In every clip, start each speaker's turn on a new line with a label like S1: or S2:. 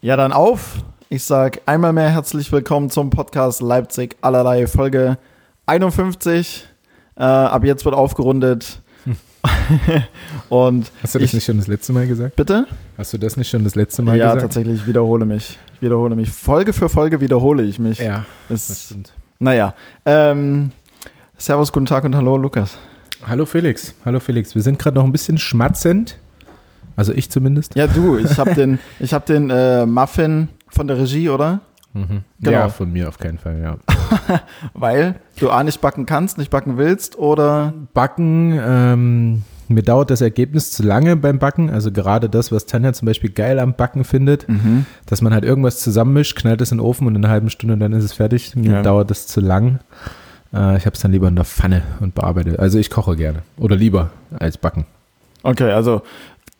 S1: Ja, dann auf. Ich sag einmal mehr herzlich willkommen zum Podcast Leipzig allerlei Folge 51. Äh, ab jetzt wird aufgerundet.
S2: Hm.
S1: Und
S2: Hast du das
S1: ich-
S2: nicht schon das letzte Mal gesagt?
S1: bitte?
S2: Hast du das nicht schon das letzte Mal
S1: ja,
S2: gesagt?
S1: tatsächlich, ich wiederhole mich. Ich wiederhole mich. Folge für Folge wiederhole ich mich.
S2: Ja, das
S1: Es,
S2: stimmt.
S1: naja. Ähm, servus, guten Tag und hallo, Lukas.
S2: Hallo Felix, hallo Felix. Wir sind gerade noch ein bisschen schmatzend. Also ich zumindest.
S1: Ja, du, ich hab den, ich hab den äh, Muffin von der Regie, oder?
S2: Mhm.
S1: Genau.
S2: Ja, von mir auf keinen Fall, ja.
S1: Weil du A nicht backen kannst, nicht backen willst oder
S2: Backen, ähm, mir dauert das Ergebnis zu lange beim Backen. Also gerade das, was Tanja zum Beispiel geil am Backen findet, dass man halt irgendwas zusammenmischt, knallt es in den Ofen und in einer halben Stunde dann ist es fertig. Mir
S1: Ja.
S2: dauert das zu lang. Äh, ich habe es dann lieber in der Pfanne und bearbeite. Also ich koche gerne. Oder lieber als backen.
S1: Okay, also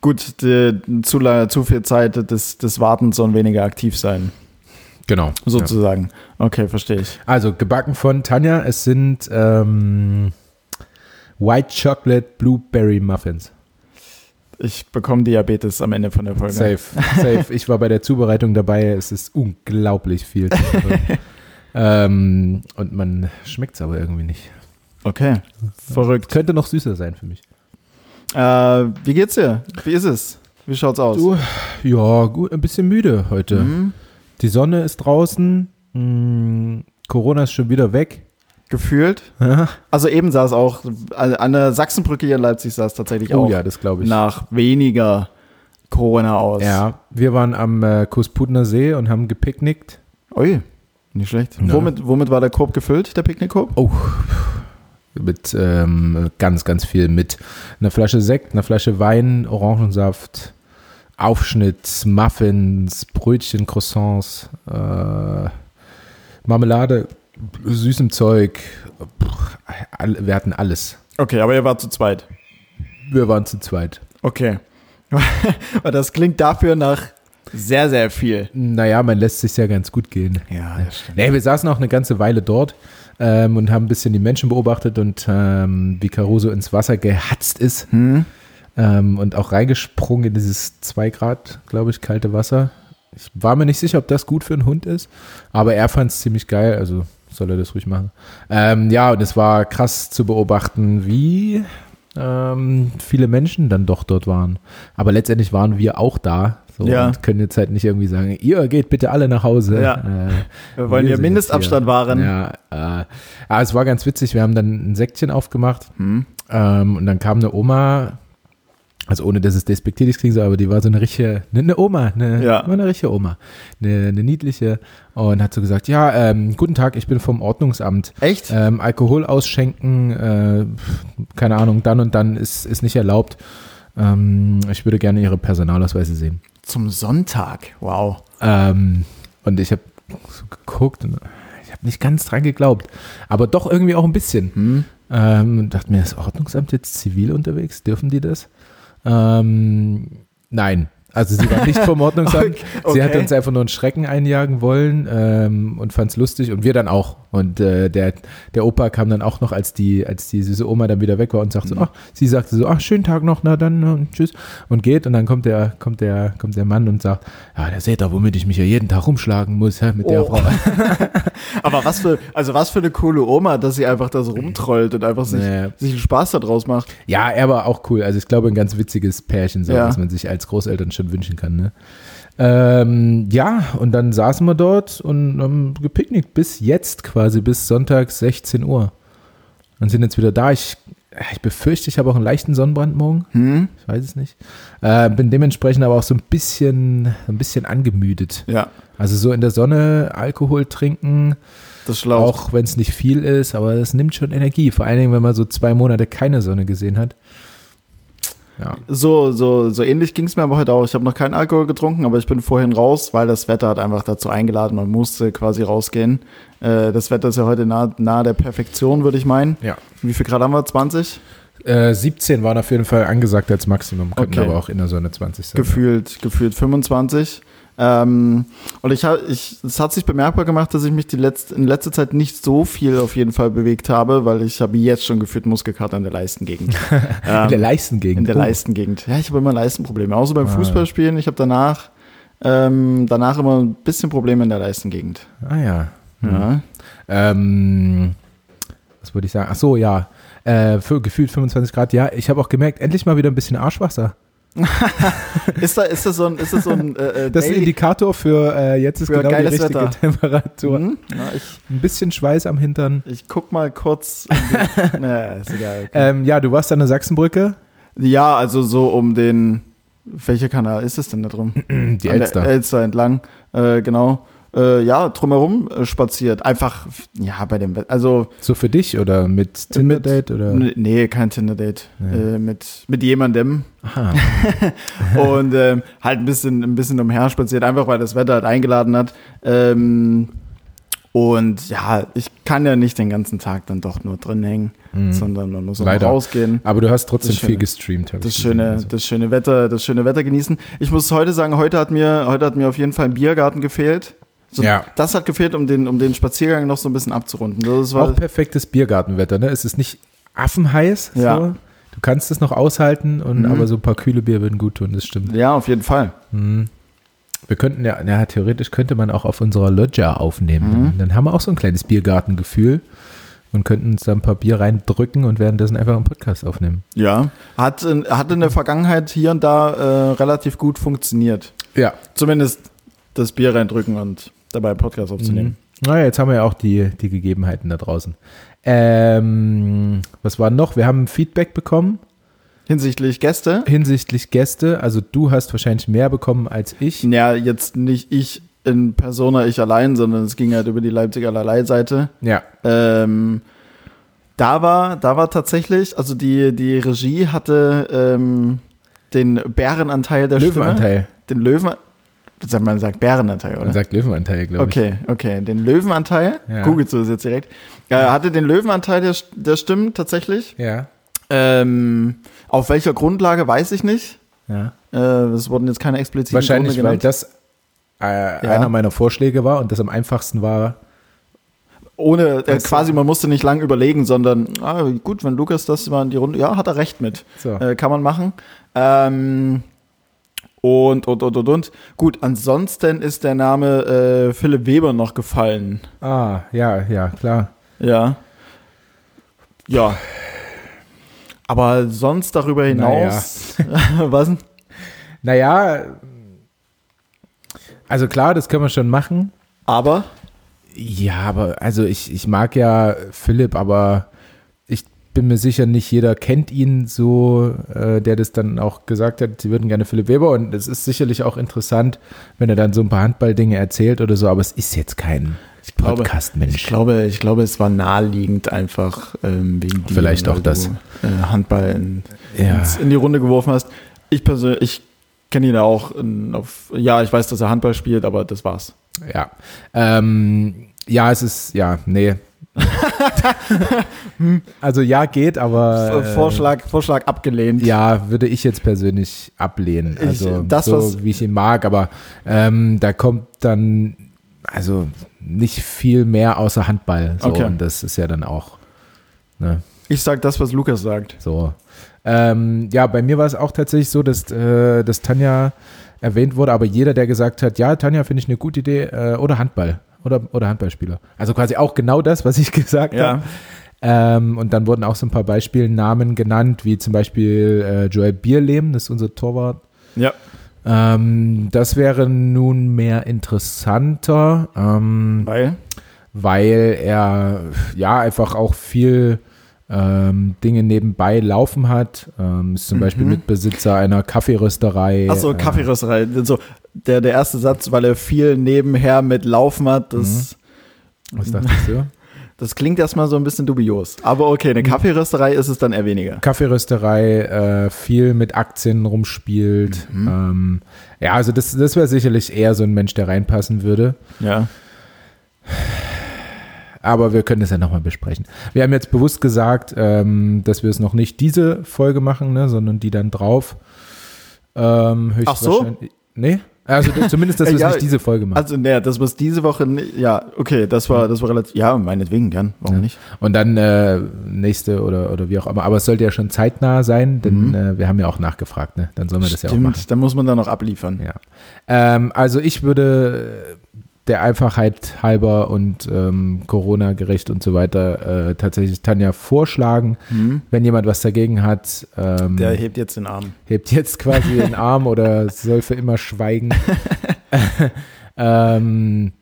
S1: gut, die, zu, la- zu viel Zeit des, des Wartens und weniger aktiv sein,
S2: Genau. Ja.
S1: sozusagen. Okay, verstehe ich.
S2: Also gebacken von Tanja. Es sind ähm, White Chocolate Blueberry Muffins.
S1: Ich bekomme Diabetes am Ende von der Folge.
S2: Safe, safe. Ich war bei der Zubereitung dabei. Es ist unglaublich viel. zu machen. ähm, und man schmeckt es aber irgendwie nicht.
S1: Okay, verrückt.
S2: Könnte noch süßer sein für mich.
S1: Äh, wie geht's dir? Wie ist es? Wie schaut's aus?
S2: Du, ja, gut, ein bisschen müde heute.
S1: Mhm.
S2: Die Sonne ist draußen. Mm, Corona ist schon wieder weg.
S1: Gefühlt? Also eben sah es auch, also an der Sachsenbrücke hier in Leipzig sah es tatsächlich
S2: oh
S1: auch
S2: ja, das glaube ich.
S1: nach weniger Corona aus.
S2: Ja, wir waren am äh, Kusputner See und haben gepicknickt.
S1: Ui, nicht schlecht.
S2: Ja.
S1: Womit, womit war der Korb gefüllt, der Picknickkorb?
S2: Oh, mit ähm, ganz, ganz viel mit einer Flasche Sekt, einer Flasche Wein, Orangensaft, Aufschnitt, Muffins, Brötchen, Croissants, äh, Marmelade, süßem Zeug. Pff, all- Wir hatten alles.
S1: Okay, aber ihr wart zu zweit.
S2: Wir waren zu zweit.
S1: Okay. Und das klingt dafür nach sehr, sehr viel.
S2: Naja, man lässt sich ja ganz gut gehen.
S1: Ja, das stimmt.
S2: Nee, wir saßen auch eine ganze Weile dort ähm, und haben ein bisschen die Menschen beobachtet und ähm, wie Caruso ins Wasser gehatzt ist.
S1: Hm?
S2: ähm, und auch reingesprungen in dieses 2 Grad, glaube ich, kalte Wasser. Ich war mir nicht sicher, ob das gut für einen Hund ist, aber er fand es ziemlich geil, also soll er das ruhig machen. Ähm, ja, und es war krass zu beobachten, wie ähm, viele Menschen dann doch dort waren. Aber letztendlich waren wir auch da. So,
S1: Ja.
S2: Und können jetzt halt nicht irgendwie sagen, ihr geht bitte alle nach Hause.
S1: Ja.
S2: Äh,
S1: Wir wollen hier
S2: sind jetzt
S1: Mindestabstand wahren.
S2: Ja, äh, aber es war ganz witzig. Wir haben dann ein Säckchen aufgemacht ähm, und dann kam eine Oma, also ohne dass es despektierlich klingt, so, aber die war so eine richtige, eine, eine Oma, eine,
S1: Ja.
S2: war eine richtige Oma, eine, eine niedliche und hat so gesagt, ja, ähm, guten Tag, ich bin vom Ordnungsamt.
S1: Echt?
S2: Ähm, Alkohol ausschenken, äh, keine Ahnung, dann und dann ist, ist nicht erlaubt. Ähm, ich würde gerne Ihre Personalausweise sehen.
S1: Zum Sonntag. Wow.
S2: Ähm, und ich habe so geguckt und ich habe nicht ganz dran geglaubt, aber doch irgendwie auch ein bisschen.
S1: Hm.
S2: Ähm, und dachte mir, ist Ordnungsamt jetzt zivil unterwegs? Dürfen die das? Ähm, nein. Also sie war nicht vom Ordnungsamt.
S1: Okay.
S2: Sie hat
S1: Okay.
S2: uns einfach nur einen Schrecken einjagen wollen ähm, und fand es lustig und wir dann auch. Und äh, der, der Opa kam dann auch noch, als die, als die süße Oma dann wieder weg war und sagte
S1: Mhm.
S2: so, ach, sie sagte so, ach, schönen Tag noch, na dann, äh, tschüss. Und geht und dann kommt der, kommt der, kommt der Mann und sagt, ja, da seht ihr, womit ich mich ja jeden Tag rumschlagen muss hä, mit der
S1: Oh.
S2: Frau.
S1: Aber was für, also was für eine coole Oma, dass sie einfach da so rumtrollt und einfach sich,
S2: Nee.
S1: sich einen Spaß daraus macht.
S2: Ja, er war auch cool. Also ich glaube, ein ganz witziges Pärchen, so,
S1: Ja.
S2: was man sich als Großeltern schon wünschen kann. Ne? Ähm, ja, und dann saßen wir dort und haben gepicknickt bis jetzt quasi, bis Sonntag 16 Uhr. Und sind jetzt wieder da. Ich, ich befürchte, ich habe auch einen leichten Sonnenbrand morgen. Ich weiß es nicht. Äh, bin dementsprechend aber auch so ein bisschen, ein bisschen angemüdet.
S1: Ja,
S2: Also so in der Sonne Alkohol trinken,
S1: das Schlauch.
S2: auch wenn es nicht viel ist, aber es nimmt schon Energie. Vor allen Dingen, wenn man so zwei Monate keine Sonne gesehen hat. Ja.
S1: So, so, so ähnlich ging es mir aber heute auch. Ich habe noch keinen Alkohol getrunken, aber ich bin vorhin raus, weil das Wetter hat einfach dazu eingeladen. Man musste quasi rausgehen. Äh, das Wetter ist ja heute nahe, nahe der Perfektion, würde ich meinen.
S2: ja.
S1: Wie viel Grad haben wir? 20?
S2: Äh, 17 waren auf jeden Fall angesagt als Maximum, könnten
S1: Okay.
S2: aber auch in der Sonne 20 sein.
S1: gefühlt, gefühlt 25. Ähm, und ich habe, ich, es hat sich bemerkbar gemacht, dass ich mich die letzt, in letzter Zeit nicht so viel auf jeden Fall bewegt habe, weil ich habe jetzt schon gefühlt Muskelkater in der Leistengegend.
S2: in
S1: ähm,
S2: der Leistengegend. Ah.
S1: in der
S2: Oh.
S1: Leistengegend. Ja, ich habe immer Leistenprobleme. Außer beim Fußballspielen. Ich habe danach Ähm, danach immer ein bisschen Probleme in der Leistengegend.
S2: Ah ja.
S1: Ja.
S2: Ähm, was würde ich sagen? Ach so, ja. Äh, für, gefühlt 25 Grad, ja. Ich habe auch gemerkt, endlich mal wieder ein bisschen Arschwasser.
S1: Ist, da, ist das so ein, ist das so ein äh, äh,
S2: Das ist ein
S1: Daily-
S2: Indikator für äh, jetzt ist
S1: Für
S2: genau die
S1: geiles
S2: richtige
S1: Wetter.
S2: Temperatur.
S1: Hm? Na, ich,
S2: Ein bisschen Schweiß am Hintern.
S1: ich guck mal kurz. in die- naja, ist egal.
S2: Ähm, ja, du warst an der Sachsenbrücke.
S1: Ja, also so um den. Welcher Kanal ist es denn da drum?
S2: Die
S1: Mhm. An der
S2: Elster.
S1: Elster entlang, äh, genau. Äh, ja, drumherum äh, spaziert. Einfach, ja, bei dem Wetter. Also,
S2: so für dich oder mit Tinder-Date oder?
S1: n- nee, kein Tinder-Date.
S2: Ja.
S1: Äh, mit, mit jemandem.
S2: Aha.
S1: und ähm, halt ein bisschen, ein bisschen umher spaziert, einfach weil das Wetter halt eingeladen hat. Ähm, und ja, ich kann ja nicht den ganzen Tag dann doch nur drin hängen, sondern man muss auch noch
S2: Mhm. Leider.
S1: rausgehen.
S2: Aber du hast trotzdem
S1: Das Schöne.
S2: viel gestreamt. hab
S1: Das
S2: ich gesehen,
S1: schöne,
S2: also.
S1: das schöne Wetter, das schöne Wetter genießen. Ich muss heute sagen, heute hat mir, heute hat mir auf jeden Fall ein Biergarten gefehlt. So,
S2: Ja.
S1: Das hat gefehlt, um den, um den Spaziergang noch so ein bisschen abzurunden. Das war,
S2: Auch perfektes Biergartenwetter, ne? Es ist nicht affenheiß.
S1: Ja. Mhm.
S2: So. Du kannst es noch aushalten, und, aber so ein paar kühle Bier würden gut tun, das stimmt.
S1: ja, auf jeden Fall.
S2: Wir könnten ja, ja, theoretisch könnte man auch auf unserer Loggia aufnehmen.
S1: Mhm.
S2: Dann haben wir auch so ein kleines Biergartengefühl und könnten uns da ein paar Bier reindrücken und währenddessen einfach einen Podcast aufnehmen.
S1: Ja. Hat, in- hat in der Vergangenheit hier und da äh, relativ gut funktioniert.
S2: Ja.
S1: Zumindest das Bier reindrücken und dabei einen Podcast aufzunehmen.
S2: Naja, jetzt haben wir Mhm. ja auch die, die Gegebenheiten da draußen. Ähm, was war noch? Wir haben Feedback bekommen
S1: Hinsichtlich Gäste,
S2: hinsichtlich Gäste. Also du hast wahrscheinlich mehr bekommen als ich.
S1: ja, jetzt nicht ich in Persona, ich allein, sondern es ging halt über die Leipziger Lalei-Seite.
S2: Ja.
S1: Ähm, da war, da war tatsächlich, also die, die Regie hatte ähm, den Bärenanteil der Stimme.
S2: Löwenanteil.
S1: Den Löwen. Sag mal, man sagt Bärenanteil,
S2: Man
S1: oder?
S2: sagt Löwenanteil, glaube
S1: Okay, okay. Den Löwenanteil,
S2: Ja.
S1: googelst du das jetzt direkt. Äh, hatte den Löwenanteil der, der Stimmen tatsächlich.
S2: ich. Ja.
S1: Ähm, auf welcher Grundlage weiß ich nicht.
S2: ja.
S1: Äh, es wurden jetzt keine expliziten
S2: Wahrscheinlich,
S1: Gründe
S2: weil
S1: genannt.
S2: das äh, einer meiner Vorschläge war und das am einfachsten war.
S1: Ohne, äh,
S2: Weißt du-
S1: quasi, man musste nicht lang überlegen, sondern ah, gut, wenn Lukas das mal in die Runde, ja, hat er recht mit.
S2: So.
S1: Äh, kann man machen. Ähm, und, und, und, und, und. Gut, ansonsten ist der Name äh, Philipp Weber noch gefallen.
S2: Ah, ja, ja, klar.
S1: Ja. Ja. Aber sonst darüber hinaus. Was? denn?
S2: Naja, also klar, das können wir schon machen.
S1: Aber.
S2: Ja, aber also ich, ich mag ja Philipp, aber ich bin mir sicher, nicht jeder kennt ihn so, äh, der das dann auch gesagt hat, sie würden gerne Philipp Weber und es ist sicherlich auch interessant, wenn er dann so ein paar Handballdinge erzählt oder so, aber es ist jetzt kein
S1: glaube-
S2: Podcast-Mensch.
S1: glaube, ich glaube, es war naheliegend einfach ähm, wegen dir,
S2: Vielleicht auch
S1: weil
S2: das.
S1: Du, äh, Handball in,
S2: Ja.
S1: ins, in die Runde geworfen hast. Ich persönlich, ich kenne ihn ja auch. In, auf, ja, ich weiß, dass er Handball spielt, aber das war's.
S2: Ja. Ähm, ja, es ist, ja, nee. Hm, also ja, geht, aber. äh,
S1: Vorschlag, Vorschlag abgelehnt.
S2: Ja, würde ich jetzt persönlich ablehnen.
S1: Ich-
S2: Also
S1: das,
S2: so,
S1: was-
S2: wie ich ihn mag, aber ähm, da kommt dann also nicht viel mehr außer Handball. So,
S1: Okay.
S2: Und das ist ja dann auch ne,
S1: Ich sag das, was Lukas sagt.
S2: so. Ähm, ja, bei mir war es auch tatsächlich so, dass, äh, dass Tanja erwähnt wurde, aber jeder, der gesagt hat, ja, Tanja finde ich eine gute Idee, äh, oder Handball. Oder, oder Handballspieler. Also quasi auch genau das, was ich gesagt habe. Ähm, und dann wurden auch so ein paar Beispielnamen genannt, wie zum Beispiel äh, Joel Bierlehm, das ist unser Torwart.
S1: Ja.
S2: Ähm, das wäre nunmehr interessanter, ähm,
S1: Weil.
S2: weil er ja einfach auch viel ähm, Dinge nebenbei laufen hat. Ähm, ist zum Beispiel Mitbesitzer einer Kaffeerösterei.
S1: Achso,
S2: äh,
S1: Kaffeerösterei. So, der, der erste Satz, weil er viel nebenher mit Laufen hat, das,
S2: Mhm. Was dachtest du?
S1: das klingt erstmal so ein bisschen dubios. Aber okay,
S2: Mhm.
S1: eine Kaffeerösterei ist es dann eher weniger.
S2: Kaffeerösterei, äh, viel mit Aktien rumspielt. Ähm, ja, also das, das wäre sicherlich eher so ein Mensch, der reinpassen würde.
S1: Ja.
S2: Aber wir können es ja nochmal besprechen. Wir haben jetzt bewusst gesagt, ähm, dass wir es noch nicht diese Folge machen, ne, sondern die dann drauf. Ähm,
S1: Ach so?
S2: höchstwahrscheinlich- Nee, Also zumindest, dass wir es
S1: Ja,
S2: nicht diese Folge machen.
S1: Also, naja, das was diese Woche, ni- ja, okay, das war, das war relativ, ja, meinetwegen gern, warum
S2: Ja.
S1: nicht?
S2: Und dann äh, nächste oder, oder wie auch immer. Aber es sollte ja schon zeitnah sein, denn äh, wir haben ja auch nachgefragt. Ne? Dann sollen wir das ja auch machen.
S1: Mhm. Stimmt, da muss man dann noch abliefern.
S2: Ja. Ähm, also ich würde äh, der Einfachheit halber und ähm, Corona-gerecht und so weiter äh, tatsächlich Tanja vorschlagen, wenn jemand was dagegen hat, ähm,
S1: Mhm. Der hebt jetzt den Arm.
S2: hebt jetzt quasi den Arm oder soll für immer schweigen. ähm,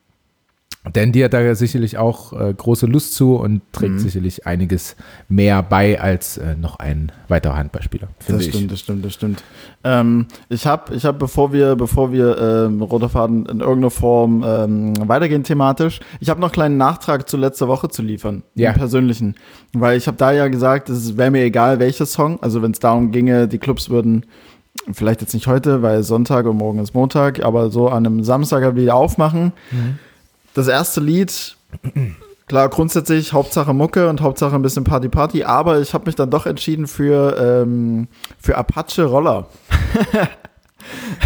S2: denn die hat da sicherlich auch äh, große Lust zu und
S1: Mhm.
S2: trägt sicherlich einiges mehr bei als äh, noch ein weiterer Handballspieler.
S1: Das
S2: finde ich.
S1: stimmt, das stimmt, das stimmt. Ähm, ich habe, ich hab, bevor wir, bevor wir ähm, roter Faden in irgendeiner Form ähm, weitergehen thematisch, ich habe noch einen kleinen Nachtrag zu letzter Woche zu liefern,
S2: Ja.
S1: im persönlichen. Weil ich habe da ja gesagt, es wäre mir egal, welcher Song, also wenn es darum ginge, die Clubs würden vielleicht jetzt nicht heute, weil Sonntag und morgen ist Montag, aber so an einem Samstag halt wieder aufmachen.
S2: Mhm.
S1: Das erste Lied, klar, grundsätzlich Hauptsache Mucke und Hauptsache ein bisschen Party Party, aber ich habe mich dann doch entschieden für, ähm, für Apache Roller.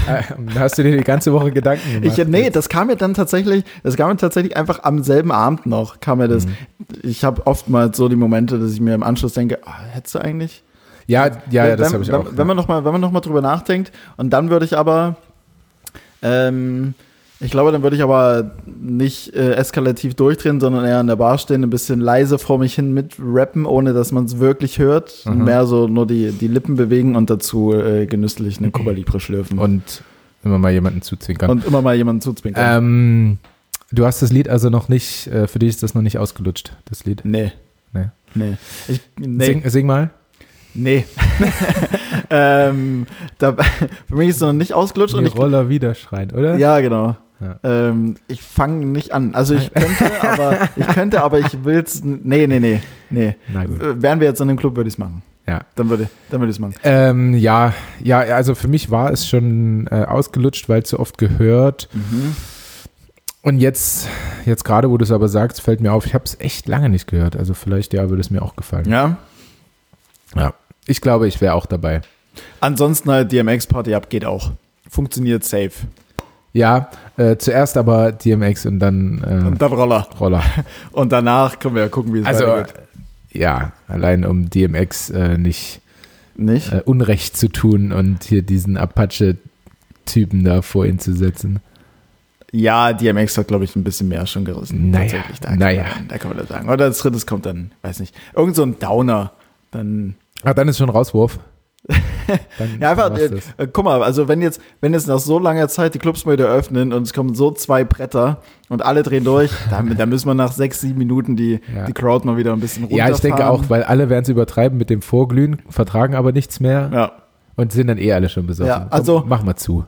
S2: Äh, da hast du dir die ganze Woche Gedanken gemacht.
S1: Ich, nee, das kam mir dann tatsächlich, das kam mir tatsächlich einfach am selben Abend noch, kam mir das. Ich habe oftmals so die Momente, dass ich mir im Anschluss denke, ah, hättest du eigentlich?
S2: Ja, ja, ja das
S1: Wenn-
S2: habe ich
S1: wenn,
S2: auch.
S1: Wenn man nochmal, wenn man noch mal drüber nachdenkt, und dann würde ich aber, ähm, ich glaube, dann würde ich aber nicht äh, eskalativ durchdrehen, sondern eher an der Bar stehen, ein bisschen leise vor mich hin mit rappen, ohne dass man es wirklich hört.
S2: Mhm.
S1: Mehr so nur die, die Lippen bewegen und dazu äh, genüsslich eine Cuba Libre schlürfen. Und,
S2: und immer mal jemanden zuzinkern.
S1: immer mal jemanden zuzwinkern.
S2: ähm, du hast das Lied also noch nicht, äh, für dich ist das noch nicht ausgelutscht, das Lied.
S1: nee.
S2: Äh, Nee.
S1: Nee. Ich, nee.
S2: Sing, sing mal.
S1: Nee. ähm, da, für mich ist es noch nicht ausgelutscht und
S2: Die
S1: ich
S2: Roller wieder schreien, oder?
S1: Ja, genau.
S2: Ja.
S1: Ähm, ich fange nicht an. Also ich könnte, aber ich könnte, aber ich will's. n- Nee, nee, nee. Nee.
S2: Na gut.
S1: Äh, Wären wir jetzt in dem Club, würde ich's machen.
S2: Ja.
S1: Dann würde dann würde ich's machen.
S2: Ähm, ja, ja, also für mich war es schon äh, ausgelutscht, weil zu oft gehört. Und jetzt, jetzt gerade, wo du es aber sagst, fällt mir auf, ich habe es echt lange nicht gehört. Also vielleicht, ja, würde es mir auch gefallen.
S1: Ja.
S2: Ja. Ich glaube, ich wäre auch dabei.
S1: Ansonsten halt DMX Party ab geht auch. Funktioniert safe.
S2: Ja, äh, zuerst aber DMX und dann äh,
S1: Und dann Roller.
S2: Roller.
S1: Und danach können wir ja gucken, wie es
S2: Also
S1: weitergeht.
S2: ja, allein um DMX äh, nicht
S1: Nicht?
S2: äh, Unrecht zu tun und hier diesen Apache-Typen da vor ihn zu setzen.
S1: Ja, DMX hat, glaube ich, ein bisschen mehr schon gerissen.
S2: Naja,
S1: tatsächlich. Da kann,
S2: naja.
S1: man, da kann man das sagen. Oder als drittes kommt dann, weiß nicht, irgend so ein Downer. Dann
S2: Ah, dann ist schon Rauswurf. Dann
S1: Ja, einfach,
S2: war's
S1: äh,
S2: das.
S1: äh, guck mal, also wenn jetzt, wenn jetzt nach so langer Zeit die Clubs mal wieder öffnen und es kommen so zwei Bretter und alle drehen durch, dann, dann müssen wir nach sechs, sieben Minuten die,
S2: Ja.
S1: die Crowd mal wieder ein bisschen runterfahren.
S2: Ja, ich denke auch, weil alle werden es übertreiben mit dem Vorglühen, vertragen aber nichts mehr
S1: Ja,
S2: und sind dann eh alle schon besoffen.
S1: Ja, also-
S2: Komm, mach mal zu.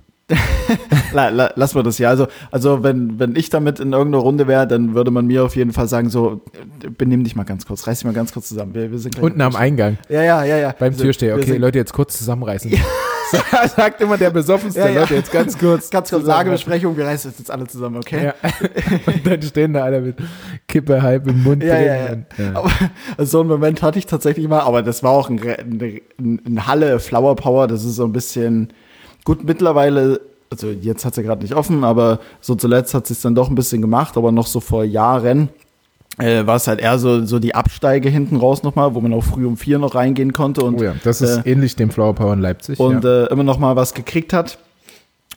S1: la, la, lass mal das ja. Also, also wenn, wenn ich damit in irgendeiner Runde wäre, dann würde man mir auf jeden Fall sagen, so, äh, benimm dich mal ganz kurz, reiß dich mal ganz kurz zusammen. Wir, wir sind gleich
S2: Unten am Eingang
S1: Ja, ja, ja, ja.
S2: beim
S1: Also,
S2: Türsteher.
S1: wir
S2: Okay,
S1: sind-
S2: Leute, jetzt kurz zusammenreißen. Sagt immer der besoffenste.
S1: Ja, ja.
S2: Leute, jetzt ganz kurz.
S1: Ganz kurz
S2: zusammenreißen.
S1: Lagebesprechung, wir reißen jetzt alle zusammen, okay?
S2: Ja. Und dann stehen da alle mit Kippe halb im Mund
S1: Ja,
S2: drin.
S1: ja, ja.
S2: Und, ja.
S1: Aber also so einen Moment hatte ich tatsächlich mal, aber das war auch ein, Re- ein, ein, ein Halle Flower Power, das ist so ein bisschen gut mittlerweile, also jetzt hat sie gerade nicht offen, aber so zuletzt hat sie es dann doch ein bisschen gemacht, aber noch so vor Jahren äh, war es halt eher so, so die Absteige hinten raus nochmal, wo man auch früh um vier noch reingehen konnte und
S2: oh ja, das ist
S1: äh,
S2: ähnlich dem Flower Power in Leipzig.
S1: und äh,
S2: ja.
S1: immer noch mal was gekriegt hat.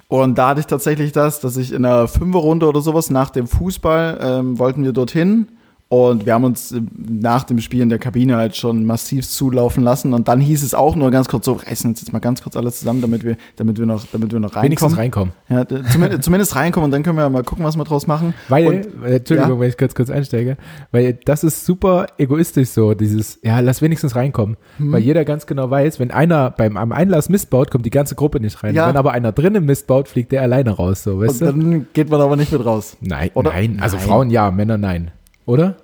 S1: Und da hatte ich tatsächlich das, dass ich in einer Fünferrunde oder sowas nach dem Fußball ähm, wollten wir dorthin und wir haben uns äh, nach dem Spiel in der Kabine halt schon massiv zulaufen lassen und dann hieß es auch nur ganz kurz so reißen uns jetzt mal ganz kurz alles zusammen, damit wir damit wir noch damit wir noch
S2: Wenigstens
S1: reinkommen.
S2: äh, reinkommen.
S1: Ja, d- zumindest, zumindest reinkommen und dann können wir mal gucken, was wir draus machen.
S2: Weil,
S1: und,
S2: äh, Entschuldigung,
S1: ja?
S2: wenn ich kurz, kurz einsteige, weil das ist super egoistisch so, dieses, ja, lass wenigstens reinkommen.
S1: Mhm.
S2: Weil jeder ganz genau weiß, wenn einer beim, am Einlass Mist baut, kommt die ganze Gruppe nicht rein.
S1: Ja.
S2: Wenn aber einer drinnen Mist baut, fliegt der alleine raus, so,
S1: und
S2: weißt du?
S1: dann geht man aber nicht mit raus.
S2: Nein,
S1: Oder?
S2: nein, also
S1: Nein.
S2: Frauen ja, Männer nein, oder?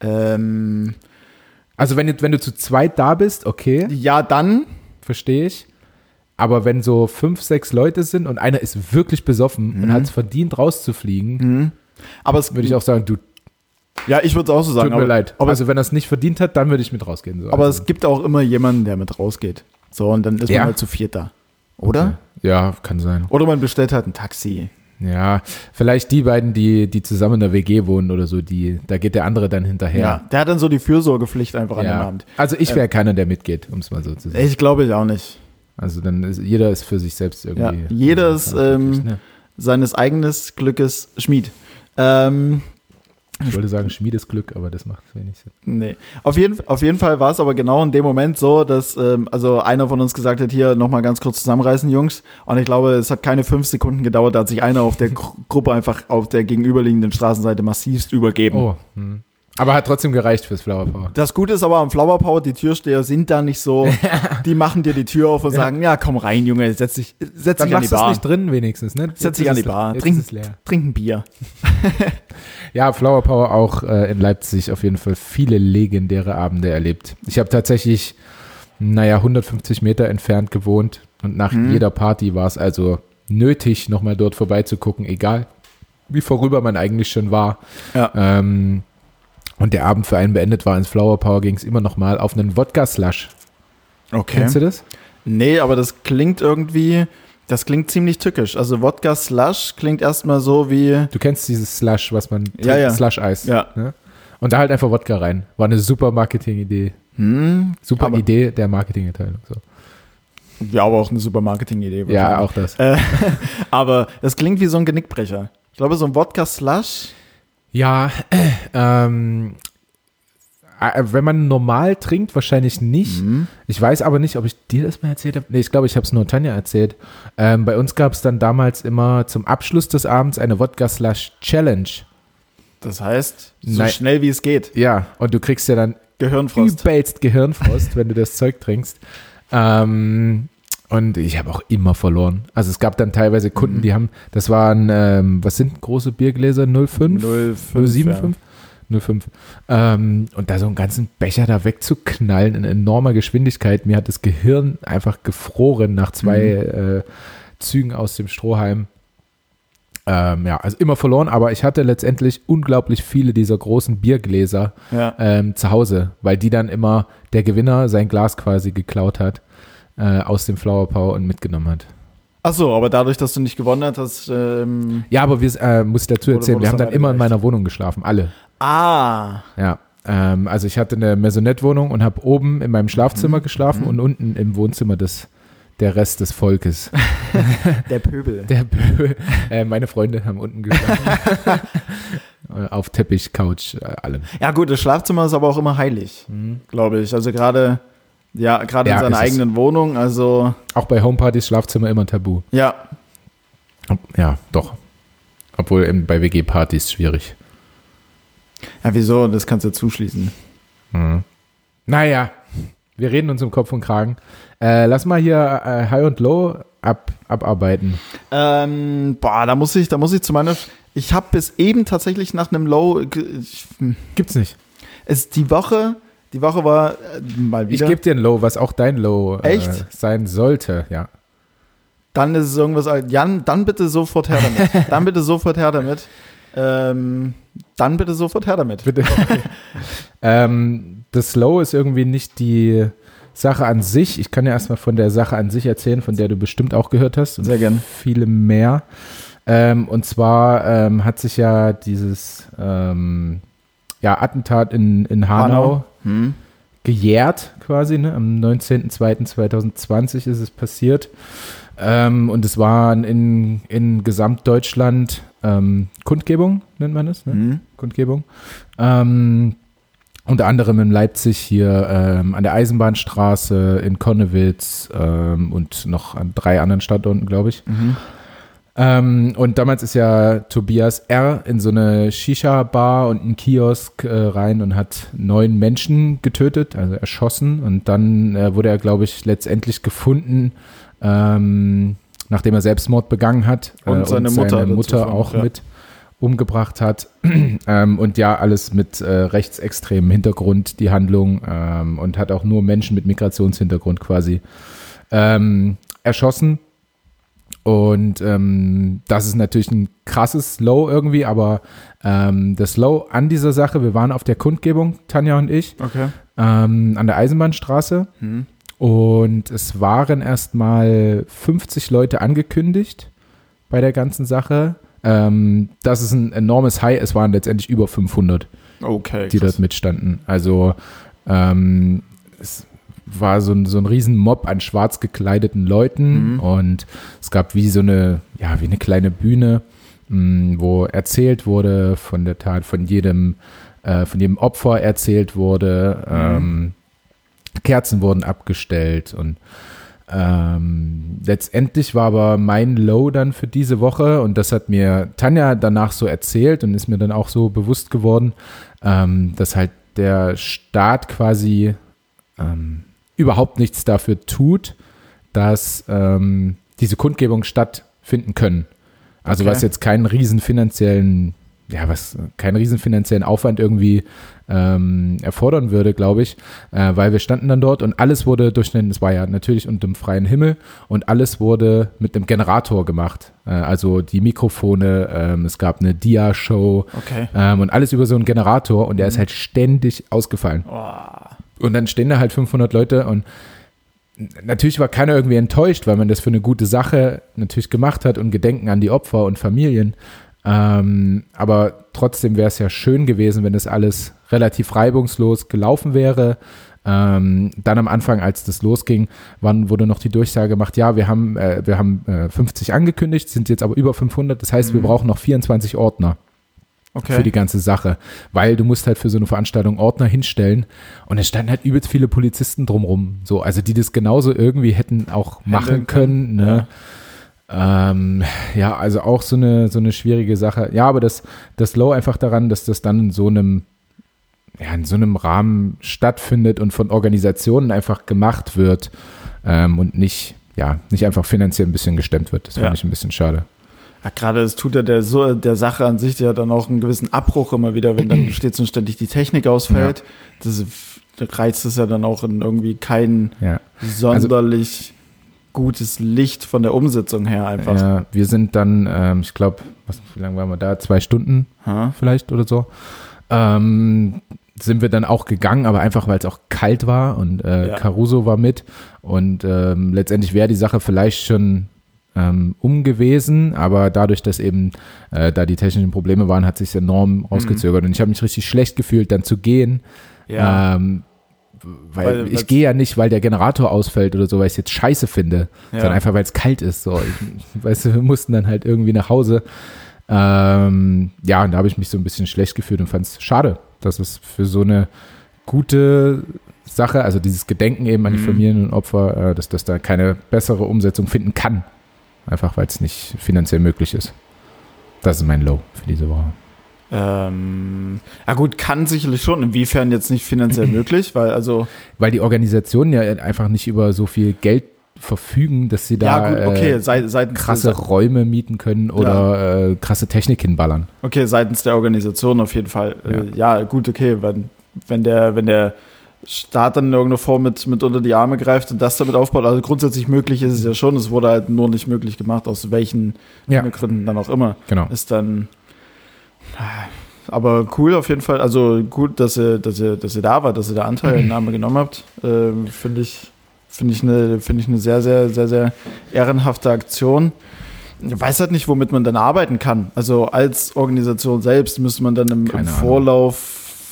S1: Ähm,
S2: Also wenn, du- wenn du zu zweit da bist, okay,
S1: ja, dann
S2: verstehe ich. Aber wenn so fünf, sechs Leute sind und einer ist wirklich besoffen
S1: Mhm.
S2: und hat es verdient, rauszufliegen,
S1: aber es
S2: würde ich auch sagen, du, tut
S1: ja, ich würde es auch so sagen.
S2: mir
S1: aber,
S2: leid.
S1: Aber
S2: also wenn er es nicht verdient hat, dann würde ich mit rausgehen. So.
S1: Aber
S2: also,
S1: es gibt auch immer jemanden, der mit rausgeht. So, und dann ist
S2: Ja.
S1: man halt zu viert da. Oder?
S2: Also, Ja, kann sein.
S1: Oder man bestellt halt ein Taxi.
S2: Ja, vielleicht die beiden, die, die zusammen in der WG wohnen oder so, die, da geht der andere dann hinterher.
S1: Der hat dann so die Fürsorgepflicht einfach
S2: Ja.
S1: an dem Abend.
S2: Also ich wäre keiner, der mitgeht, um es mal so zu sagen.
S1: Ich glaube ich auch nicht.
S2: Also dann ist jeder ist für sich selbst
S1: Ja.
S2: irgendwie.
S1: Jeder ist ähm,
S2: ne?
S1: seines eigenes Glückes Schmied. Ähm,
S2: Ich wollte sagen, Schmiedesglück, aber das macht wenig Sinn.
S1: Nee. Auf jeden, auf jeden Fall war es aber genau in dem Moment so, dass ähm, also einer von uns gesagt hat, hier nochmal ganz kurz zusammenreißen, Jungs. Und ich glaube, es hat keine fünf Sekunden gedauert, da hat sich einer auf der Gru- Gruppe einfach auf der gegenüberliegenden Straßenseite massivst übergeben.
S2: Oh. Hm. Aber hat trotzdem gereicht fürs Flower Power.
S1: Das Gute ist aber am Flower Power, die Türsteher sind da nicht so, die machen dir die Tür auf und sagen, ja, komm rein, Junge, setz dich, setz
S2: Dann
S1: dich an die
S2: machst du es
S1: Bar.
S2: nicht drin wenigstens, ne?
S1: Setz dich an die Bar,
S2: Trink.
S1: trink,
S2: Ist leer.
S1: trink ein Bier.
S2: Ja, Flower Power auch äh, in Leipzig auf jeden Fall viele legendäre Abende erlebt. Ich habe tatsächlich, naja, 150 Meter entfernt gewohnt und nach
S1: Mhm.
S2: jeder Party war es also nötig, nochmal dort vorbeizugucken, egal wie vorüber man eigentlich schon war.
S1: Ja.
S2: Ähm, und der Abend für einen beendet war, ins Flower Power ging es immer nochmal auf einen Wodka-Slush.
S1: Okay.
S2: Kennst du das?
S1: Nee, aber das klingt irgendwie, das klingt ziemlich tückisch. Also Wodka Slush klingt erstmal so wie,
S2: Du kennst dieses Slush, was man trinkt,
S1: Ja, ja.
S2: Slush-Eis.
S1: ja,
S2: Ne? Und da halt einfach Wodka rein. War eine super Marketing-Idee.
S1: hm,
S2: Super
S1: Aber-
S2: Idee der Marketingabteilung. So.
S1: Ja, aber auch eine super Marketing-Idee.
S2: Ja,
S1: wahrscheinlich.
S2: auch das.
S1: Aber es klingt wie so ein Genickbrecher. Ich glaube, so ein Wodka-Slush.
S2: Ja, ähm, äh, wenn man normal trinkt, wahrscheinlich nicht. Ich weiß aber nicht, ob ich dir das mal erzählt habe. Nee, ich glaube, ich habe es nur Tanja erzählt. Ähm, bei uns gab es dann damals immer zum Abschluss des Abends eine Wodka-Slash-Challenge.
S1: Das heißt, so
S2: Nein.
S1: schnell wie es geht.
S2: Ja, und du kriegst ja dann
S1: Gehirnfrost.
S2: übelst Gehirnfrost, wenn du das Zeug trinkst. Ähm, und ich habe auch immer verloren. Also es gab dann teilweise Kunden, die haben, das waren, ähm, was sind große Biergläser? 05?
S1: 0,5.
S2: 075? 05. Ähm, und da so einen ganzen Becher da wegzuknallen in enormer Geschwindigkeit, mir hat das Gehirn einfach gefroren nach zwei
S1: Mhm.
S2: äh, Zügen aus dem Strohhalm. Ähm, ja, also immer verloren, aber ich hatte letztendlich unglaublich viele dieser großen Biergläser
S1: Ja. Ja.
S2: ähm, zu Hause, weil die dann immer der Gewinner sein Glas quasi geklaut hat äh, aus dem Flower Power und mitgenommen hat.
S1: Ach so, aber dadurch, dass du nicht gewonnen hast, ähm,
S2: Ja, aber wir äh, muss ich dazu
S1: Oder
S2: erzählen,
S1: wurde
S2: wir
S1: es
S2: haben
S1: dann
S2: dann immer in
S1: eingereicht?
S2: meiner Wohnung geschlafen, alle.
S1: ah,
S2: Ja. Ähm, also ich hatte eine Maisonette-Wohnung und habe oben in meinem Schlafzimmer
S1: Mhm.
S2: geschlafen und unten im Wohnzimmer des der Rest des Volkes.
S1: der Pöbel.
S2: Der Bö äh, meine Freunde haben unten geschlafen. Äh, Auf Teppich, Couch, äh, allem.
S1: Ja gut, das Schlafzimmer ist aber auch immer heilig, glaube ich. Also gerade, ja, gerade
S2: Ja,
S1: in seiner
S2: ist es.
S1: eigenen Wohnung. Also,
S2: Auch bei Homepartys Schlafzimmer immer tabu.
S1: ja,
S2: Ob- Ja, doch. Obwohl ähm, bei WG-Partys schwierig.
S1: ja wieso? Das kannst du zuschließen.
S2: Naja, wir reden uns im Kopf und Kragen. Äh, lass mal hier äh, High und Low ab, abarbeiten.
S1: Ähm, boah, da muss ich, da muss ich zu meiner. Ich habe bis eben tatsächlich nach einem Low. ge- Ich, hm.
S2: Gibt's nicht.
S1: es, die Woche, die Woche war äh, mal
S2: Ich
S1: wieder.
S2: gebe dir ein Low, was auch dein Low äh,
S1: Echt?
S2: sein sollte. Ja.
S1: dann ist es irgendwas. alt- Jan, dann bitte sofort her damit. dann bitte sofort her damit. Ähm, dann bitte sofort her damit.
S2: Bitte. ähm, das Low ist irgendwie nicht die Sache an sich. Ich kann ja erstmal von der Sache an sich erzählen, von der du bestimmt auch gehört hast. Und
S1: Sehr gern.
S2: Viele mehr. Ähm, und zwar ähm, hat sich ja dieses ähm, ja, Attentat in, in Hanau.
S1: Hanau. Hm?
S2: gejährt quasi. Ne? Am 19.02.2020 ist es passiert. Ähm, und es waren in, in Gesamtdeutschland ähm, Kundgebung, nennt man es. Ne?
S1: Hm?
S2: Kundgebung. Ähm, unter anderem in Leipzig hier ähm, an der Eisenbahnstraße, in Konnewitz ähm, und noch an drei anderen Standorten, glaube ich.
S1: Mhm.
S2: Ähm, und damals ist ja Tobias R. in so eine Shisha-Bar und einen Kiosk äh, rein und hat neun Menschen getötet, also erschossen. Und dann äh, wurde er, glaube ich, letztendlich gefunden, ähm, nachdem er Selbstmord begangen hat äh,
S1: Und seine Mutter
S2: seine
S1: dazu
S2: Mutter
S1: schon,
S2: auch
S1: ja.
S2: mit umgebracht hat. ähm, und ja, alles mit äh, rechtsextremem Hintergrund, die Handlung. Ähm, und hat auch nur Menschen mit Migrationshintergrund quasi ähm, erschossen. Und ähm, das ist natürlich ein krasses Low irgendwie, aber ähm, das Low an dieser Sache, wir waren auf der Kundgebung, Tanja und ich,
S1: Okay.
S2: ähm, an der Eisenbahnstraße.
S1: Hm.
S2: Und es waren erstmal 50 Leute angekündigt bei der ganzen Sache. Ähm, das ist ein enormes High. Es waren letztendlich über 500,
S1: Okay.
S2: die dort mitstanden. Also ähm, es war so ein, so ein riesen Mob an schwarz gekleideten Leuten
S1: Mhm.
S2: und es gab wie so eine, ja, wie eine kleine Bühne, mh, Mm, wo erzählt wurde von der Tat, von jedem, äh, von jedem Opfer erzählt wurde. Ähm, Kerzen wurden abgestellt und ähm, letztendlich war aber mein Low dann für diese Woche und das hat mir Tanja danach so erzählt und ist mir dann auch so bewusst geworden, ähm, dass halt der Staat quasi ähm, überhaupt nichts dafür tut, dass ähm, diese Kundgebungen stattfinden können. Also
S1: Okay.
S2: was jetzt keinen riesen finanziellen, ja was, keinen riesen finanziellen Aufwand irgendwie ähm, erfordern würde, glaube ich, äh, weil wir standen dann dort und alles wurde durch den, es war ja natürlich unter dem freien Himmel und alles wurde mit einem Generator gemacht. Äh, also die Mikrofone, ähm, es gab eine Dia-Show
S1: Okay.
S2: ähm, und alles über so einen Generator und der ist halt ständig ausgefallen.
S1: Oh,
S2: Und dann stehen da halt 500 Leute und natürlich war keiner irgendwie enttäuscht, weil man das für eine gute Sache natürlich gemacht hat und Gedenken an die Opfer und Familien. Ähm, aber trotzdem wäre es ja schön gewesen, wenn das alles relativ reibungslos gelaufen wäre. Ähm, dann am Anfang, als das losging, wann wurde noch die Durchsage gemacht, ja, wir haben, äh, wir haben äh, 50 angekündigt, sind jetzt aber über 500, das heißt, wir brauchen noch 24 Ordner
S1: okay.
S2: für die ganze Sache. Weil du musst halt für so eine Veranstaltung Ordner hinstellen und es standen halt übelst viele Polizisten drumrum. So, also die das genauso irgendwie hätten auch machen
S1: Handeln
S2: können. Ne? Ja. Ähm, ja, also auch so eine, so eine schwierige Sache. Ja, aber das, das Low einfach daran, dass das dann in so einem ja, in so einem Rahmen stattfindet und von Organisationen einfach gemacht wird ähm, und nicht, ja, nicht einfach finanziell ein bisschen gestemmt wird. Das
S1: Ja.
S2: fand ich ein bisschen schade.
S1: Ja, gerade das tut ja der, so- der Sache an sich ja dann auch einen gewissen Abbruch immer wieder, wenn dann stets und ständig die Technik ausfällt. Das f- reizt es ja dann auch in irgendwie kein
S2: Ja.
S1: sonderlich gutes Licht von der Umsetzung her einfach.
S2: Ja, wir sind dann, ähm, ich glaube, wie lange waren wir da? Zwei Stunden
S1: Ha?
S2: vielleicht oder so. Ähm, sind wir dann auch gegangen, aber einfach, weil es auch kalt war und äh,
S1: Ja.
S2: Caruso war mit. Und ähm, letztendlich wäre die Sache vielleicht schon ähm, um gewesen, aber dadurch, dass eben äh, da die technischen Probleme waren, hat sich
S1: Mhm.
S2: enorm rausgezögert. Und ich habe mich richtig schlecht gefühlt, dann zu gehen.
S1: Ja.
S2: Ähm, weil,
S1: Weil- weil's-
S2: ich gehe ja nicht, weil der Generator ausfällt oder so, weil ich es jetzt scheiße finde,
S1: Ja.
S2: sondern einfach, weil es kalt ist. So. Ich, weißt du, wir mussten dann halt irgendwie nach Hause. Ähm, ja, und da habe ich mich so ein bisschen schlecht gefühlt und fand es schade, dass es für so eine gute Sache, also dieses Gedenken eben an
S1: Mhm.
S2: die Familien und Opfer, äh, dass das da keine bessere Umsetzung finden kann. Einfach, weil es nicht finanziell möglich ist. Das ist mein Low für diese Woche.
S1: Ähm, ja gut, kann sicherlich schon. Inwiefern jetzt nicht finanziell möglich, weil also
S2: weil die Organisationen ja einfach nicht über so viel Geld verfügen, dass sie da
S1: ja gut, okay,
S2: äh,
S1: sei, seitens
S2: krasse Räume mieten können oder äh, krasse Technik hinballern.
S1: Okay, seitens der Organisation auf jeden Fall. Ja, äh, ja gut, okay, wenn, wenn, der, wenn der Staat dann in irgendeiner Form mit, mit unter die Arme greift und das damit aufbaut, also grundsätzlich möglich ist es ja schon, es wurde halt nur nicht möglich gemacht, aus welchen
S2: Ja.
S1: Gründen dann auch immer,
S2: Genau.
S1: ist dann, aber cool auf jeden Fall, also gut, dass ihr, dass ihr, dass ihr da wart, dass ihr da Anteilnahme genommen habt, ähm, finde ich, finde ich eine, finde ich eine sehr, sehr, sehr, sehr ehrenhafte Aktion. Ich weiß halt nicht, womit man dann arbeiten kann. Also als Organisation selbst müsste man dann im, im
S2: Keine Ahnung.
S1: Vorlauf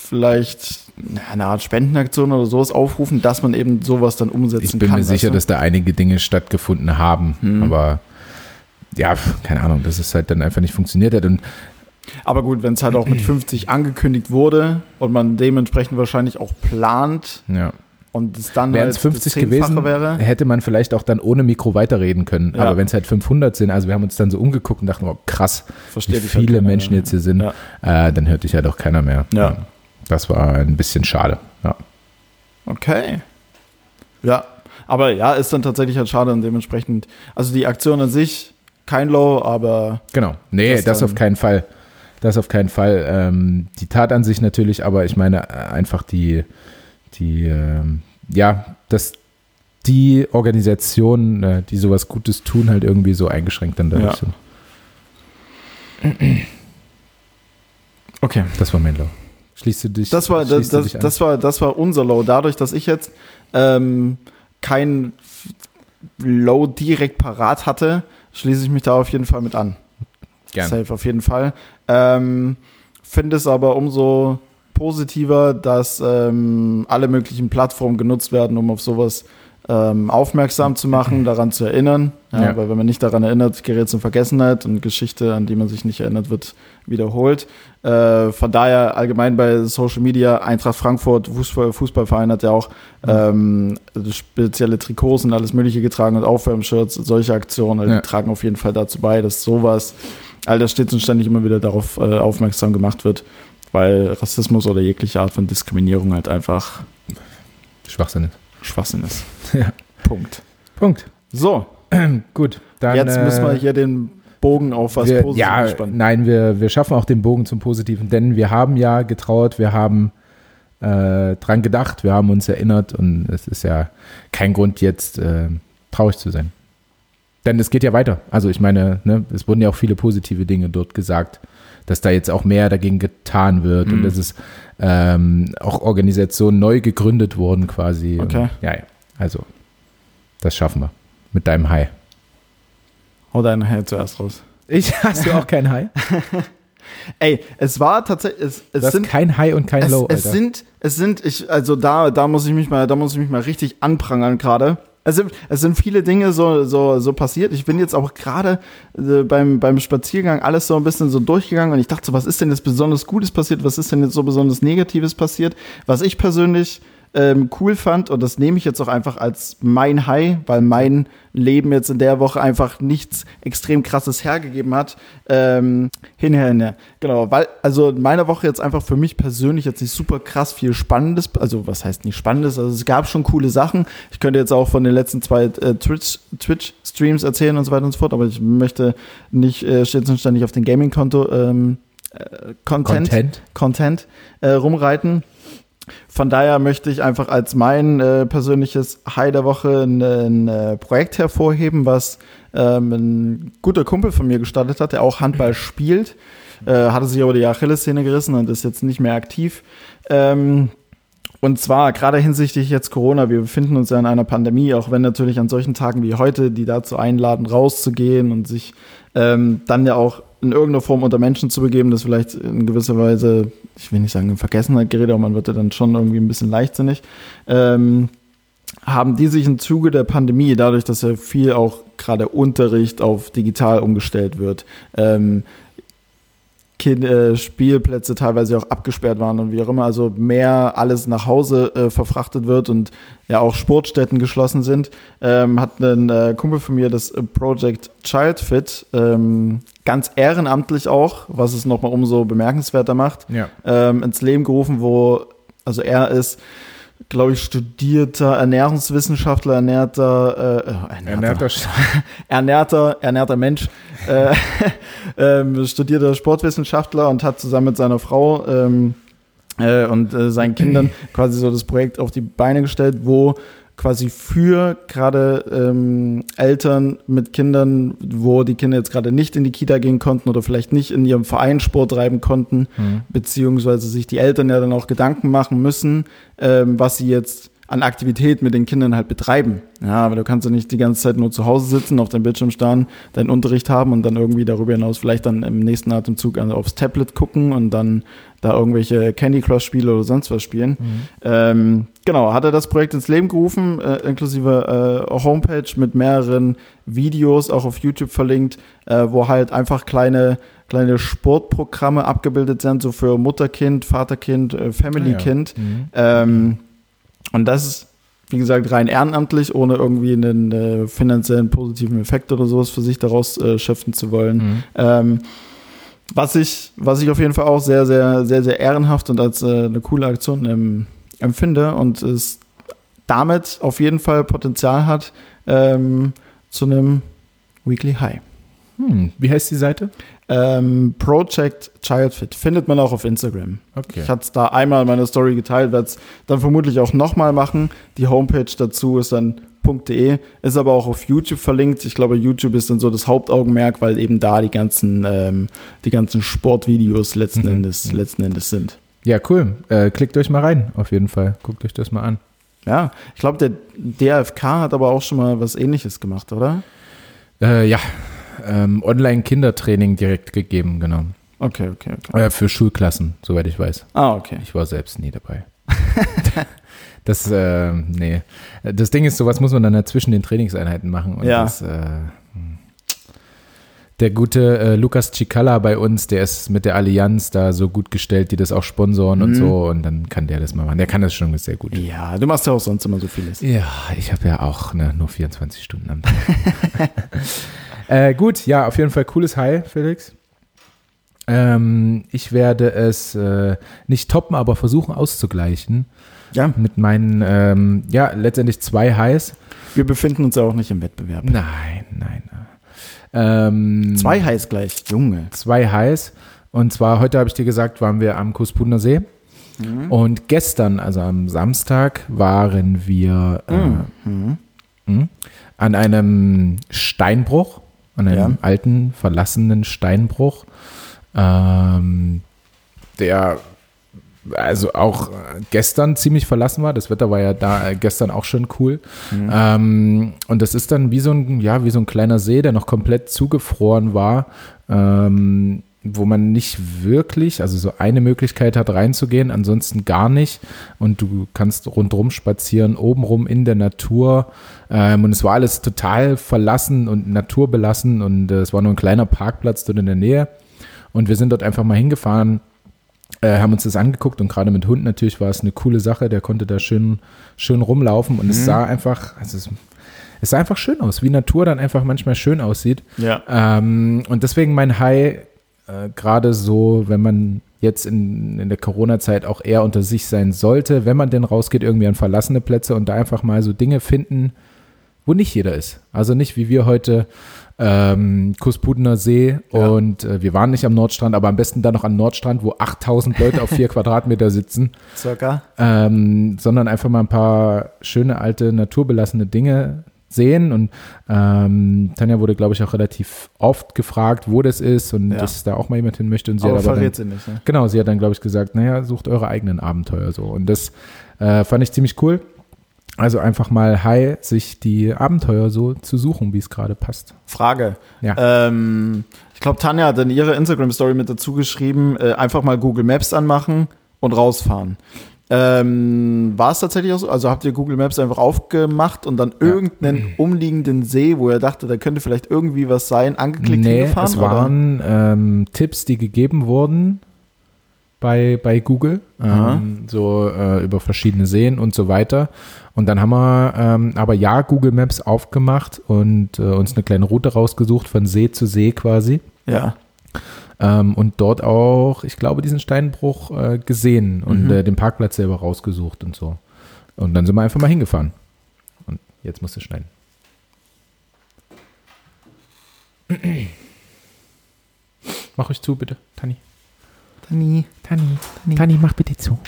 S1: vielleicht eine Art Spendenaktion oder sowas aufrufen, dass man eben sowas dann umsetzen
S2: Ich
S1: kann.
S2: bin mir
S1: weißt
S2: sicher,
S1: du?
S2: dass da einige Dinge stattgefunden haben,
S1: Hm.
S2: aber ja, pf, keine Ahnung, dass es halt dann einfach nicht funktioniert hat. Und
S1: Aber gut, wenn es halt auch mit 50 angekündigt wurde und man dementsprechend wahrscheinlich auch plant
S2: ja,
S1: und es dann
S2: wären es
S1: halt das
S2: 50
S1: Zehnfache
S2: gewesen, äh,
S1: wäre.
S2: hätte man vielleicht auch dann ohne Mikro weiterreden können.
S1: Ja.
S2: Aber wenn es halt 500 sind, also wir haben uns dann so umgeguckt und dachten, oh krass,
S1: Verstehe
S2: wie
S1: dich halt
S2: viele
S1: keiner,
S2: Menschen
S1: ne?
S2: jetzt hier sind,
S1: Ja.
S2: äh, dann hört dich halt auch keiner mehr.
S1: Ja.
S2: Das war ein bisschen schade. Ja.
S1: Okay. Ja, aber ja, ist dann tatsächlich halt schade und dementsprechend, also die Aktion an sich, kein Low, aber
S2: Genau. Nee,
S1: Das
S2: das,
S1: dann-
S2: auf keinen Fall. Das auf keinen Fall. Ähm, die Tat an sich natürlich, aber ich meine äh, einfach die, die ähm, ja, dass die Organisationen, äh, die sowas Gutes tun, halt irgendwie so eingeschränkt dann dadurch
S1: Ja.
S2: sind.
S1: okay.
S2: Das war mein Low. Schließt du dich?
S1: Das war, das,
S2: schließt du
S1: das,
S2: dich an?
S1: das war, das war unser Low. Dadurch, dass ich jetzt ähm, kein Low direkt parat hatte, schließe ich mich da auf jeden Fall mit an.
S2: Gerne.
S1: Safe auf jeden Fall. Ähm, Finde es aber umso positiver, dass ähm, alle möglichen Plattformen genutzt werden, um auf sowas ähm, aufmerksam zu machen, daran zu erinnern. Ja,
S2: Ja.
S1: Weil wenn man nicht daran erinnert, gerät es in Vergessenheit und Geschichte, an die man sich nicht erinnert, wird wiederholt. Äh, von daher allgemein bei Social Media, Eintracht Frankfurt, Fußball, Fußballverein hat ja auch ähm, spezielle Trikots und alles Mögliche getragen und Aufwärmshirts, solche Aktionen, also
S2: Ja.
S1: die tragen auf jeden Fall dazu bei, dass sowas all das stets und ständig immer wieder darauf äh, aufmerksam gemacht wird, weil Rassismus oder jegliche Art von Diskriminierung halt einfach
S2: Schwachsinn.
S1: Schwachsinn ist.
S2: Ja.
S1: Punkt.
S2: Punkt.
S1: So,
S2: Gut. Dann,
S1: jetzt
S2: äh,
S1: müssen wir hier den Bogen auf was
S2: wir,
S1: Positives
S2: ja,
S1: spannen.
S2: Nein, wir, wir schaffen auch den Bogen zum Positiven, denn wir haben ja getrauert, wir haben äh, dran gedacht, wir haben uns erinnert und es ist ja kein Grund, jetzt äh, traurig zu sein. Denn es geht ja weiter. Also ich meine, ne, es wurden ja auch viele positive Dinge dort gesagt, dass da jetzt auch mehr dagegen getan wird und dass es ähm, auch Organisationen neu gegründet wurden quasi.
S1: Okay.
S2: Und, ja, ja, also das schaffen wir mit deinem High.
S1: Hau deinen Hand zuerst raus.
S2: Ich hast du auch kein High?
S1: Ey, es war tatsächlich, es,
S2: Du
S1: es
S2: hast
S1: sind
S2: kein High und kein
S1: es,
S2: Low,
S1: es
S2: Alter.
S1: sind, es sind, ich, also da, da muss ich mich mal, da muss ich mich mal richtig anprangern gerade. Es sind, es sind viele Dinge so, so, so passiert. Ich bin jetzt auch gerade äh, beim, beim Spaziergang alles so ein bisschen so durchgegangen und ich dachte so, was ist denn jetzt besonders Gutes passiert? Was ist denn jetzt so besonders Negatives passiert? Was ich persönlich ähm, cool fand und das nehme ich jetzt auch einfach als mein High, weil mein Leben jetzt in der Woche einfach nichts extrem krasses hergegeben hat. Ähm, hinher, hinher. Genau, weil, also in meiner Woche jetzt einfach für mich persönlich jetzt nicht super krass viel Spannendes, also was heißt nicht Spannendes, also es gab schon coole Sachen. Ich könnte jetzt auch von den letzten zwei äh, Twitch- Twitch-Streams erzählen und so weiter und so fort, aber ich möchte nicht äh, stets und ständig auf den Gaming-Konto ähm, äh, Content,
S2: Content.
S1: Content äh, rumreiten. Von daher möchte ich einfach als mein äh, persönliches High der Woche ein, ein äh, Projekt hervorheben, was ähm, ein guter Kumpel von mir gestartet hat, der auch Handball spielt, äh, hatte sich aber die Achillessehne gerissen und ist jetzt nicht mehr aktiv. Ähm, und zwar gerade hinsichtlich jetzt Corona, wir befinden uns ja in einer Pandemie, auch wenn natürlich an solchen Tagen wie heute, die dazu einladen, rauszugehen und sich ähm, dann ja auch in irgendeiner Form unter Menschen zu begeben, das vielleicht in gewisser Weise, ich will nicht sagen in Vergessenheit gerät, aber man wird ja dann schon irgendwie ein bisschen leichtsinnig, ähm, haben die sich im Zuge der Pandemie, dadurch, dass ja viel auch gerade Unterricht auf digital umgestellt wird, ähm, kind, äh, Spielplätze teilweise auch abgesperrt waren und wie auch immer, also mehr alles nach Hause äh, verfrachtet wird und ja auch Sportstätten geschlossen sind, ähm, hat ein äh, Kumpel von mir das äh, Project Child Fit ähm, ganz ehrenamtlich auch, was es nochmal umso bemerkenswerter macht,
S2: Ja.
S1: ähm, ins Leben gerufen, wo, also er ist, glaube ich, studierter Ernährungswissenschaftler, ernährter, äh, äh,
S2: Ernährter Sch-
S1: ernährter, ernährter Mensch, äh, ähm, studierter Sportwissenschaftler und hat zusammen mit seiner Frau ähm, äh, und äh, seinen Kindern quasi so das Projekt auf die Beine gestellt, wo quasi für gerade ähm, Eltern mit Kindern, wo die Kinder jetzt gerade nicht in die Kita gehen konnten oder vielleicht nicht in ihrem Verein Sport treiben konnten, beziehungsweise sich die Eltern ja dann auch Gedanken machen müssen, ähm, was sie jetzt an Aktivität mit den Kindern halt betreiben. Ja, aber du kannst ja nicht die ganze Zeit nur zu Hause sitzen, auf deinem Bildschirm starren, deinen Unterricht haben und dann irgendwie darüber hinaus vielleicht dann im nächsten Atemzug an- aufs Tablet gucken und dann da irgendwelche Candy Crush Spiele oder sonst was spielen.
S2: Mhm.
S1: Ähm, genau, hat er das Projekt ins Leben gerufen, äh, inklusive äh, Homepage mit mehreren Videos, auch auf YouTube verlinkt, äh, wo halt einfach kleine kleine Sportprogramme abgebildet sind, so für Mutterkind, Vaterkind, äh, Family-Kind.
S2: Mhm.
S1: Ähm, und das ist, wie gesagt, rein ehrenamtlich, ohne irgendwie einen äh, finanziellen positiven Effekt oder sowas für sich daraus äh, schöpfen zu wollen.
S2: Mhm.
S1: Ähm, was, ich, was ich auf jeden Fall auch sehr, sehr, sehr, sehr ehrenhaft und als äh, eine coole Aktion ähm, empfinde und es damit auf jeden Fall Potenzial hat ähm, zu einem Weekly High.
S2: Hm. Wie heißt die Seite?
S1: Ähm, Project Childfit findet man auch auf Instagram.
S2: Okay.
S1: Ich hatte es da einmal in meiner Story geteilt, werde es dann vermutlich auch nochmal machen. Die Homepage dazu ist dann .de, ist aber auch auf YouTube verlinkt. Ich glaube, YouTube ist dann so das Hauptaugenmerk, weil eben da die ganzen, ähm, die ganzen Sportvideos letzten,
S2: Mhm.
S1: Endes, letzten Endes sind.
S2: Ja, cool. Äh, klickt euch mal rein, auf jeden Fall. Guckt euch das mal an.
S1: Ja, ich glaube, der DFK hat aber auch schon mal was ähnliches gemacht, oder?
S2: Äh, ja, ähm, Online-Kindertraining direkt gegeben, genau.
S1: Okay, okay, okay.
S2: Äh, für Schulklassen, soweit ich weiß.
S1: Ah, okay.
S2: Ich war selbst nie dabei. das, äh, nee. Das Ding ist, sowas muss man dann halt zwischen den Trainingseinheiten machen. Und
S1: Ja.
S2: Das, äh, der gute äh, Lukas Cicala bei uns, der ist mit der Allianz da so gut gestellt, die das auch sponsoren
S1: Mhm.
S2: und so. Und dann kann der das mal machen. Der kann das schon sehr gut.
S1: Ja, du machst ja auch sonst immer so vieles.
S2: Ja, ich habe ja auch ne, nur 24 Stunden am Tag. äh, gut, ja, auf jeden Fall cooles High, Felix. Ähm, ich werde es äh, nicht toppen, aber versuchen auszugleichen
S1: Ja,
S2: mit meinen, ähm, ja, letztendlich zwei Highs.
S1: wir befinden uns ja auch nicht im Wettbewerb.
S2: Nein, nein. nein. Ähm,
S1: Zwei heißt gleich, Junge.
S2: zwei heiß. Und zwar heute habe ich dir gesagt, waren wir am Kuspudner See. Und gestern, also am Samstag, waren wir äh, mh, an einem Steinbruch, an einem
S1: Ja.
S2: alten, verlassenen Steinbruch, ähm, der also auch äh, gestern ziemlich verlassen war. Das Wetter war ja da äh, gestern auch schon cool. Ähm, und das ist dann wie so ein, ja, wie so ein kleiner See, der noch komplett zugefroren war, ähm, wo man nicht wirklich, also so eine Möglichkeit hat reinzugehen, ansonsten gar nicht. Und du kannst rundrum spazieren, obenrum in der Natur. Ähm, und es war alles total verlassen und naturbelassen. Und äh, es war nur ein kleiner Parkplatz dort in der Nähe. Und wir sind dort einfach mal hingefahren, äh, haben uns das angeguckt und gerade mit Hund natürlich war es eine coole Sache. Der konnte da schön, schön rumlaufen und es sah einfach, also es, es sah einfach schön aus, wie Natur dann einfach manchmal schön aussieht.
S1: Ja.
S2: Ähm, und deswegen mein High, äh, gerade so, wenn man jetzt in, in der Corona-Zeit auch eher unter sich sein sollte, wenn man denn rausgeht, irgendwie an verlassene Plätze und da einfach mal so Dinge finden, wo nicht jeder ist. Also nicht wie wir heute ähm, Kuspudener See
S1: Ja.
S2: und äh, wir waren nicht am Nordstrand, aber am besten dann noch am Nordstrand, wo 8000 Leute auf vier Quadratmeter sitzen,
S1: Circa.
S2: ähm, sondern einfach mal ein paar schöne alte naturbelassene Dinge sehen und ähm, Tanja wurde glaube ich auch relativ oft gefragt, wo das ist und
S1: Ja.
S2: dass da auch mal jemand hin möchte und sie
S1: Aber
S2: hat aber dann,
S1: verrät sie nicht. Ne?
S2: Genau, sie hat dann, glaube ich, gesagt, naja, sucht eure eigenen Abenteuer so. Und das äh, fand ich ziemlich cool. Also einfach mal high, sich die Abenteuer so zu suchen, wie es gerade passt.
S1: Frage.
S2: Ja.
S1: Ähm, ich glaube, Tanja hat in ihrer Instagram-Story mit dazu geschrieben, äh, einfach mal Google Maps anmachen und rausfahren. Ähm, war es tatsächlich auch so? Also habt ihr Google Maps einfach aufgemacht und dann irgendeinen umliegenden See, wo ihr dachte, da könnte vielleicht irgendwie was sein, angeklickt
S2: nee,
S1: hingefahren?
S2: es
S1: oder?
S2: waren ähm, Tipps, die gegeben wurden bei, bei Google, ähm, so äh, über verschiedene Seen und so weiter. Und dann haben wir ähm, aber ja Google Maps aufgemacht und äh, uns eine kleine Route rausgesucht von See zu See quasi.
S1: Ja.
S2: Ähm, und dort auch, ich glaube, diesen Steinbruch äh, gesehen und äh, den Parkplatz selber rausgesucht und so. Und dann sind wir einfach mal hingefahren. Und jetzt musst du schneiden. Mach euch zu, bitte, Tani.
S1: Tani.
S2: Tani, Tani, Tani mach bitte zu.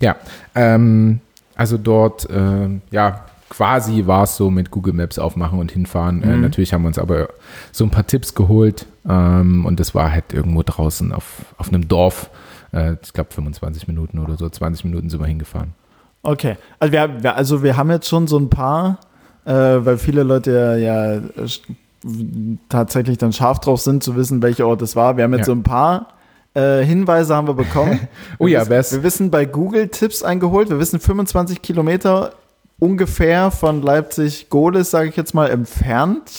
S2: Ja, ähm, also dort, ähm, ja, quasi war es so mit Google Maps aufmachen und hinfahren.
S1: Mhm.
S2: Äh, natürlich haben wir uns aber so ein paar Tipps geholt ähm, und das war halt irgendwo draußen auf, auf einem Dorf. Äh, ich glaube 25 Minuten oder so, 20 Minuten sind wir hingefahren.
S1: Okay. Also wir, wir, also wir haben jetzt schon so ein paar, äh, weil viele Leute ja, ja äh, sch- w- tatsächlich dann scharf drauf sind, zu wissen, welcher Ort es war. Wir haben jetzt
S2: Ja.
S1: so ein paar äh, Hinweise haben wir bekommen.
S2: Oh
S1: wir
S2: ja,
S1: wissen,
S2: wer's-
S1: Wir wissen bei Google Tipps eingeholt. Wir wissen 25 Kilometer ungefähr von Leipzig-Gohlis, sage ich jetzt mal, entfernt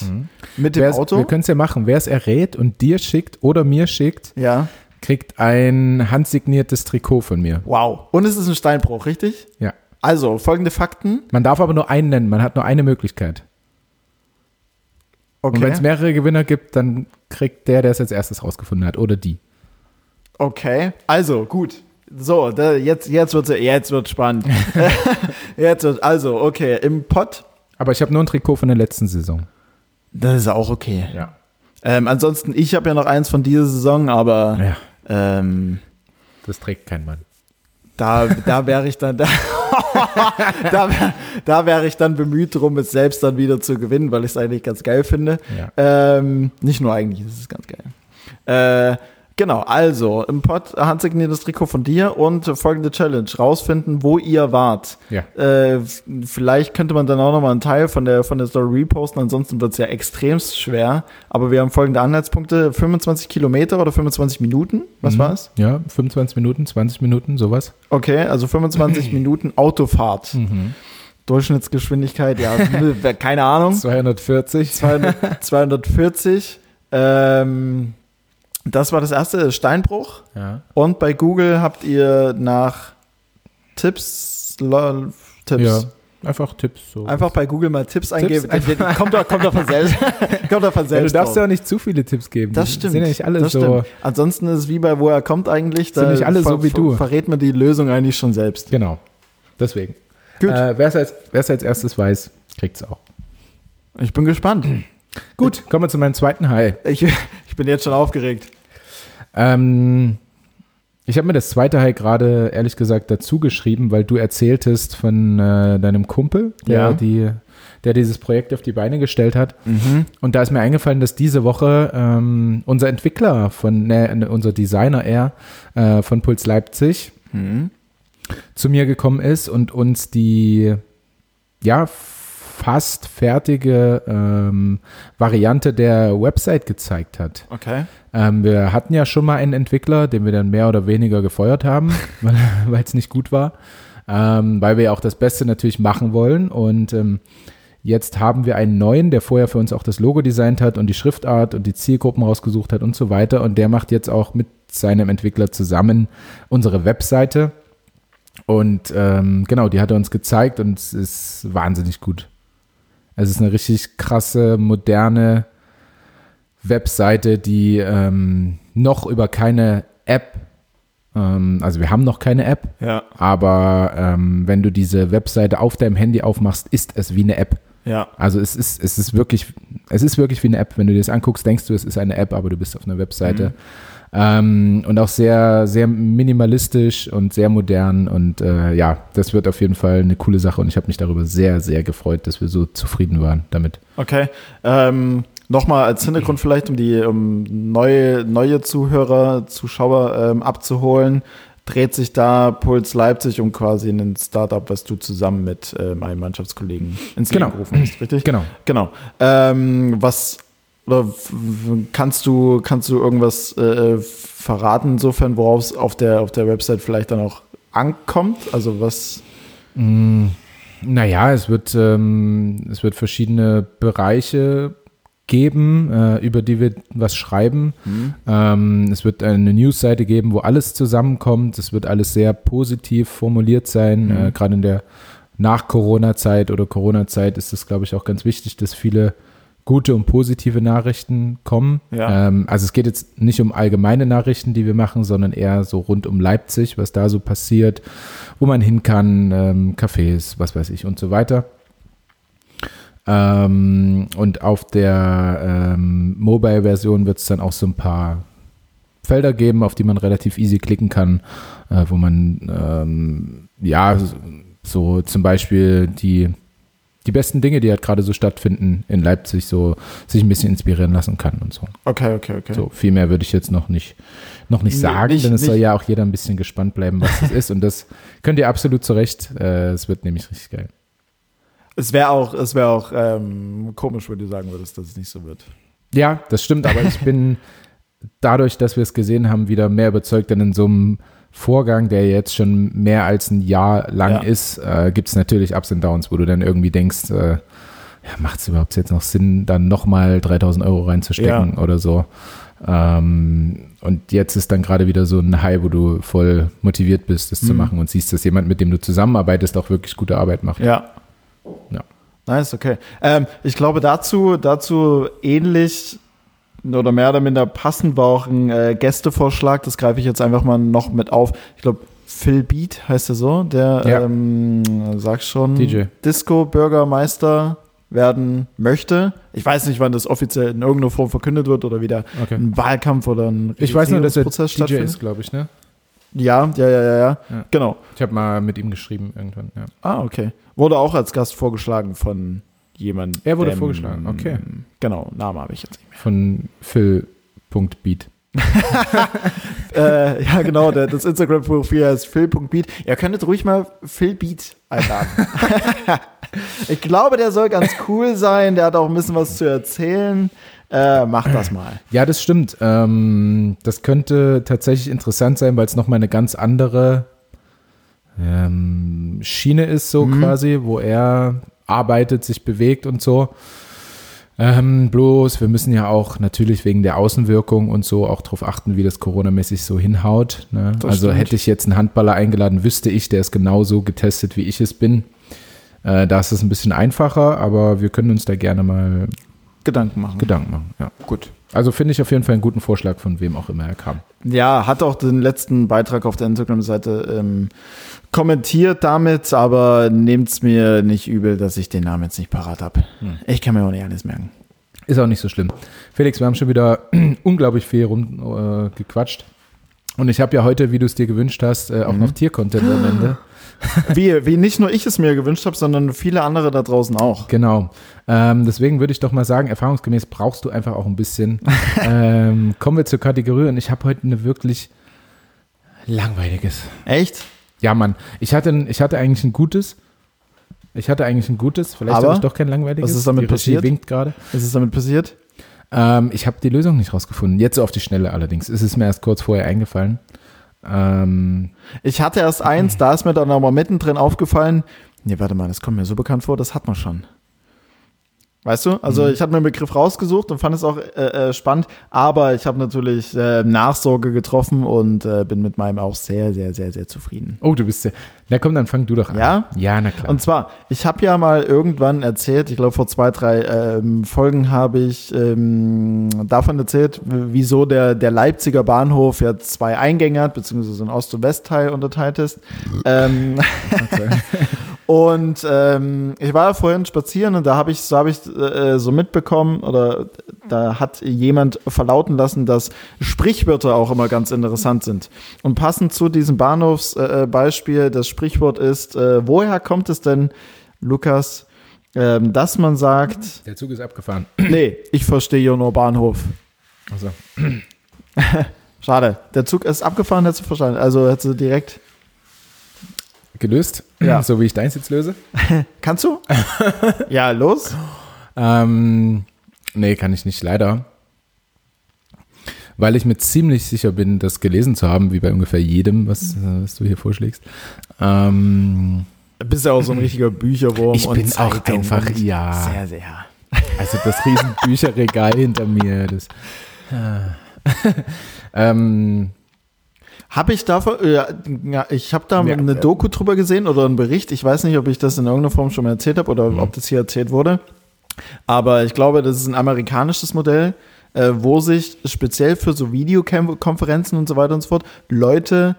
S1: mit dem
S2: Wer's-
S1: Auto.
S2: Mhm. Wir können es ja machen. Wer es errät und dir schickt oder mir schickt,
S1: Ja.
S2: kriegt ein handsigniertes Trikot von mir.
S1: Wow. Und es ist ein Steinbruch, richtig?
S2: Ja.
S1: Also, folgende Fakten.
S2: Man darf aber nur einen nennen, man hat nur eine Möglichkeit.
S1: Okay.
S2: Und wenn es mehrere Gewinner gibt, dann kriegt der, der es als erstes rausgefunden hat, oder die.
S1: Okay, also gut. So, da, jetzt, jetzt wird's jetzt wird's spannend. jetzt wird, also, okay, im Pott.
S2: Aber ich habe nur ein Trikot von der letzten Saison.
S1: Das ist auch okay.
S2: Ja.
S1: Ähm, ansonsten, ich habe ja noch eins von dieser Saison, aber
S2: Ja,
S1: ähm,
S2: das trägt kein Mann.
S1: da, da wäre ich dann da, da, wär- da wäre ich dann bemüht drum, es selbst dann wieder zu gewinnen, weil ich es eigentlich ganz geil finde.
S2: Ja.
S1: Ähm, nicht nur eigentlich, es ist ganz geil. Äh, Genau, also im Pod handsigniertes Trikot von dir und folgende Challenge: rausfinden, wo ihr wart.
S2: Ja.
S1: Äh, vielleicht könnte man dann auch nochmal einen Teil von der, von der Story reposten, ansonsten wird es ja extremst schwer. Aber wir haben folgende Anhaltspunkte: 25 Kilometer oder 25 Minuten. Was
S2: Mhm.
S1: war's?
S2: Ja, 25 Minuten, 20 Minuten, sowas.
S1: Okay, also 25 Minuten Autofahrt.
S2: Mhm.
S1: Durchschnittsgeschwindigkeit, ja, keine Ahnung.
S2: 240.
S1: 200, 240. Ähm, das war das erste äh, Steinbruch.
S2: Ja.
S1: Und bei Google habt ihr nach Tipps, lol, Tipps.
S2: ja, einfach Tipps. So.
S1: Einfach bei Google mal Tipps eingeben.
S2: einfach-
S1: Kommt doch, kommt doch von selbst. kommt doch von
S2: ja, du
S1: selbst.
S2: darfst ja
S1: drauf.
S2: auch nicht zu viele Tipps geben.
S1: das
S2: Die
S1: stimmt.
S2: Sind ja nicht alle
S1: das
S2: so.
S1: stimmt. Ansonsten ist es wie bei Woher kommt eigentlich.
S2: Sind nicht alle so
S1: ver-
S2: wie
S1: ver-
S2: du.
S1: Verrät man die Lösung eigentlich schon selbst.
S2: Genau. Deswegen.
S1: Gut.
S2: Äh, Wer es als, wer's als erstes weiß, kriegt es auch.
S1: Ich bin gespannt.
S2: Gut, kommen wir zu meinem zweiten High.
S1: Ich, ich bin jetzt schon aufgeregt.
S2: Ähm, ich habe mir das zweite High gerade ehrlich gesagt dazu geschrieben, weil du erzähltest von äh, deinem Kumpel, der,
S1: Ja.
S2: die, der dieses Projekt auf die Beine gestellt hat. Und da ist mir eingefallen, dass diese Woche ähm, unser Entwickler von, ne, unser Designer er äh, von Puls Leipzig Mhm. zu mir gekommen ist und uns die ja fast fertige ähm, Variante der Website gezeigt hat.
S1: Okay.
S2: Ähm, wir hatten ja schon mal einen Entwickler, den wir dann mehr oder weniger gefeuert haben, weil es nicht gut war, ähm, weil wir ja auch das Beste natürlich machen wollen. Und ähm, jetzt haben wir einen neuen, der vorher für uns auch das Logo designt hat und die Schriftart und die Zielgruppen rausgesucht hat und so weiter. Und der macht jetzt auch mit seinem Entwickler zusammen unsere Webseite. Und ähm, genau, die hat er uns gezeigt und es ist wahnsinnig gut. Es ist eine richtig krasse, moderne Webseite, die ähm, noch über keine App, ähm, also wir haben noch keine App,
S1: Ja,
S2: aber ähm, wenn du diese Webseite auf deinem Handy aufmachst, ist es wie eine App.
S1: ja.
S2: Also es ist, es ist wirklich, es ist wirklich wie eine App. Wenn du dir das anguckst, denkst du, es ist eine App, aber du bist auf einer Webseite. Ähm, und auch sehr, sehr minimalistisch und sehr modern. Und äh, ja, das wird auf jeden Fall eine coole Sache. Und ich habe mich darüber sehr, sehr gefreut, dass wir so zufrieden waren damit.
S1: Okay. Ähm, Nochmal als Hintergrund vielleicht, um die um neue, neue Zuhörer, Zuschauer ähm, abzuholen, dreht sich da Puls Leipzig um quasi ein Startup, was du zusammen mit äh, meinen Mannschaftskollegen ins
S2: Genau.
S1: Leben gerufen hast, richtig?
S2: Genau.
S1: Genau. Ähm, was oder f- f- kannst du kannst du irgendwas äh, verraten insofern, worauf es auf der auf der Website vielleicht dann auch ankommt? Also was?
S2: Naja, es wird, ähm, es wird verschiedene Bereiche geben, äh, über die wir was schreiben. Ähm, es wird eine Newsseite geben, wo alles zusammenkommt. Es wird alles sehr positiv formuliert sein. Äh, Gerade in der Nach-Corona-Zeit oder Corona-Zeit ist es, glaube ich, auch ganz wichtig, dass viele gute und positive Nachrichten kommen.
S1: Ja.
S2: Ähm, also es geht jetzt nicht um allgemeine Nachrichten, die wir machen, sondern eher so rund um Leipzig, was da so passiert, wo man hin kann, ähm, Cafés, was weiß ich und so weiter. Ähm, und auf der ähm, Mobile-Version wird es dann auch so ein paar Felder geben, auf die man relativ easy klicken kann, äh, wo man ähm, ja so- so zum Beispiel die die besten Dinge, die halt gerade so stattfinden in Leipzig, so sich ein bisschen inspirieren lassen kann und so.
S1: Okay, okay, okay.
S2: So viel mehr würde ich jetzt noch nicht noch nicht
S1: Nee,
S2: sagen,
S1: nicht-
S2: denn es soll
S1: nicht-
S2: ja auch jeder ein bisschen gespannt bleiben, was das ist und das könnt ihr absolut zu Recht. Äh, es wird nämlich richtig geil.
S1: Es wäre auch, es wäre auch ähm, komisch, wenn du sagen würdest, dass es nicht so wird.
S2: Ja, das stimmt, aber ich bin dadurch, dass wir es gesehen haben, wieder mehr überzeugt, denn in so einem Vorgang, der jetzt schon mehr als ein Jahr lang
S1: Ja.
S2: ist, äh, gibt es natürlich Ups und Downs, wo du dann irgendwie denkst, äh, ja, macht es überhaupt jetzt noch Sinn, dann nochmal 3000 Euro reinzustecken oder so. Ähm, und jetzt ist dann gerade wieder so ein High, wo du voll motiviert bist,
S1: Mhm.
S2: das zu machen und siehst, dass jemand, mit dem du zusammenarbeitest, auch wirklich gute Arbeit macht.
S1: Ja.
S2: Ja.
S1: Nice, okay. Ähm, ich glaube, dazu, dazu ähnlich oder mehr oder minder passend war auch ein äh, Gästevorschlag. Das greife ich jetzt einfach mal noch mit auf. Ich glaube, Phil Beat heißt er so. Der,
S2: Ja.
S1: ähm, sag schon,
S2: DJ.
S1: Disco-Bürgermeister werden möchte. Ich weiß nicht, wann das offiziell in irgendeiner Form verkündet wird oder wieder
S2: Okay.
S1: ein Wahlkampf oder ein
S2: Ich weiß nur, dass er
S1: Registrierungsprozess
S2: DJ
S1: stattfindet.
S2: ist, glaube ich, ne?
S1: Ja, ja, ja, ja, ja.
S2: Ja.
S1: Genau.
S2: Ich habe mal mit ihm geschrieben irgendwann, ja.
S1: Ah, okay. Wurde auch als Gast vorgeschlagen von ähm, jemandem.
S2: Er wurde vorgeschlagen, okay.
S1: Genau, Name habe ich jetzt nicht mehr.
S2: von Phil.beat.
S1: äh, ja, genau, der, das Instagram-Profil heißt phil.beat. Ihr könntet ruhig mal Phil Beat einladen. ich glaube, der soll ganz cool sein, der hat auch ein bisschen was zu erzählen. Äh, macht das mal.
S2: Ja, das stimmt. Ähm, das könnte tatsächlich interessant sein, weil es nochmal eine ganz andere ähm, Schiene ist, so
S1: Mhm.
S2: quasi, wo er arbeitet, sich bewegt und so. Ähm, bloß, wir müssen ja auch natürlich wegen der Außenwirkung und so auch darauf achten, wie das coronamäßig so hinhaut. Ne?
S1: Das
S2: Also
S1: stimmt.
S2: hätte ich jetzt einen Handballer eingeladen, wüsste ich, der ist genauso getestet, wie ich es bin. Äh, da ist es ein bisschen einfacher, aber wir können uns da gerne mal
S1: Gedanken machen.
S2: Gedanken machen. Ja.
S1: Gut.
S2: Also finde ich auf jeden Fall einen guten Vorschlag, von wem auch immer er kam.
S1: Ja, hat auch den letzten Beitrag auf der Instagram-Seite ähm, kommentiert damit, aber nehmt's mir nicht übel, dass ich den Namen jetzt nicht parat hab. Ich kann mir auch nicht alles merken.
S2: Ist auch nicht so schlimm. Felix, wir haben schon wieder unglaublich viel rumgequatscht. Äh, gequatscht. und ich habe ja heute, wie du es dir gewünscht hast, äh, auch
S1: Mhm.
S2: noch Tiercontent am Ende.
S1: Wie, wie nicht nur ich es mir gewünscht habe, sondern viele andere da draußen auch.
S2: Genau. Ähm, deswegen würde ich doch mal sagen, erfahrungsgemäß brauchst du einfach auch ein bisschen. ähm, kommen wir zur Kategorie und ich habe heute eine wirklich langweiliges.
S1: Echt?
S2: Ja, Mann. Ich hatte, ein- ich hatte eigentlich ein gutes. Ich hatte eigentlich ein gutes. Vielleicht
S1: Aber
S2: habe ich doch kein langweiliges.
S1: was ist damit
S2: Die Regie
S1: passiert?
S2: winkt gerade.
S1: Ist es damit passiert?
S2: Ähm, ich habe die Lösung nicht rausgefunden. Jetzt so auf die Schnelle allerdings. Es ist mir erst kurz vorher eingefallen. Ähm,
S1: Ich hatte erst eins, da ist mir dann aber mittendrin aufgefallen. Nee, warte mal, das kommt mir so bekannt vor, das hat man schon. Weißt du? Also ich habe mir einen Begriff rausgesucht und fand es auch äh, äh, spannend, aber ich habe natürlich äh, Nachsorge getroffen und äh, bin mit meinem auch sehr, sehr, sehr, sehr zufrieden.
S2: oh, du bist ja. Na komm, dann fang du doch an.
S1: Ja?
S2: Ja, na klar.
S1: Und zwar, ich habe ja mal irgendwann erzählt, ich glaube vor zwei, drei ähm, Folgen habe ich ähm, davon erzählt, w- wieso der, der Leipziger Bahnhof ja zwei Eingänge hat, beziehungsweise in Ost- und Westteil unterteilt ist. ähm, und ähm, ich war ja vorhin spazieren und da habe ich, so habe ich äh, so mitbekommen oder da hat jemand verlauten lassen, dass Sprichwörter auch immer ganz interessant sind. Und passend zu diesem Bahnhofsbeispiel, äh, Beispiel, das Sprichwort ist, äh, woher kommt es denn, Lukas, ähm, dass man sagt,
S2: Der Zug ist abgefahren.
S1: nee, ich verstehe ja nur Bahnhof.
S2: Also,
S1: Schade, der Zug ist abgefahren, hättest du verstanden. Also hättest du direkt.
S2: gelöst.
S1: Ja.
S2: So wie ich deins jetzt löse.
S1: Kannst du? ja, los.
S2: Ähm, nee, kann ich nicht, leider. Weil ich mir ziemlich sicher bin, das gelesen zu haben, wie bei ungefähr jedem, was, äh, was du hier vorschlägst. Ähm,
S1: Du bist ja auch so ein richtiger Bücherwurm.
S2: ich
S1: und
S2: bin auch
S1: Um Zeitung
S2: einfach,
S1: und-
S2: ja.
S1: Sehr, sehr.
S2: Also das riesen Bücherregal hinter mir. Das, Ah. ähm,
S1: Habe ich davon, äh, ja, ich habe da
S2: Ja.
S1: eine Doku drüber gesehen oder einen Bericht. Ich weiß nicht, ob ich das in irgendeiner Form schon mal erzählt habe oder
S2: Mhm.
S1: ob das hier erzählt wurde. Aber ich glaube, das ist ein amerikanisches Modell, äh, wo sich speziell für so Videokonferenzen und so weiter und so fort Leute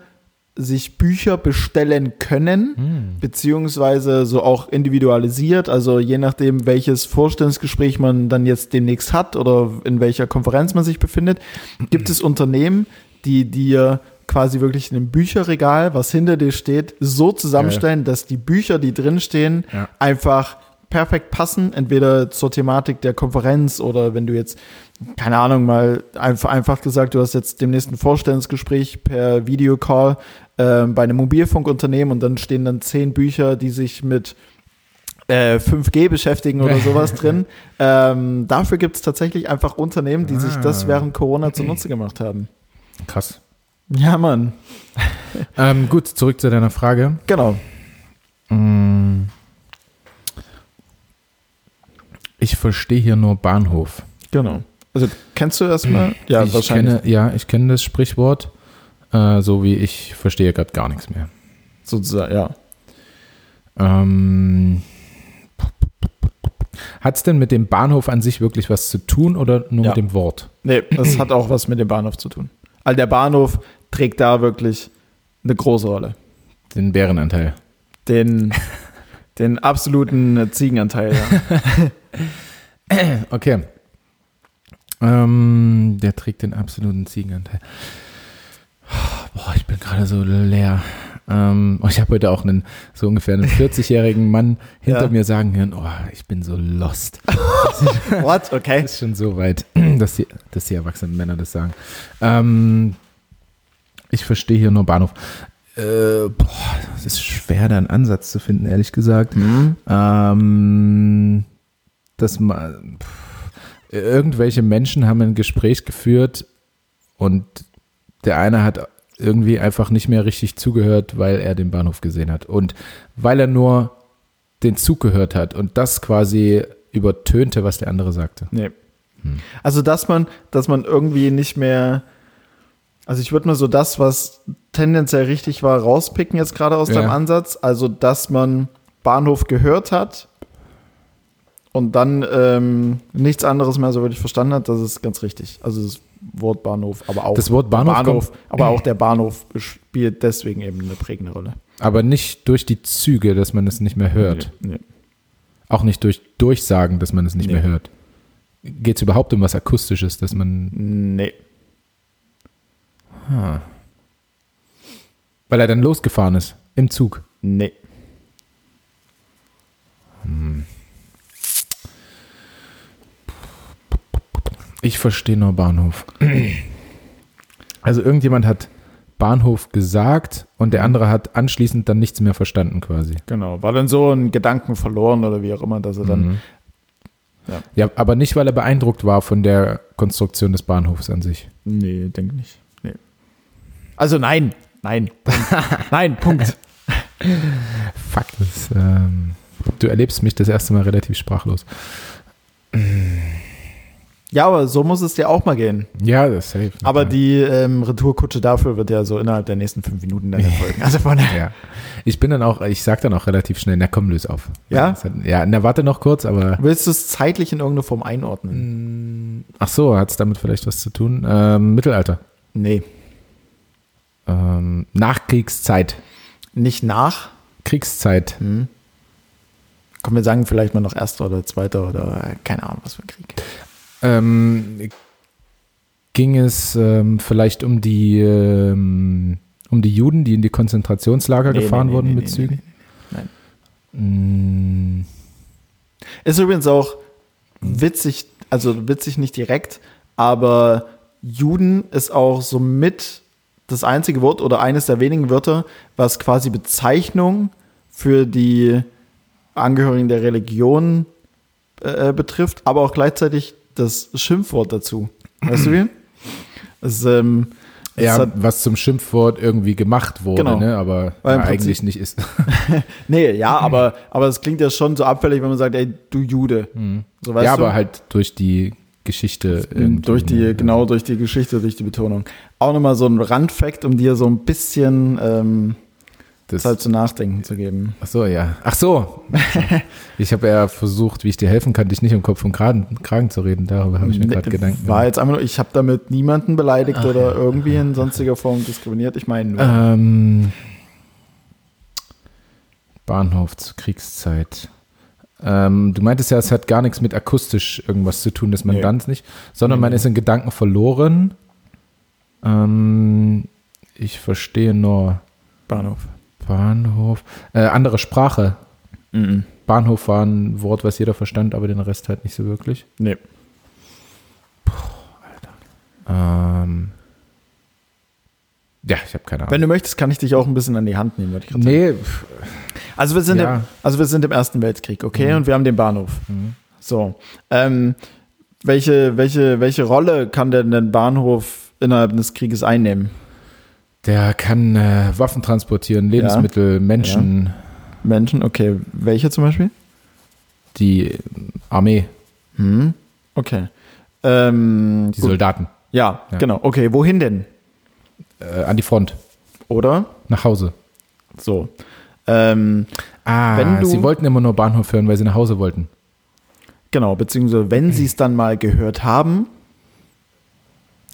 S1: sich Bücher bestellen können, beziehungsweise so auch individualisiert, also je nachdem, welches Vorstellungsgespräch man dann jetzt demnächst hat oder in welcher Konferenz man sich befindet, gibt es Unternehmen, die dir quasi wirklich in einem Bücherregal, was hinter dir steht, so zusammenstellen, dass die Bücher, die drinstehen,
S2: Ja.
S1: einfach perfekt passen, entweder zur Thematik der Konferenz oder wenn du jetzt, keine Ahnung, mal einfach, einfach gesagt, du hast jetzt dem nächsten Vorstellungsgespräch per Videocall ähm, bei einem Mobilfunkunternehmen und dann stehen dann zehn Bücher, die sich mit äh, 5G beschäftigen oder sowas drin. Ähm, dafür gibt es tatsächlich einfach Unternehmen, die sich das
S2: Ah.
S1: während Corona zunutze gemacht haben.
S2: krass.
S1: Ja, Mann.
S2: Ähm, gut, zurück zu deiner Frage.
S1: Genau.
S2: Mm. Ich verstehe hier nur Bahnhof.
S1: Genau. Also kennst du erstmal? Ja,
S2: ich kenne, ja, ich kenne das Sprichwort, äh, so wie ich verstehe gerade gar nichts mehr.
S1: Sozusagen, ja.
S2: Ähm, Hat es denn mit dem Bahnhof an sich wirklich was zu tun oder nur
S1: Ja.
S2: mit dem Wort?
S1: Nee, das hat auch was mit dem Bahnhof zu tun. Also der Bahnhof trägt da wirklich eine große Rolle.
S2: Den Bärenanteil.
S1: Den, den absoluten äh, Ziegenanteil. Ja.
S2: Okay. Ähm, der trägt den absoluten Ziegenanteil. Boah, ich bin gerade so leer. Ähm, und ich habe heute auch einen so ungefähr einen 40-jährigen Mann hinter
S1: Ja.
S2: mir sagen hören, oh, ich bin so lost.
S1: What? Okay.
S2: Ist schon so weit, dass die, dass die erwachsenen Männer das sagen. Ähm, ich verstehe hier nur Bahnhof. Äh, boah, das ist schwer, da einen Ansatz zu finden, ehrlich gesagt. Ähm, dass man pff, irgendwelche Menschen haben ein Gespräch geführt und der eine hat irgendwie einfach nicht mehr richtig zugehört, weil er den Bahnhof gesehen hat und weil er nur den Zug gehört hat und das quasi übertönte, was der andere sagte.
S1: Nee. Also, dass man, dass man irgendwie nicht mehr. Also, ich würde mal so das, was tendenziell richtig war, rauspicken jetzt gerade aus
S2: Ja.
S1: deinem Ansatz. Also, dass man Bahnhof gehört hat und dann ähm, nichts anderes mehr so wirklich verstanden hat, das ist ganz richtig. Also, das Wort Bahnhof, aber auch.
S2: Das Wort Bahnhof
S1: aber auch der Bahnhof spielt deswegen eben eine prägende Rolle.
S2: Aber nicht durch die Züge, dass man es nicht mehr hört.
S1: Nee. nee.
S2: Auch nicht durch Durchsagen, dass man es nicht
S1: Nee.
S2: mehr hört. Geht es überhaupt um was Akustisches, dass man.
S1: Nee.
S2: Weil er dann losgefahren ist. Im Zug.
S1: Nee.
S2: Ich verstehe nur Bahnhof. Also irgendjemand hat Bahnhof gesagt und
S1: Mhm.
S2: der andere hat anschließend dann nichts mehr verstanden quasi.
S1: Genau. War dann so ein Gedanken verloren oder wie auch immer, dass er dann.
S2: Ja, aber nicht, weil er beeindruckt war von der Konstruktion des Bahnhofs an sich.
S1: Nee, denke nicht. Nee. Also nein, nein. nein, Punkt.
S2: Fuck, das, ähm, du erlebst mich das erste Mal relativ sprachlos.
S1: Ja, aber so muss es ja auch mal gehen.
S2: Ja, das safe.
S1: Aber die ähm, Retourkutsche dafür wird ja so innerhalb der nächsten fünf Minuten dann erfolgen. Also von daher.
S2: Ja. Ich bin dann auch, ich sag dann auch relativ schnell, na komm, löse auf.
S1: Ja?
S2: Das Hat, ja, na warte noch kurz, aber
S1: Willst du es zeitlich in irgendeine Form einordnen?
S2: ach so, hat's damit vielleicht was zu tun? Ähm, Mittelalter.
S1: Nee.
S2: Ähm, Nachkriegszeit.
S1: Nicht nach.
S2: Kriegszeit.
S1: Komm, wir sagen vielleicht mal noch erster oder zweiter oder äh, keine Ahnung, was für ein Krieg.
S2: Ähm, ging es ähm, vielleicht um die, ähm, um die Juden, die in die Konzentrationslager
S1: Nee,
S2: gefahren
S1: nee, nee,
S2: wurden
S1: nee,
S2: mit
S1: nee,
S2: Zügen?
S1: nee, nee,
S2: Mm,
S1: Ist übrigens auch witzig, also witzig nicht direkt, aber Juden ist auch somit das einzige Wort oder eines der wenigen Wörter, was quasi Bezeichnung für die Angehörigen der Religion äh, betrifft, aber auch gleichzeitig das Schimpfwort dazu. Weißt du wie? Es, ähm, es
S2: Ja,
S1: hat,
S2: was zum Schimpfwort irgendwie gemacht wurde,
S1: Genau.
S2: ne? aber
S1: Weil im
S2: ja,
S1: Prinzip-
S2: eigentlich nicht ist.
S1: nee, ja, aber, aber es klingt ja schon so abfällig, wenn man sagt, ey, du Jude. So, weißt
S2: Mhm. ja,
S1: du? Mhm.
S2: aber halt durch die Geschichte. irgendwie,
S1: Durch die,
S2: ne?
S1: genau, durch die Geschichte, durch die Betonung. Auch nochmal so ein Randfact, um dir so ein bisschen ähm,
S2: Das,
S1: Zeit zum Nachdenken zu geben.
S2: ach so, ja. Ach so. ich habe ja versucht, wie ich dir helfen kann, dich nicht im Kopf und Kragen, Kragen zu reden. Darüber habe ich mir gerade Gedanken
S1: War
S2: gemacht.
S1: jetzt einfach nur, ich habe damit niemanden beleidigt oder irgendwie in sonstiger Form diskriminiert. Ich meine, nur.
S2: Ähm, Bahnhof zur Kriegszeit. Ähm, du meintest ja, es hat gar nichts mit akustisch irgendwas zu tun, dass man
S1: Nee.
S2: ganz nicht, sondern man ist in Gedanken verloren. Ähm, ich verstehe nur
S1: Bahnhof.
S2: Bahnhof. Äh, andere Sprache.
S1: Mhm.
S2: Bahnhof war ein Wort, was jeder verstand, aber den Rest halt nicht so wirklich.
S1: Nee.
S2: Ähm, ja, ich habe keine
S1: Wenn
S2: Ahnung.
S1: du möchtest, kann ich dich auch ein bisschen an die Hand nehmen. Würde ich gerade
S2: Nee, pf,
S1: sagen. also, wir sind
S2: ja. Mhm.
S1: im, also wir sind im Ersten Weltkrieg, okay? Und wir haben den Bahnhof. So. Ähm, welche, welche, welche Rolle kann denn ein Bahnhof innerhalb des Krieges einnehmen?
S2: der kann äh, Waffen transportieren, Lebensmittel, Menschen,
S1: Menschen, okay. Welche zum Beispiel?
S2: die äh, Armee,
S1: Okay. Ähm,
S2: die
S1: gut.
S2: Soldaten
S1: Ja,
S2: Ja.
S1: genau. Okay, wohin denn?
S2: äh, an die Front,
S1: Oder?
S2: nach Hause.
S1: So. Ähm,
S2: Ah,
S1: Wenn du-
S2: sie wollten immer nur Bahnhof hören, weil sie nach Hause wollten.
S1: genau, beziehungsweise wenn sie es dann mal gehört haben,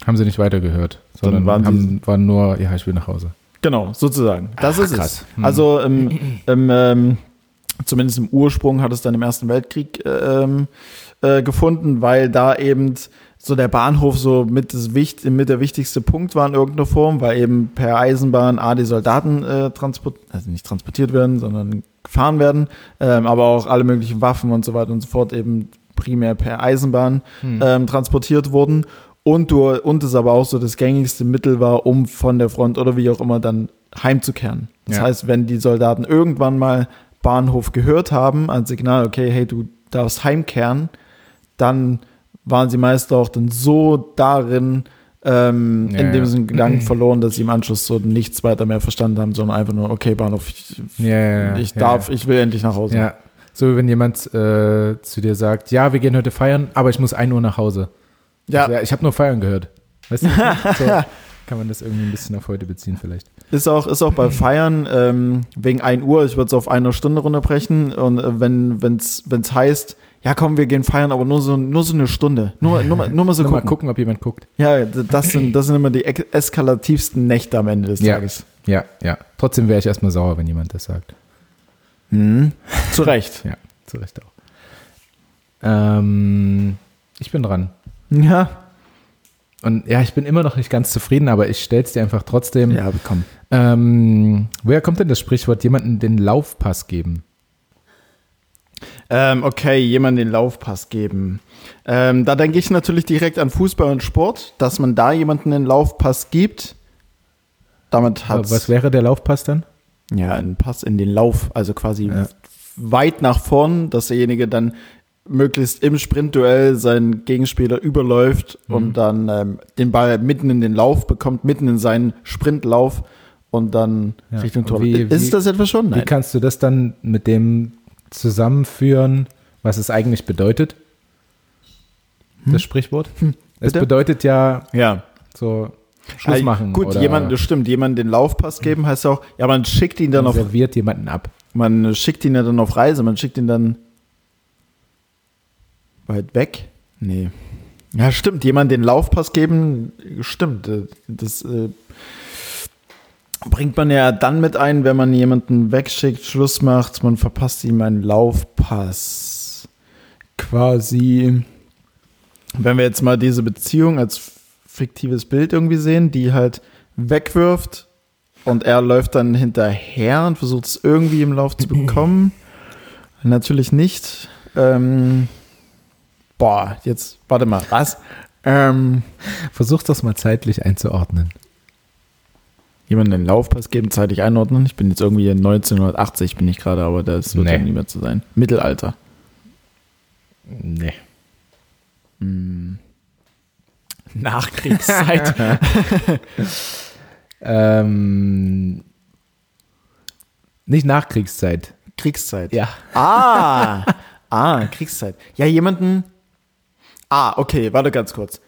S2: Haben sie nicht weitergehört,
S1: Dann
S2: sondern
S1: waren sie-
S2: haben, waren nur, ja, ich will nach Hause.
S1: genau, sozusagen. Das
S2: Ach,
S1: ist
S2: krass.
S1: es. Also im, im ähm, zumindest im Ursprung hat es dann im Ersten Weltkrieg ähm, äh, gefunden, weil da eben so der Bahnhof so mit, das Wicht, mit der wichtigste Punkt war in irgendeiner Form, weil eben per Eisenbahn A, die Soldaten äh, transportiert, also nicht transportiert werden, sondern gefahren werden, ähm, aber auch alle möglichen Waffen und so weiter und so fort eben primär per Eisenbahn ähm, transportiert wurden. Und, du, und es aber auch so das gängigste Mittel war, um von der Front oder wie auch immer dann heimzukehren. Das
S2: Ja.
S1: heißt, wenn die Soldaten irgendwann mal Bahnhof gehört haben, als Signal, okay, hey, du darfst heimkehren, dann waren sie meist auch dann so darin, ähm,
S2: Ja,
S1: in dem
S2: ja.
S1: sie den Gedanken verloren, dass sie im Anschluss so nichts weiter mehr verstanden haben, sondern einfach nur, okay, Bahnhof, ich,
S2: Ja, ja, ja,
S1: ich
S2: ja,
S1: darf,
S2: ja.
S1: ich will endlich nach Hause.
S2: Ja. So, wie wenn jemand äh, zu dir sagt, ja, wir gehen heute feiern, aber ich muss 1 Uhr nach Hause.
S1: Ja,
S2: ich habe nur feiern gehört. Weißt du? so, kann man das irgendwie ein bisschen auf heute beziehen vielleicht.
S1: Ist auch, ist auch bei Feiern ähm, wegen 1 Uhr, ich würde es auf eine Stunde runterbrechen. Und äh, wenn wenn's wenn's heißt, ja komm, wir gehen feiern, aber nur so, nur so eine Stunde. Nur, nur, mal- nur mal so
S2: Nur
S1: gucken.
S2: mal gucken, ob jemand guckt.
S1: Ja, d- das sind, das sind immer die ek- eskalativsten Nächte am Ende des Tages.
S2: ja, ja. Trotzdem wäre ich erstmal sauer, wenn jemand das sagt.
S1: Hm? Zu Recht.
S2: Ja, zu Recht auch. Ähm, ich bin dran.
S1: Ja.
S2: Und ja, ich bin immer noch nicht ganz zufrieden, aber ich stell's dir einfach trotzdem.
S1: Ja, komm.
S2: Ähm, woher kommt denn das Sprichwort, jemanden den Laufpass geben?
S1: Ähm, okay, jemand den Laufpass geben. Ähm, da denke ich natürlich direkt an Fußball und Sport, dass man da jemanden den Laufpass gibt. Damit hat's.
S2: Was wäre der Laufpass dann?
S1: Ja, ein Pass in den Lauf, also quasi
S2: Ja.
S1: weit nach vorn, dass derjenige dann möglichst im Sprintduell seinen Gegenspieler überläuft
S2: Mhm.
S1: und dann ähm, den Ball mitten in den Lauf bekommt, mitten in seinen Sprintlauf und dann
S2: Ja.
S1: Richtung
S2: Und
S1: Tor.
S2: wie-
S1: ist
S2: wie-
S1: das etwa schon?
S2: Wie kannst du das dann mit dem zusammenführen, was es eigentlich bedeutet? Das Sprichwort? Es
S1: Hm? Bitte?
S2: bedeutet ja
S1: Ja.
S2: so Schluss
S1: Äh,
S2: machen.
S1: Gut,
S2: oder
S1: jemand, das stimmt, jemand den Laufpass geben heißt ja auch, ja, man schickt ihn dann
S2: man
S1: auf,
S2: serviert jemanden ab.
S1: man schickt ihn ja dann auf Reise, man schickt ihn dann weit weg. Nee. Ja, stimmt. Jemand den Laufpass geben, stimmt. äh, Das äh, bringt man ja dann mit ein, wenn man jemanden wegschickt, Schluss macht, man verpasst ihm einen Laufpass. Quasi. Wenn wir jetzt mal diese Beziehung als fiktives Bild irgendwie sehen, die halt wegwirft und er läuft dann hinterher und versucht es irgendwie im Lauf zu bekommen. Natürlich nicht. Ähm, boah, jetzt, warte mal, was? Ähm,
S2: Versuch das mal zeitlich einzuordnen.
S1: jemanden den Laufpass geben, zeitlich einordnen. Ich bin jetzt irgendwie in 1980, bin ich gerade, aber das wird
S2: Nee.
S1: dann nie mehr zu sein. Mittelalter.
S2: Nee. Hm.
S1: Nachkriegszeit.
S2: Ähm, nicht Nachkriegszeit.
S1: Kriegszeit.
S2: Ja.
S1: Ah, ah, Kriegszeit. Ja, jemanden. Ah, okay, warte ganz kurz.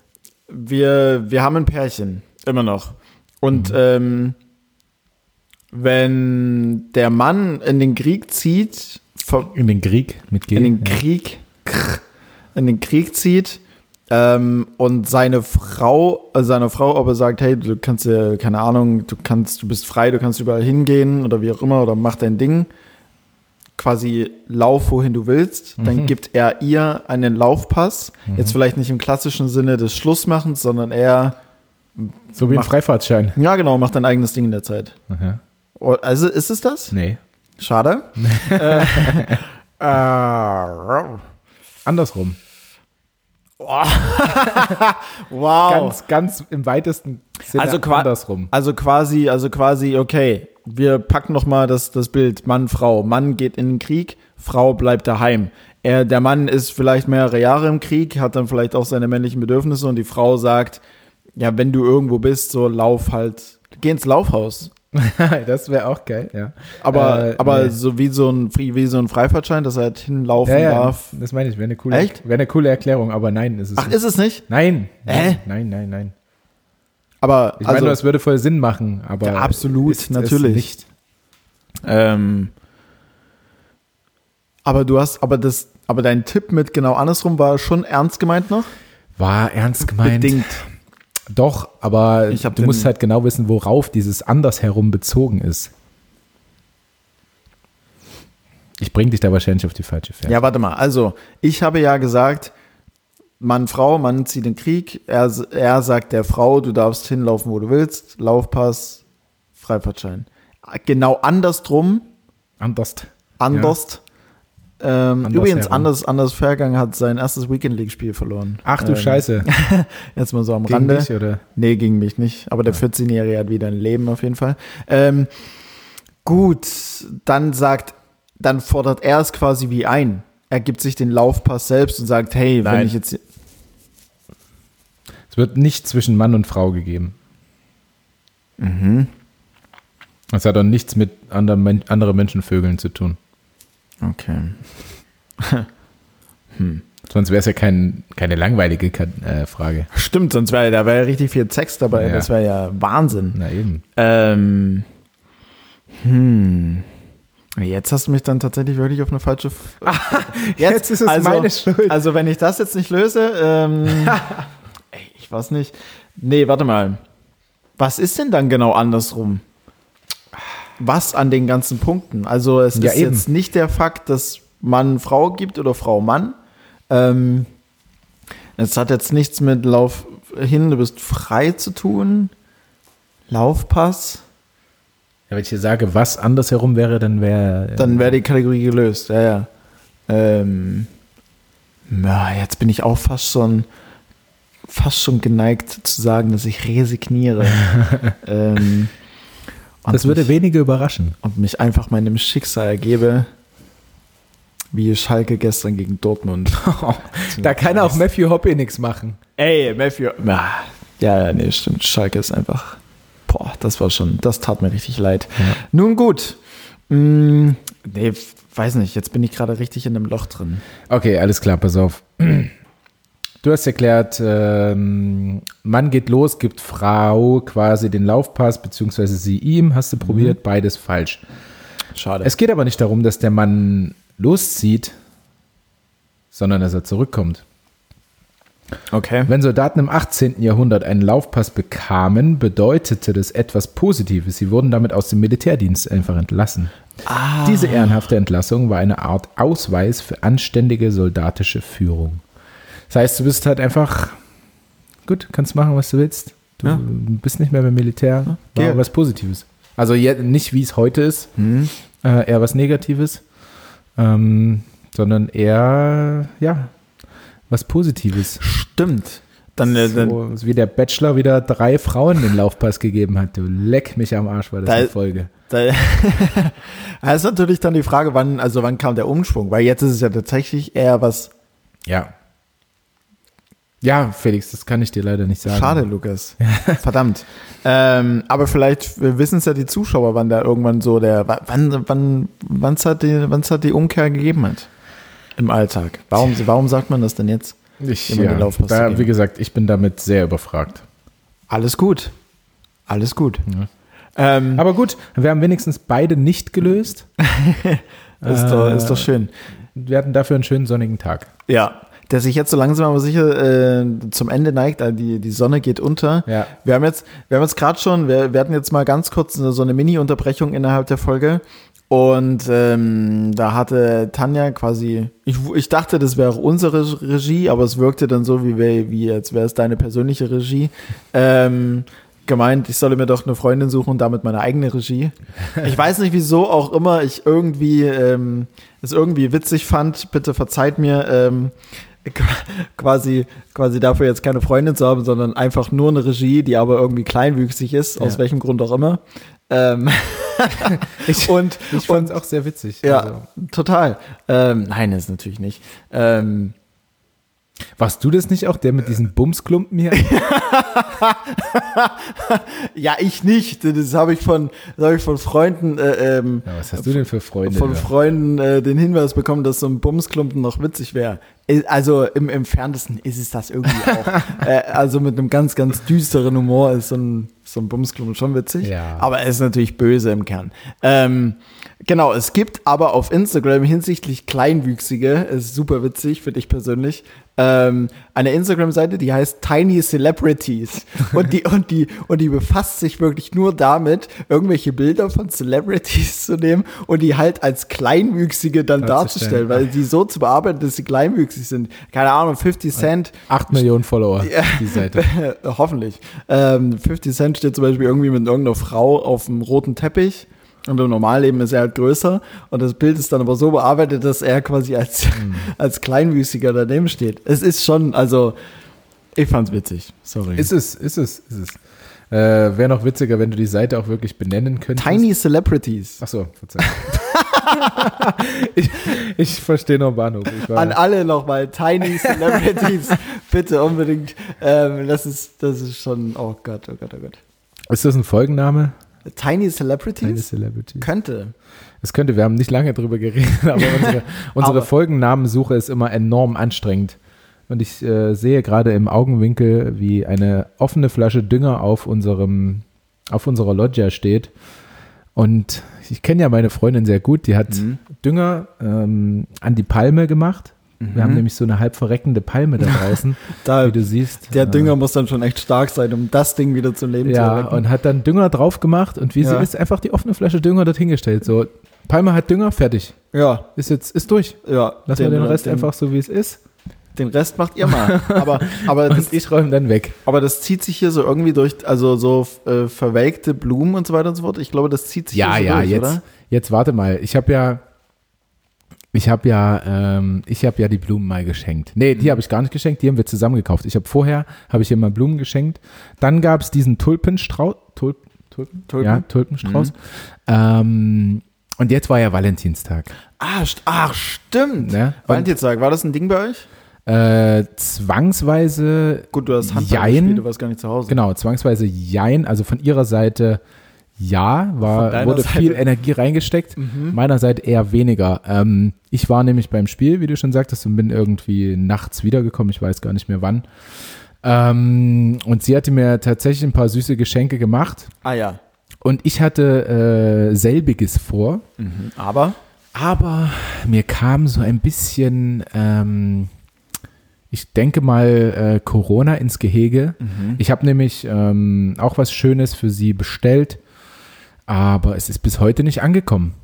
S1: Wir, wir haben ein Pärchen, immer noch. Und ähm, wenn der Mann in den Krieg zieht, ver
S2: In den Krieg mitgehen.
S1: in den Krieg, krr, in den Krieg zieht ähm, und seine Frau, äh, seine Frau aber sagt, hey, du kannst dir, keine Ahnung, du kannst, du bist frei, du kannst überall hingehen oder wie auch immer oder mach dein Ding, quasi lauf, wohin du willst,
S2: Mhm.
S1: dann gibt er ihr einen Laufpass, jetzt vielleicht nicht im klassischen Sinne des Schlussmachens, sondern er,
S2: ja. So wie ein
S1: Macht-
S2: Freifahrtschein.
S1: ja genau, macht dein eigenes Ding in der Zeit.
S2: Aha.
S1: Oh, Also ist es das?
S2: Nee.
S1: Schade. äh, äh,
S2: Andersrum.
S1: wow.
S2: Ganz, ganz im weitesten Sinne
S1: Oh. Also qua-
S2: andersrum.
S1: Also quasi, also quasi, okay, wir packen noch mal das, das Bild Mann, Frau. Mann geht in den Krieg, Frau bleibt daheim. Er, der Mann ist vielleicht mehrere Jahre im Krieg, hat dann vielleicht auch seine männlichen Bedürfnisse und die Frau sagt, ja, wenn du irgendwo bist, so lauf halt, geh ins Laufhaus.
S2: das wäre auch geil, ja.
S1: Aber,
S2: Äh,
S1: aber
S2: nee.
S1: so wie so ein, wie so ein Freifahrtschein, dass er halt hinlaufen
S2: ja, ja,
S1: darf.
S2: das meine ich, wäre eine coole,
S1: Echt?
S2: Wäre eine coole Erklärung, aber nein, ist es
S1: Ach,
S2: nicht.
S1: ist es nicht?
S2: Nein.
S1: Hä?
S2: Nein, nein, nein.
S1: Aber,
S2: Ich
S1: also,
S2: meine, das würde voll Sinn machen, aber.
S1: Ja, absolut,
S2: ist es
S1: natürlich.
S2: nicht.
S1: Ähm, aber du hast, aber das, aber dein Tipp mit genau andersrum war schon ernst gemeint noch?
S2: War ernst gemeint.
S1: Bedingt.
S2: Doch, aber
S1: Ich hab
S2: du
S1: den-
S2: musst halt genau wissen, worauf dieses andersherum bezogen ist. Ich bring dich da wahrscheinlich auf die falsche Fährte.
S1: Ja, warte mal. Also, ich habe ja gesagt, Mann, Frau, Mann zieht den Krieg. Er, er sagt der Frau, du darfst hinlaufen, wo du willst. Laufpass, Freifahrtschein. Genau andersdrum,
S2: Anders.
S1: anders. Ähm,
S2: Anders
S1: übrigens,
S2: herum.
S1: anders, anders Vergang hat sein erstes Weekend League-Spiel verloren.
S2: Ach du
S1: ähm,
S2: Scheiße.
S1: Jetzt mal so am
S2: Gegen
S1: Rande.
S2: dich, oder?
S1: Nee, gegen mich nicht. Aber der 14-Jährige hat wieder ein Leben auf jeden Fall. Ähm, gut, dann sagt, dann fordert er es quasi wie ein. Er gibt sich den Laufpass selbst und sagt, hey, wenn
S2: Nein.
S1: ich jetzt.
S2: Es wird nicht zwischen Mann und Frau gegeben. Mhm. Das hat auch nichts mit anderen, Men anderen Menschenvögeln zu tun.
S1: Okay.
S2: Sonst wäre es ja kein, keine langweilige Ka äh, Frage.
S1: Stimmt, sonst wäre da wär ja richtig viel Sex dabei.
S2: Ja.
S1: Das wäre ja Wahnsinn.
S2: Na eben.
S1: Ähm. Hm. Jetzt hast du mich dann tatsächlich wirklich auf eine falsche. F
S2: jetzt ist es meine Schuld.
S1: Also, wenn ich das jetzt nicht löse, ähm, ey, ich weiß nicht. Nee, warte mal. Was ist denn dann genau andersrum? Was an den ganzen Punkten? Also, es
S2: Ja,
S1: ist
S2: eben.
S1: jetzt nicht der Fakt, dass Mann Frau gibt oder Frau Mann. Ähm, es hat jetzt nichts mit Lauf hin, du bist frei zu tun. Laufpass.
S2: Ja, wenn ich dir sage, was andersherum wäre, dann wäre.
S1: Dann wäre die Kategorie gelöst, ja, ja. Ähm, na, jetzt bin ich auch fast schon, fast schon geneigt zu sagen, dass ich resigniere. ähm, und,
S2: das würde
S1: mich,
S2: wenige überraschen.
S1: und mich einfach meinem Schicksal ergebe, wie Schalke gestern gegen Dortmund.
S2: Oh, da kann auch Matthew Hoppe nichts machen.
S1: Ey, Matthew. Ja, ja, nee, stimmt. Schalke ist einfach. Boah, das war schon, das tat mir richtig leid. Nun gut. Mm, nee, weiß nicht, jetzt bin ich gerade richtig in einem Loch drin.
S2: Okay, alles klar, pass auf. Du hast erklärt, ähm, Mann geht los, gibt Frau quasi den Laufpass, beziehungsweise sie ihm, hast du
S1: Mhm.
S2: probiert, beides falsch.
S1: Schade.
S2: Es geht aber nicht darum, dass der Mann loszieht, sondern dass er zurückkommt.
S1: okay.
S2: Wenn Soldaten im 18. Jahrhundert einen Laufpass bekamen, bedeutete das etwas Positives. Sie wurden damit aus dem Militärdienst einfach entlassen.
S1: Ah.
S2: Diese ehrenhafte Entlassung war eine Art Ausweis für anständige soldatische Führung. Das heißt, du bist halt einfach gut, kannst machen, was du willst. Du
S1: Ja.
S2: bist nicht mehr beim Militär. War
S1: geh.
S2: was Positives. Also je, nicht, wie es heute ist,
S1: Mhm.
S2: äh, eher was Negatives, ähm, sondern eher, ja, was Positives.
S1: Stimmt. Dann, äh, dann
S2: So, wie der Bachelor wieder drei Frauen den Laufpass gegeben hat. Du leck mich am Arsch, war das
S1: Da-
S2: eine Folge.
S1: da, da ist natürlich dann die Frage, wann, also wann kam der Umschwung? Weil jetzt ist es ja tatsächlich eher was.
S2: Ja. Ja, Felix, das kann ich dir leider nicht sagen.
S1: Schade, Lukas. Verdammt. Ähm, aber vielleicht wissen es ja die Zuschauer, wann da irgendwann so der, wann, wann, wann's hat die, wann's hat die Umkehr gegeben hat im Alltag. Warum, warum sagt man das denn jetzt?
S2: Ich,
S1: Immer den
S2: ja,
S1: Laufpass zu
S2: da,
S1: geben.
S2: wie gesagt, ich bin damit sehr überfragt.
S1: Alles gut. Alles gut. Ähm,
S2: Aber gut, wir haben wenigstens beide nicht gelöst.
S1: ist,
S2: Äh,
S1: doch, ist doch schön.
S2: Wir hatten dafür einen schönen sonnigen Tag.
S1: Ja. Der sich jetzt so langsam aber sicher äh, zum Ende neigt, äh, die, die Sonne geht unter.
S2: Ja.
S1: Wir haben jetzt, wir haben jetzt gerade schon, wir, wir hatten jetzt mal ganz kurz eine, so eine Mini-Unterbrechung innerhalb der Folge. Und ähm, da hatte Tanja quasi, ich, ich dachte, das wäre unsere Regie, aber es wirkte dann so, wie, wär, wie als wäre es deine persönliche Regie. Ähm, gemeint, ich solle mir doch eine Freundin suchen und damit meine eigene Regie. Ich weiß nicht, wieso auch immer ich irgendwie ähm, es irgendwie witzig fand. Bitte verzeiht mir. Ähm, quasi, quasi dafür jetzt keine Freundin zu haben, sondern einfach nur eine Regie, die aber irgendwie kleinwüchsig ist, aus
S2: Ja.
S1: welchem Grund auch immer. Ähm, und
S2: Ich fand es auch sehr witzig.
S1: ja,
S2: Also,
S1: total. Ähm, nein, ist natürlich nicht. Ähm,
S2: warst du das nicht auch, der mit diesen Bumsklumpen hier?
S1: ja, ich nicht. Das habe ich von, das habe ich von Freunden, äh, ähm,
S2: Ja, was hast du denn für Freunde?
S1: von
S2: da?
S1: Freunden äh, den Hinweis bekommen, dass so ein Bumsklumpen noch witzig wäre. Äh, Also im entferntesten ist es das irgendwie auch. äh, also mit einem ganz, ganz düsteren Humor ist so ein, So ein Bumsklum, schon witzig.
S2: Ja.
S1: Aber er ist natürlich böse im Kern. Ähm, genau, es gibt aber auf Instagram hinsichtlich Kleinwüchsige, ist super witzig, finde ich persönlich, ähm, eine Instagram-Seite, die heißt Tiny Celebrities. Und die, und, die, und die befasst sich wirklich nur damit, irgendwelche Bilder von Celebrities zu nehmen und die halt als Kleinwüchsige dann darzustellen,
S2: Darzustellen.
S1: weil die so zu bearbeiten, dass sie kleinwüchsig sind. Keine Ahnung, 50 Cent
S2: 8 Millionen Follower, die Seite.
S1: Hoffentlich. Ähm, 50 Cent steht zum Beispiel irgendwie mit irgendeiner Frau auf dem roten Teppich. Und im Normalleben ist er halt größer. Und das Bild ist dann aber so bearbeitet, dass er quasi als, als Kleinwüchsiger daneben steht. Es ist schon, also, ich fand's witzig. Sorry.
S2: Ist es, ist es, ist es. Äh, Wäre noch witziger, wenn du die Seite auch wirklich benennen könntest.
S1: Tiny Celebrities.
S2: Achso, verzeihung. ich ich verstehe noch Bahnhof. Ich war,
S1: An alle nochmal, Tiny Celebrities. Bitte unbedingt. Ähm, das ist, das ist schon, oh Gott, oh Gott, oh Gott.
S2: ist das ein Folgenname?
S1: Tiny
S2: Eine
S1: Celebrities?
S2: Celebrity.
S1: Könnte.
S2: Es könnte, wir haben nicht lange drüber geredet, aber unsere, unsere
S1: Aber-
S2: Folgennamensuche ist immer enorm anstrengend. Und ich äh, sehe gerade im Augenwinkel, wie eine offene Flasche Dünger auf unserem, auf unserer Loggia steht. Und ich kenne ja meine Freundin sehr gut, die hat
S1: Mhm.
S2: Dünger ähm, an die Palme gemacht. Wir
S1: Mhm.
S2: haben nämlich so eine halb verreckende Palme da draußen,
S1: Da,
S2: wie du siehst.
S1: Der
S2: Äh,
S1: Dünger muss dann schon echt stark sein, um das Ding wieder zum Leben zu
S2: Ja,
S1: erwecken.
S2: und hat dann Dünger drauf gemacht und wie
S1: Ja.
S2: sie ist, einfach die offene Flasche Dünger dorthin gestellt. So, Palme hat Dünger, fertig.
S1: ja,
S2: Ist jetzt, ist durch.
S1: ja.
S2: Lass mal den Rest einfach so, wie es ist.
S1: Den Rest macht ihr mal. aber, aber, das,
S2: Und ich räume dann weg.
S1: aber das zieht sich hier so irgendwie durch, also so äh, verwelkte Blumen und so weiter und so fort. Ich glaube, das zieht sich
S2: Ja,
S1: hier so
S2: ja,
S1: durch,
S2: jetzt,
S1: oder?
S2: jetzt warte mal. Ich habe ja, ich habe ja, ähm, ich habe ja die Blumen mal geschenkt. Nee, die habe ich gar nicht geschenkt, die haben wir zusammen gekauft. Ich habe vorher, habe ich ihr mal Blumen geschenkt. Dann gab es diesen Tulpenstrauß, Tulp, Tulpen?
S1: Tulpen.
S2: Ja, Tulpenstrauß. Ähm, und jetzt war ja Valentinstag.
S1: Ah, st ach, stimmt.
S2: Ne?
S1: Valentinstag, war das ein Ding bei euch?
S2: Äh, zwangsweise
S1: Gut, du hast Handball
S2: Jein.
S1: gespielt, du warst gar nicht zu Hause.
S2: Genau, zwangsweise Jein, also von ihrer Seite ja,
S1: Von
S2: war,
S1: deiner
S2: wurde viel
S1: Seite. Mhm.
S2: Energie reingesteckt, meiner Seite eher weniger. Ähm, ich war nämlich beim Spiel, wie du schon sagtest, und bin irgendwie nachts wiedergekommen, ich weiß gar nicht mehr wann. Ähm, und sie hatte mir tatsächlich ein paar süße Geschenke gemacht
S1: Ah ja.
S2: und ich hatte äh, selbiges vor.
S1: Aber?
S2: Aber mir kam so ein bisschen, ähm, ich denke mal, äh, Corona ins Gehege. Ich habe nämlich ähm, auch was Schönes für sie bestellt, aber es ist bis heute nicht angekommen.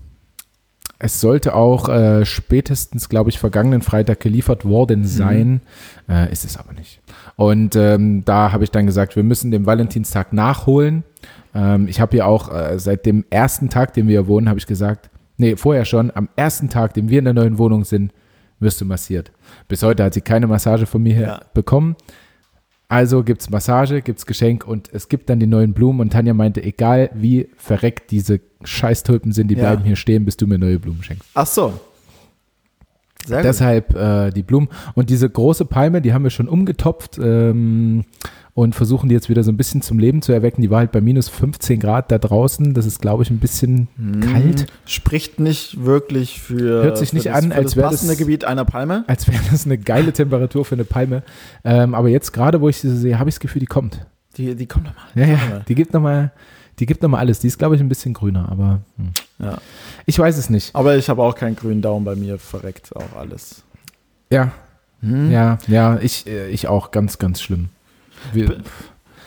S2: Es sollte auch äh, spätestens, glaube ich, vergangenen Freitag geliefert worden sein, äh, ist es aber nicht. Und ähm, da habe ich dann gesagt, wir müssen den Valentinstag nachholen. Ähm, ich habe ja auch äh, seit dem ersten Tag, den wir hier wohnen, habe ich gesagt, nee, vorher schon, am ersten Tag, den wir in der neuen Wohnung sind, wirst du massiert. Bis heute hat sie keine Massage von mir
S1: Ja.
S2: her bekommen. Also gibt es Massage, gibt es Geschenk und es gibt dann die neuen Blumen. Und Tanja meinte, egal wie verreckt diese Scheißtulpen sind, die
S1: Ja.
S2: bleiben hier stehen, bis du mir neue Blumen schenkst.
S1: Ach so. Sehr gut.
S2: Deshalb äh, die Blumen. Und diese große Palme, die haben wir schon umgetopft ähm, und versuchen die jetzt wieder so ein bisschen zum Leben zu erwecken. Die war halt bei minus 15 Grad da draußen. Das ist, glaube ich, ein bisschen
S1: Mhm.
S2: kalt.
S1: Spricht nicht wirklich für,
S2: Hört sich
S1: für
S2: nicht
S1: das,
S2: an,
S1: für
S2: als
S1: das
S2: wäre das-
S1: passende Gebiet einer Palme.
S2: Als wäre das eine geile Temperatur für eine Palme. Ähm, aber jetzt gerade, wo ich sie sehe, habe ich das Gefühl, die kommt.
S1: Die, die kommt nochmal.
S2: Ja, ja, die gibt nochmal. Die gibt nochmal alles. Die ist, glaube ich, ein bisschen grüner, aber hm.
S1: Ja.
S2: ich weiß es nicht.
S1: Aber ich habe auch keinen grünen Daumen bei mir, verreckt auch alles.
S2: Ja.
S1: Hm?
S2: Ja, ja, ich, äh, ich auch. Ganz, ganz schlimm. Wir,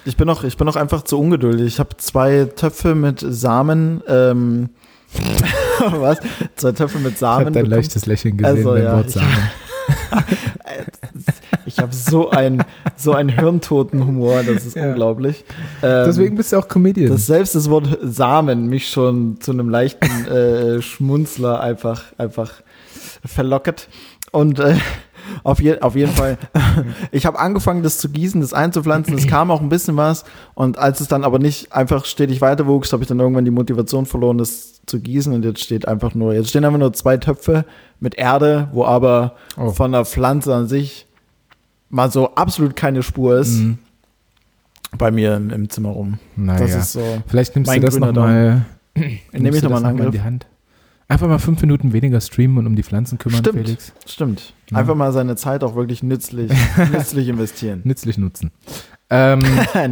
S1: Ich bin auch, ich bin auch einfach zu ungeduldig. Ich habe zwei Töpfe mit Samen. Ähm, was? Zwei Töpfe mit
S2: ich habe
S1: Samen.
S2: dein
S1: bekommen.
S2: leichtes Lächeln gesehen
S1: Also,
S2: beim
S1: ja,
S2: Wort
S1: ich-
S2: sagen.
S1: Ich habe so einen, so einen hirntoten Humor. Das ist
S2: Ja.
S1: unglaublich. Ähm,
S2: Deswegen bist du auch Comedian.
S1: dass selbst das Wort Samen mich schon zu einem leichten äh, Schmunzler einfach, einfach verlockert. Und äh, auf, je, auf jeden Fall, ich habe angefangen, das zu gießen, das einzupflanzen, es kam auch ein bisschen was. Und als es dann aber nicht einfach stetig weiterwuchs, habe ich dann irgendwann die Motivation verloren, das zu gießen. Und jetzt steht einfach nur, jetzt stehen einfach nur zwei Töpfe mit Erde, wo aber
S2: Oh.
S1: von der Pflanze an sich mal so absolut keine Spur ist.
S2: Mhm.
S1: Bei mir im, im Zimmer rum.
S2: naja.
S1: Das ist so.
S2: Vielleicht nimmst
S1: mein
S2: du das
S1: grüner
S2: nochmal.
S1: Nehme ich nochmal einen
S2: in
S1: Angriff.
S2: die Hand. Einfach mal fünf Minuten weniger streamen und um die Pflanzen kümmern,
S1: Stimmt.
S2: Felix.
S1: Stimmt.
S2: Ja.
S1: Einfach mal seine Zeit auch wirklich nützlich, nützlich investieren.
S2: Nützlich nutzen. Ähm,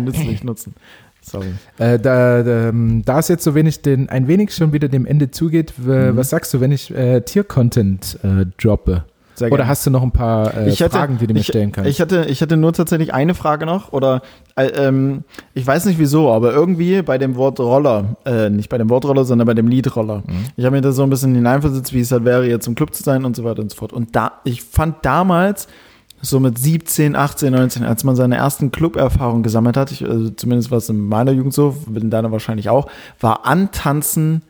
S1: nützlich nutzen. Sorry.
S2: Äh, da, da, ähm, da es jetzt so wenig den, ein wenig schon wieder dem Ende zugeht, w-
S1: Mhm.
S2: was sagst du, wenn ich äh, Tier-Content äh, droppe?
S1: Sehr
S2: Oder
S1: gerne.
S2: hast du noch ein paar äh,
S1: Ich hätte-
S2: Fragen, die du mir stellen kannst?
S1: Ich hatte, ich hatte nur tatsächlich eine Frage noch, oder äh, ähm, ich weiß nicht wieso, aber irgendwie bei dem Wort Roller, äh, nicht bei dem Wort Roller, sondern bei dem Lied Roller.
S2: Mhm.
S1: Ich habe mir da so ein bisschen hineinversetzt, wie es halt wäre, jetzt im Club zu sein und so weiter und so fort. Und da, ich fand damals, so mit 17, 18, 19, als man seine ersten Club-Erfahrungen gesammelt hat, ich, also zumindest war es in meiner Jugend so, in deiner wahrscheinlich auch, war Antanzen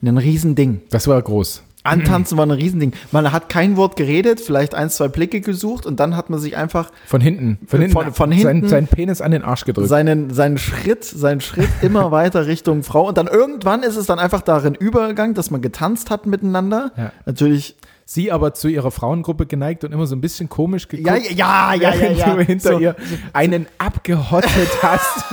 S1: ein Riesending.
S2: das war groß.
S1: Antanzen war ein Riesending. Man hat kein Wort geredet, vielleicht ein, zwei Blicke gesucht und dann hat man sich einfach
S2: Von hinten. Von hinten.
S1: Von- von hinten.
S2: Sein, sein Penis an den Arsch gedrückt.
S1: seinen, seinen Schritt, seinen Schritt immer weiter Richtung Frau und dann irgendwann ist es dann einfach darin übergegangen, dass man getanzt hat miteinander.
S2: Ja.
S1: Natürlich.
S2: Sie aber zu ihrer Frauengruppe geneigt und immer so ein bisschen komisch geguckt.
S1: Ja, ja, ja, ja, ja.
S2: während du hinter
S1: So.
S2: ihr einen abgehottet hast.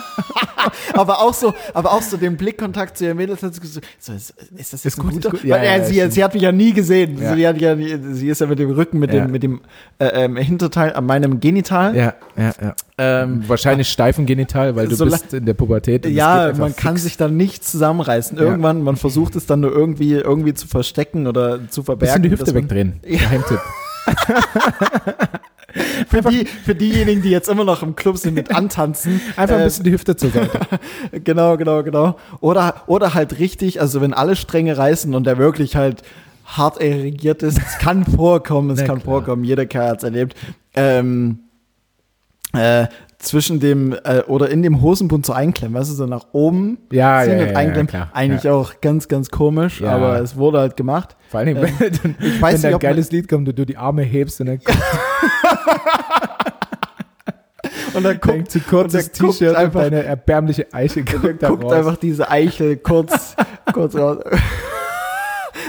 S1: Aber auch so, aber auch so den Blickkontakt zu ihr Mädels hat sie gesagt, so, ist, ist das jetzt
S2: Ist
S1: ein
S2: gut,
S1: guter?
S2: ist gut. Ja,
S1: Weil,
S2: ja,
S1: äh,
S2: ja,
S1: sie,
S2: stimmt.
S1: sie hat mich ja nie gesehen.
S2: Ja.
S1: Sie, hat ja, nie- sie ist ja mit dem Rücken, mit
S2: Ja.
S1: dem, mit dem äh, ähm, Hinterteil an meinem Genital.
S2: ja, ja, ja.
S1: Ähm,
S2: Wahrscheinlich steifen Genital, weil du
S1: Sola-
S2: bist in der Pubertät. und es geht
S1: Ja,
S2: einfach
S1: man kann
S2: fix.
S1: sich dann nicht zusammenreißen.
S2: Ja.
S1: Irgendwann, man versucht es dann nur irgendwie, irgendwie zu verstecken oder zu verbergen.
S2: bisschen die
S1: dass
S2: Hüfte
S1: man-
S2: wegdrehen. Geheimtipp.
S1: Für, die, für diejenigen, die jetzt immer noch im Club sind mit Antanzen.
S2: Einfach
S1: äh,
S2: ein bisschen die Hüfte zur Seite.
S1: Genau, genau, genau. Oder, oder halt richtig, also wenn alle Stränge reißen und der wirklich halt hart erregiert ist, es kann vorkommen, es
S2: Na
S1: kann
S2: klar.
S1: vorkommen, jeder Kerl hat es erlebt. Ähm, äh, zwischen dem äh, oder in dem Hosenbund so einklemmen, weißt du, so nach oben
S2: Ja,
S1: ziehen
S2: ja,
S1: und
S2: ja, ja,
S1: einklemmen.
S2: klar,
S1: Eigentlich
S2: ja.
S1: auch ganz, ganz komisch,
S2: Ja.
S1: aber es wurde halt gemacht.
S2: Vor allem, wenn, dann,
S1: ich weiß
S2: wenn da
S1: nicht,
S2: ein
S1: ob man-
S2: geiles Lied kommt und du die Arme hebst und dann
S1: Und dann
S2: kommt
S1: guckt,
S2: sie kurzes
S1: und der guckt
S2: T-Shirt und
S1: einfach-
S2: deine erbärmliche Eiche guckt da
S1: guckt
S2: raus.
S1: einfach diese Eichel kurz, kurz raus.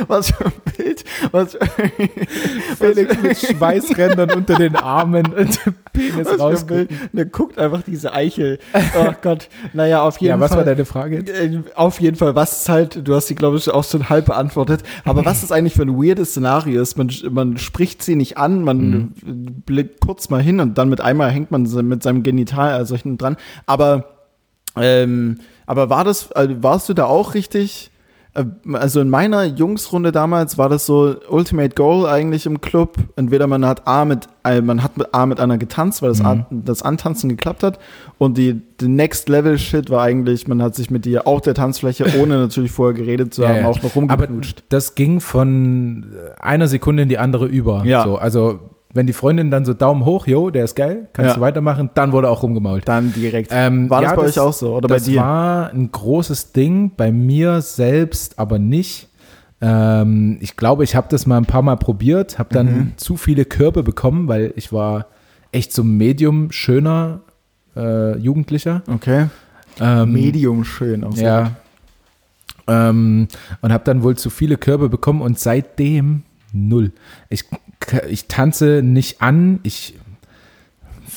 S1: Was für ein Bild. Was für,
S2: Felix mit Schweißrändern unter den Armen und der Penis
S1: was für ein
S2: rausguckt.
S1: Bild. Der Ne, guckt einfach diese Eichel. Oh Gott. Naja, auf jeden
S2: Ja, was war
S1: Fall.
S2: deine Frage?
S1: Äh, Auf jeden Fall, was ist halt, du hast die, glaube ich, auch schon halb beantwortet, aber was ist eigentlich für ein weirdes Szenario ist? Man, man spricht sie nicht an, man
S2: Mhm.
S1: blickt kurz mal hin und dann mit einmal hängt man sie mit seinem Genital also hinten dran. Aber, ähm, aber war das, also warst du da auch richtig? Äh, Also in meiner Jungsrunde damals war das so Ultimate Goal eigentlich im Club. Entweder man hat A mit, äh, man hat mit A mit einer getanzt, weil das,
S2: Mhm.
S1: A, das Antanzen geklappt hat. Und die, die Next Level Shit war eigentlich, man hat sich mit ihr auf der Tanzfläche, ohne natürlich vorher geredet zu haben, auch noch
S2: Aber
S1: rumgeknutscht.
S2: das ging von einer Sekunde in die andere über.
S1: Ja.
S2: So, also wenn die Freundin dann so Daumen hoch, jo, der ist geil, kannst
S1: Ja.
S2: du weitermachen, dann wurde auch rumgemault.
S1: Dann direkt.
S2: Ähm,
S1: war das
S2: ja,
S1: bei euch auch so? Oder bei
S2: das
S1: dir?
S2: war ein großes Ding, bei mir selbst aber nicht. Ähm, ich glaube, ich habe das mal ein paar Mal probiert, habe dann
S1: Mhm.
S2: zu viele Körbe bekommen, weil ich war echt so ein medium schöner äh, Jugendlicher.
S1: okay.
S2: Ähm,
S1: Medium schön auch so.
S2: ja. Ähm, und habe dann wohl zu viele Körbe bekommen und seitdem null. Ich, ich tanze nicht an. Ich,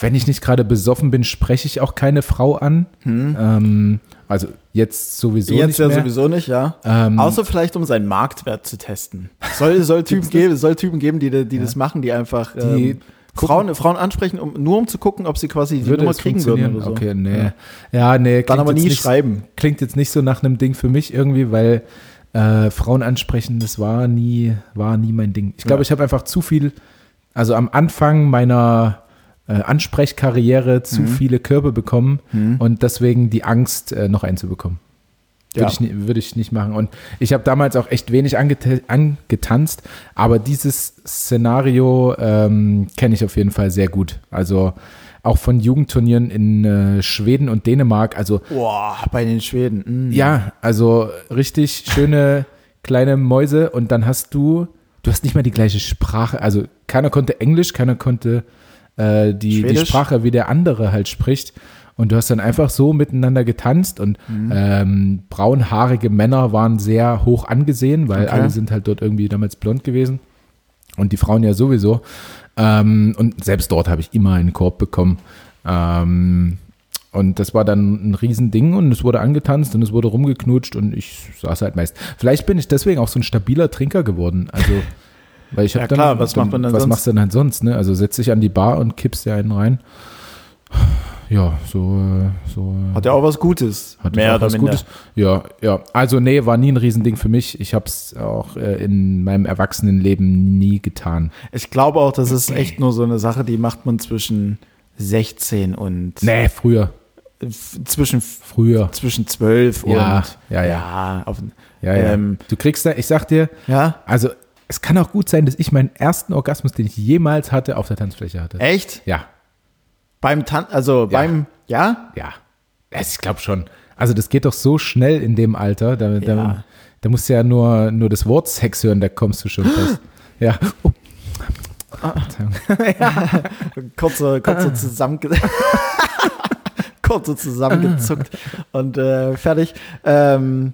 S2: wenn ich nicht gerade besoffen bin, spreche ich auch keine Frau an. Ähm, also jetzt sowieso
S1: Hm. Jetzt
S2: nicht
S1: ja
S2: mehr.
S1: sowieso nicht, ja.
S2: Ähm,
S1: Außer vielleicht, um seinen Marktwert zu testen. Soll, soll, Typen, geben, soll Typen geben, die, die das machen, die einfach
S2: Die
S1: ähm, Frauen, Frauen ansprechen, um, nur um zu gucken, ob sie quasi die
S2: würde
S1: Nummer
S2: es
S1: kriegen
S2: funktionieren?
S1: würden oder so.
S2: Okay, nee. Ja, nee.
S1: Dann
S2: klingt
S1: aber
S2: jetzt
S1: nie
S2: nicht,
S1: schreiben.
S2: Klingt jetzt nicht so nach einem Ding für mich irgendwie, weil äh, Frauen ansprechen, das war nie, war nie mein Ding. Ich glaube,
S1: Ja.
S2: ich habe einfach zu viel, also am Anfang meiner äh, Ansprechkarriere
S1: Mhm.
S2: zu viele Körbe bekommen und deswegen die Angst, äh, noch einen zu bekommen. Würde,
S1: Ja.
S2: ich, nie- würde ich nicht machen. Und ich habe damals auch echt wenig angete angetanzt, aber dieses Szenario ähm, kenne ich auf jeden Fall sehr gut. Also auch von Jugendturnieren in äh, Schweden und Dänemark. Also
S1: Boah, bei den Schweden. mm.
S2: ja, also richtig schöne kleine Mäuse und dann hast du, du hast nicht mal die gleiche Sprache. Also keiner konnte Englisch, keiner konnte äh, die, die
S1: Schwedisch.
S2: Sprache, wie der andere halt spricht. Und du hast dann einfach so miteinander getanzt und
S1: Mhm.
S2: ähm, braunhaarige Männer waren sehr hoch angesehen, weil
S1: Okay.
S2: alle sind halt dort irgendwie damals blond gewesen und die Frauen ja sowieso. Ähm, und selbst dort habe ich immer einen Korb bekommen. Ähm, und das war dann ein Riesending und es wurde angetanzt und es wurde rumgeknutscht und ich saß halt meist. Vielleicht bin ich deswegen auch so ein stabiler Trinker geworden. Also, weil ich habe
S1: Ja,
S2: dann,
S1: klar, was
S2: dann,
S1: macht man denn
S2: was
S1: sonst?
S2: machst du denn halt sonst? Ne? Also setz dich an die Bar und kippst dir einen rein. ja, so, äh, so. äh,
S1: Hat ja auch was Gutes.
S2: Hat
S1: Mehr
S2: auch
S1: oder
S2: was
S1: minder.
S2: Gutes. Ja, ja. Also nee, war nie ein Riesending für mich. Ich habe es auch äh, in meinem Erwachsenenleben nie getan.
S1: Ich glaube auch, das ist echt nur so eine Sache, die macht man zwischen 16 und
S2: Nee, früher.
S1: f- zwischen
S2: Früher.
S1: zwischen 12
S2: Ja,
S1: und
S2: ja, ja.
S1: ja, auf,
S2: Ja, ja.
S1: Ähm,
S2: du kriegst da, ich sag dir,
S1: ja,
S2: also es kann auch gut sein, dass ich meinen ersten Orgasmus, den ich jemals hatte, auf der Tanzfläche hatte.
S1: echt
S2: Ja,
S1: beim Tan also beim ja,
S2: ja. Es, ich glaube schon. Also das geht doch so schnell in dem Alter. Da, da,
S1: Ja.
S2: da musst du ja nur, nur das Wort Sex hören, da kommst du schon fast. Ja. Oh.
S1: Ah. kurze
S2: Ah.
S1: kurze zusammenge kurze zusammengezuckt
S2: Ah.
S1: und äh, fertig. Ähm,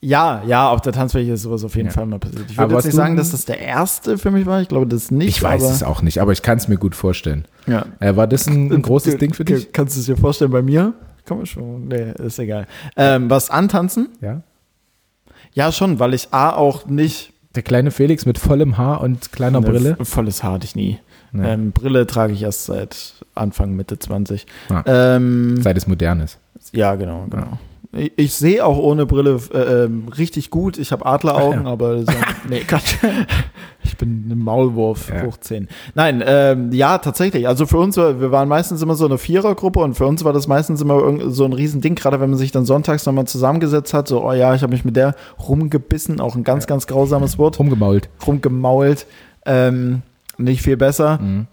S1: ja, ja, auf der Tanzfläche ist sowas auf jeden
S2: Ja.
S1: Fall mal passiert. Ich
S2: Aber
S1: würde jetzt
S2: hast
S1: nicht
S2: du-
S1: sagen, dass das der erste für mich war. Ich glaube, das nicht.
S2: Ich weiß
S1: aber,
S2: es auch nicht, aber ich kann es mir gut vorstellen.
S1: Ja.
S2: Äh, war das ein, ein großes
S1: Ge-
S2: Ding für
S1: ge-
S2: dich?
S1: Kannst du es dir vorstellen bei mir? Kann man schon. Nee, ist egal. Ähm, was antanzen?
S2: Ja.
S1: Ja, schon, weil ich A auch nicht.
S2: Der kleine Felix mit vollem Haar und kleiner
S1: Ne,
S2: Brille.
S1: v- Volles Haar hatte ich nie.
S2: Nee.
S1: Ähm, Brille trage ich erst seit Anfang, Mitte 20.
S2: Ah.
S1: Ähm,
S2: Seit es modern ist.
S1: ja, genau, genau. Ich, ich sehe auch ohne Brille äh, ähm, richtig gut. Ich habe Adleraugen,
S2: Ach ja.
S1: aber so, nee, Quatsch. Ich bin ein Maulwurf
S2: Ja.
S1: hoch 10. Nein, ähm, ja, tatsächlich. Also für uns, war- wir waren meistens immer so eine Vierergruppe und für uns war das meistens immer irgend- so ein Riesending, gerade wenn man sich dann sonntags nochmal zusammengesetzt hat, so, oh ja, ich habe mich mit der rumgebissen, auch ein ganz, ganz grausames Wort
S2: Rumgemault.
S1: rumgemault. Ähm, nicht viel besser.
S2: Mhm.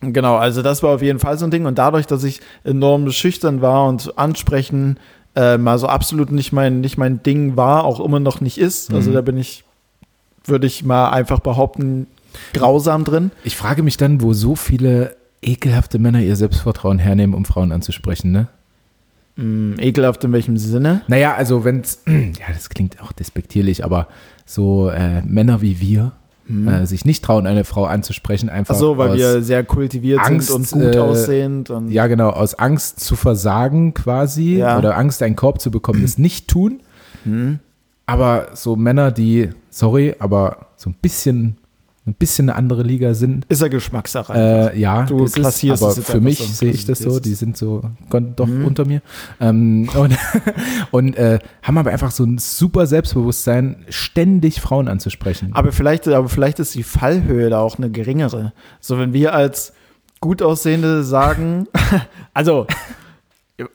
S1: Genau, also das war auf jeden Fall so ein Ding. Und dadurch, dass ich enorm schüchtern war und ansprechen äh, mal so absolut nicht mein, nicht mein Ding war, auch immer noch nicht ist,
S2: Mhm.
S1: also da bin ich, würde ich mal einfach behaupten, grausam drin.
S2: Ich frage mich dann, wo so viele ekelhafte Männer ihr Selbstvertrauen hernehmen, um Frauen anzusprechen, ne?
S1: Hm, ekelhaft in welchem Sinne?
S2: Naja, also wenn's, ja, das klingt auch despektierlich, aber so äh, Männer wie wir äh, sich nicht trauen, eine Frau anzusprechen, einfach
S1: Mhm. Ach so, weil
S2: aus,
S1: wir sehr kultiviert
S2: Angst,
S1: sind und gut
S2: äh,
S1: aussehend. Und
S2: ja genau, aus Angst zu versagen quasi
S1: Ja. Mhm.
S2: oder Angst, einen Korb zu bekommen, das nicht tun. Aber so Männer, die, sorry, aber so ein bisschen, ein bisschen eine andere Liga sind,
S1: Ist ja Geschmackssache.
S2: Äh, ja,
S1: Du
S2: das ist,
S1: klassierst
S2: aber
S1: es jetzt
S2: für
S1: einfach
S2: mich
S1: so.
S2: sehe ich das so,
S1: Klassifizierst
S2: die sind so gon- doch
S1: Mhm.
S2: unter mir ähm, und, und äh, haben aber einfach so ein super Selbstbewusstsein, ständig Frauen anzusprechen.
S1: Aber vielleicht, aber vielleicht ist die Fallhöhe da auch eine geringere. So, wenn wir als gut aussehende sagen, also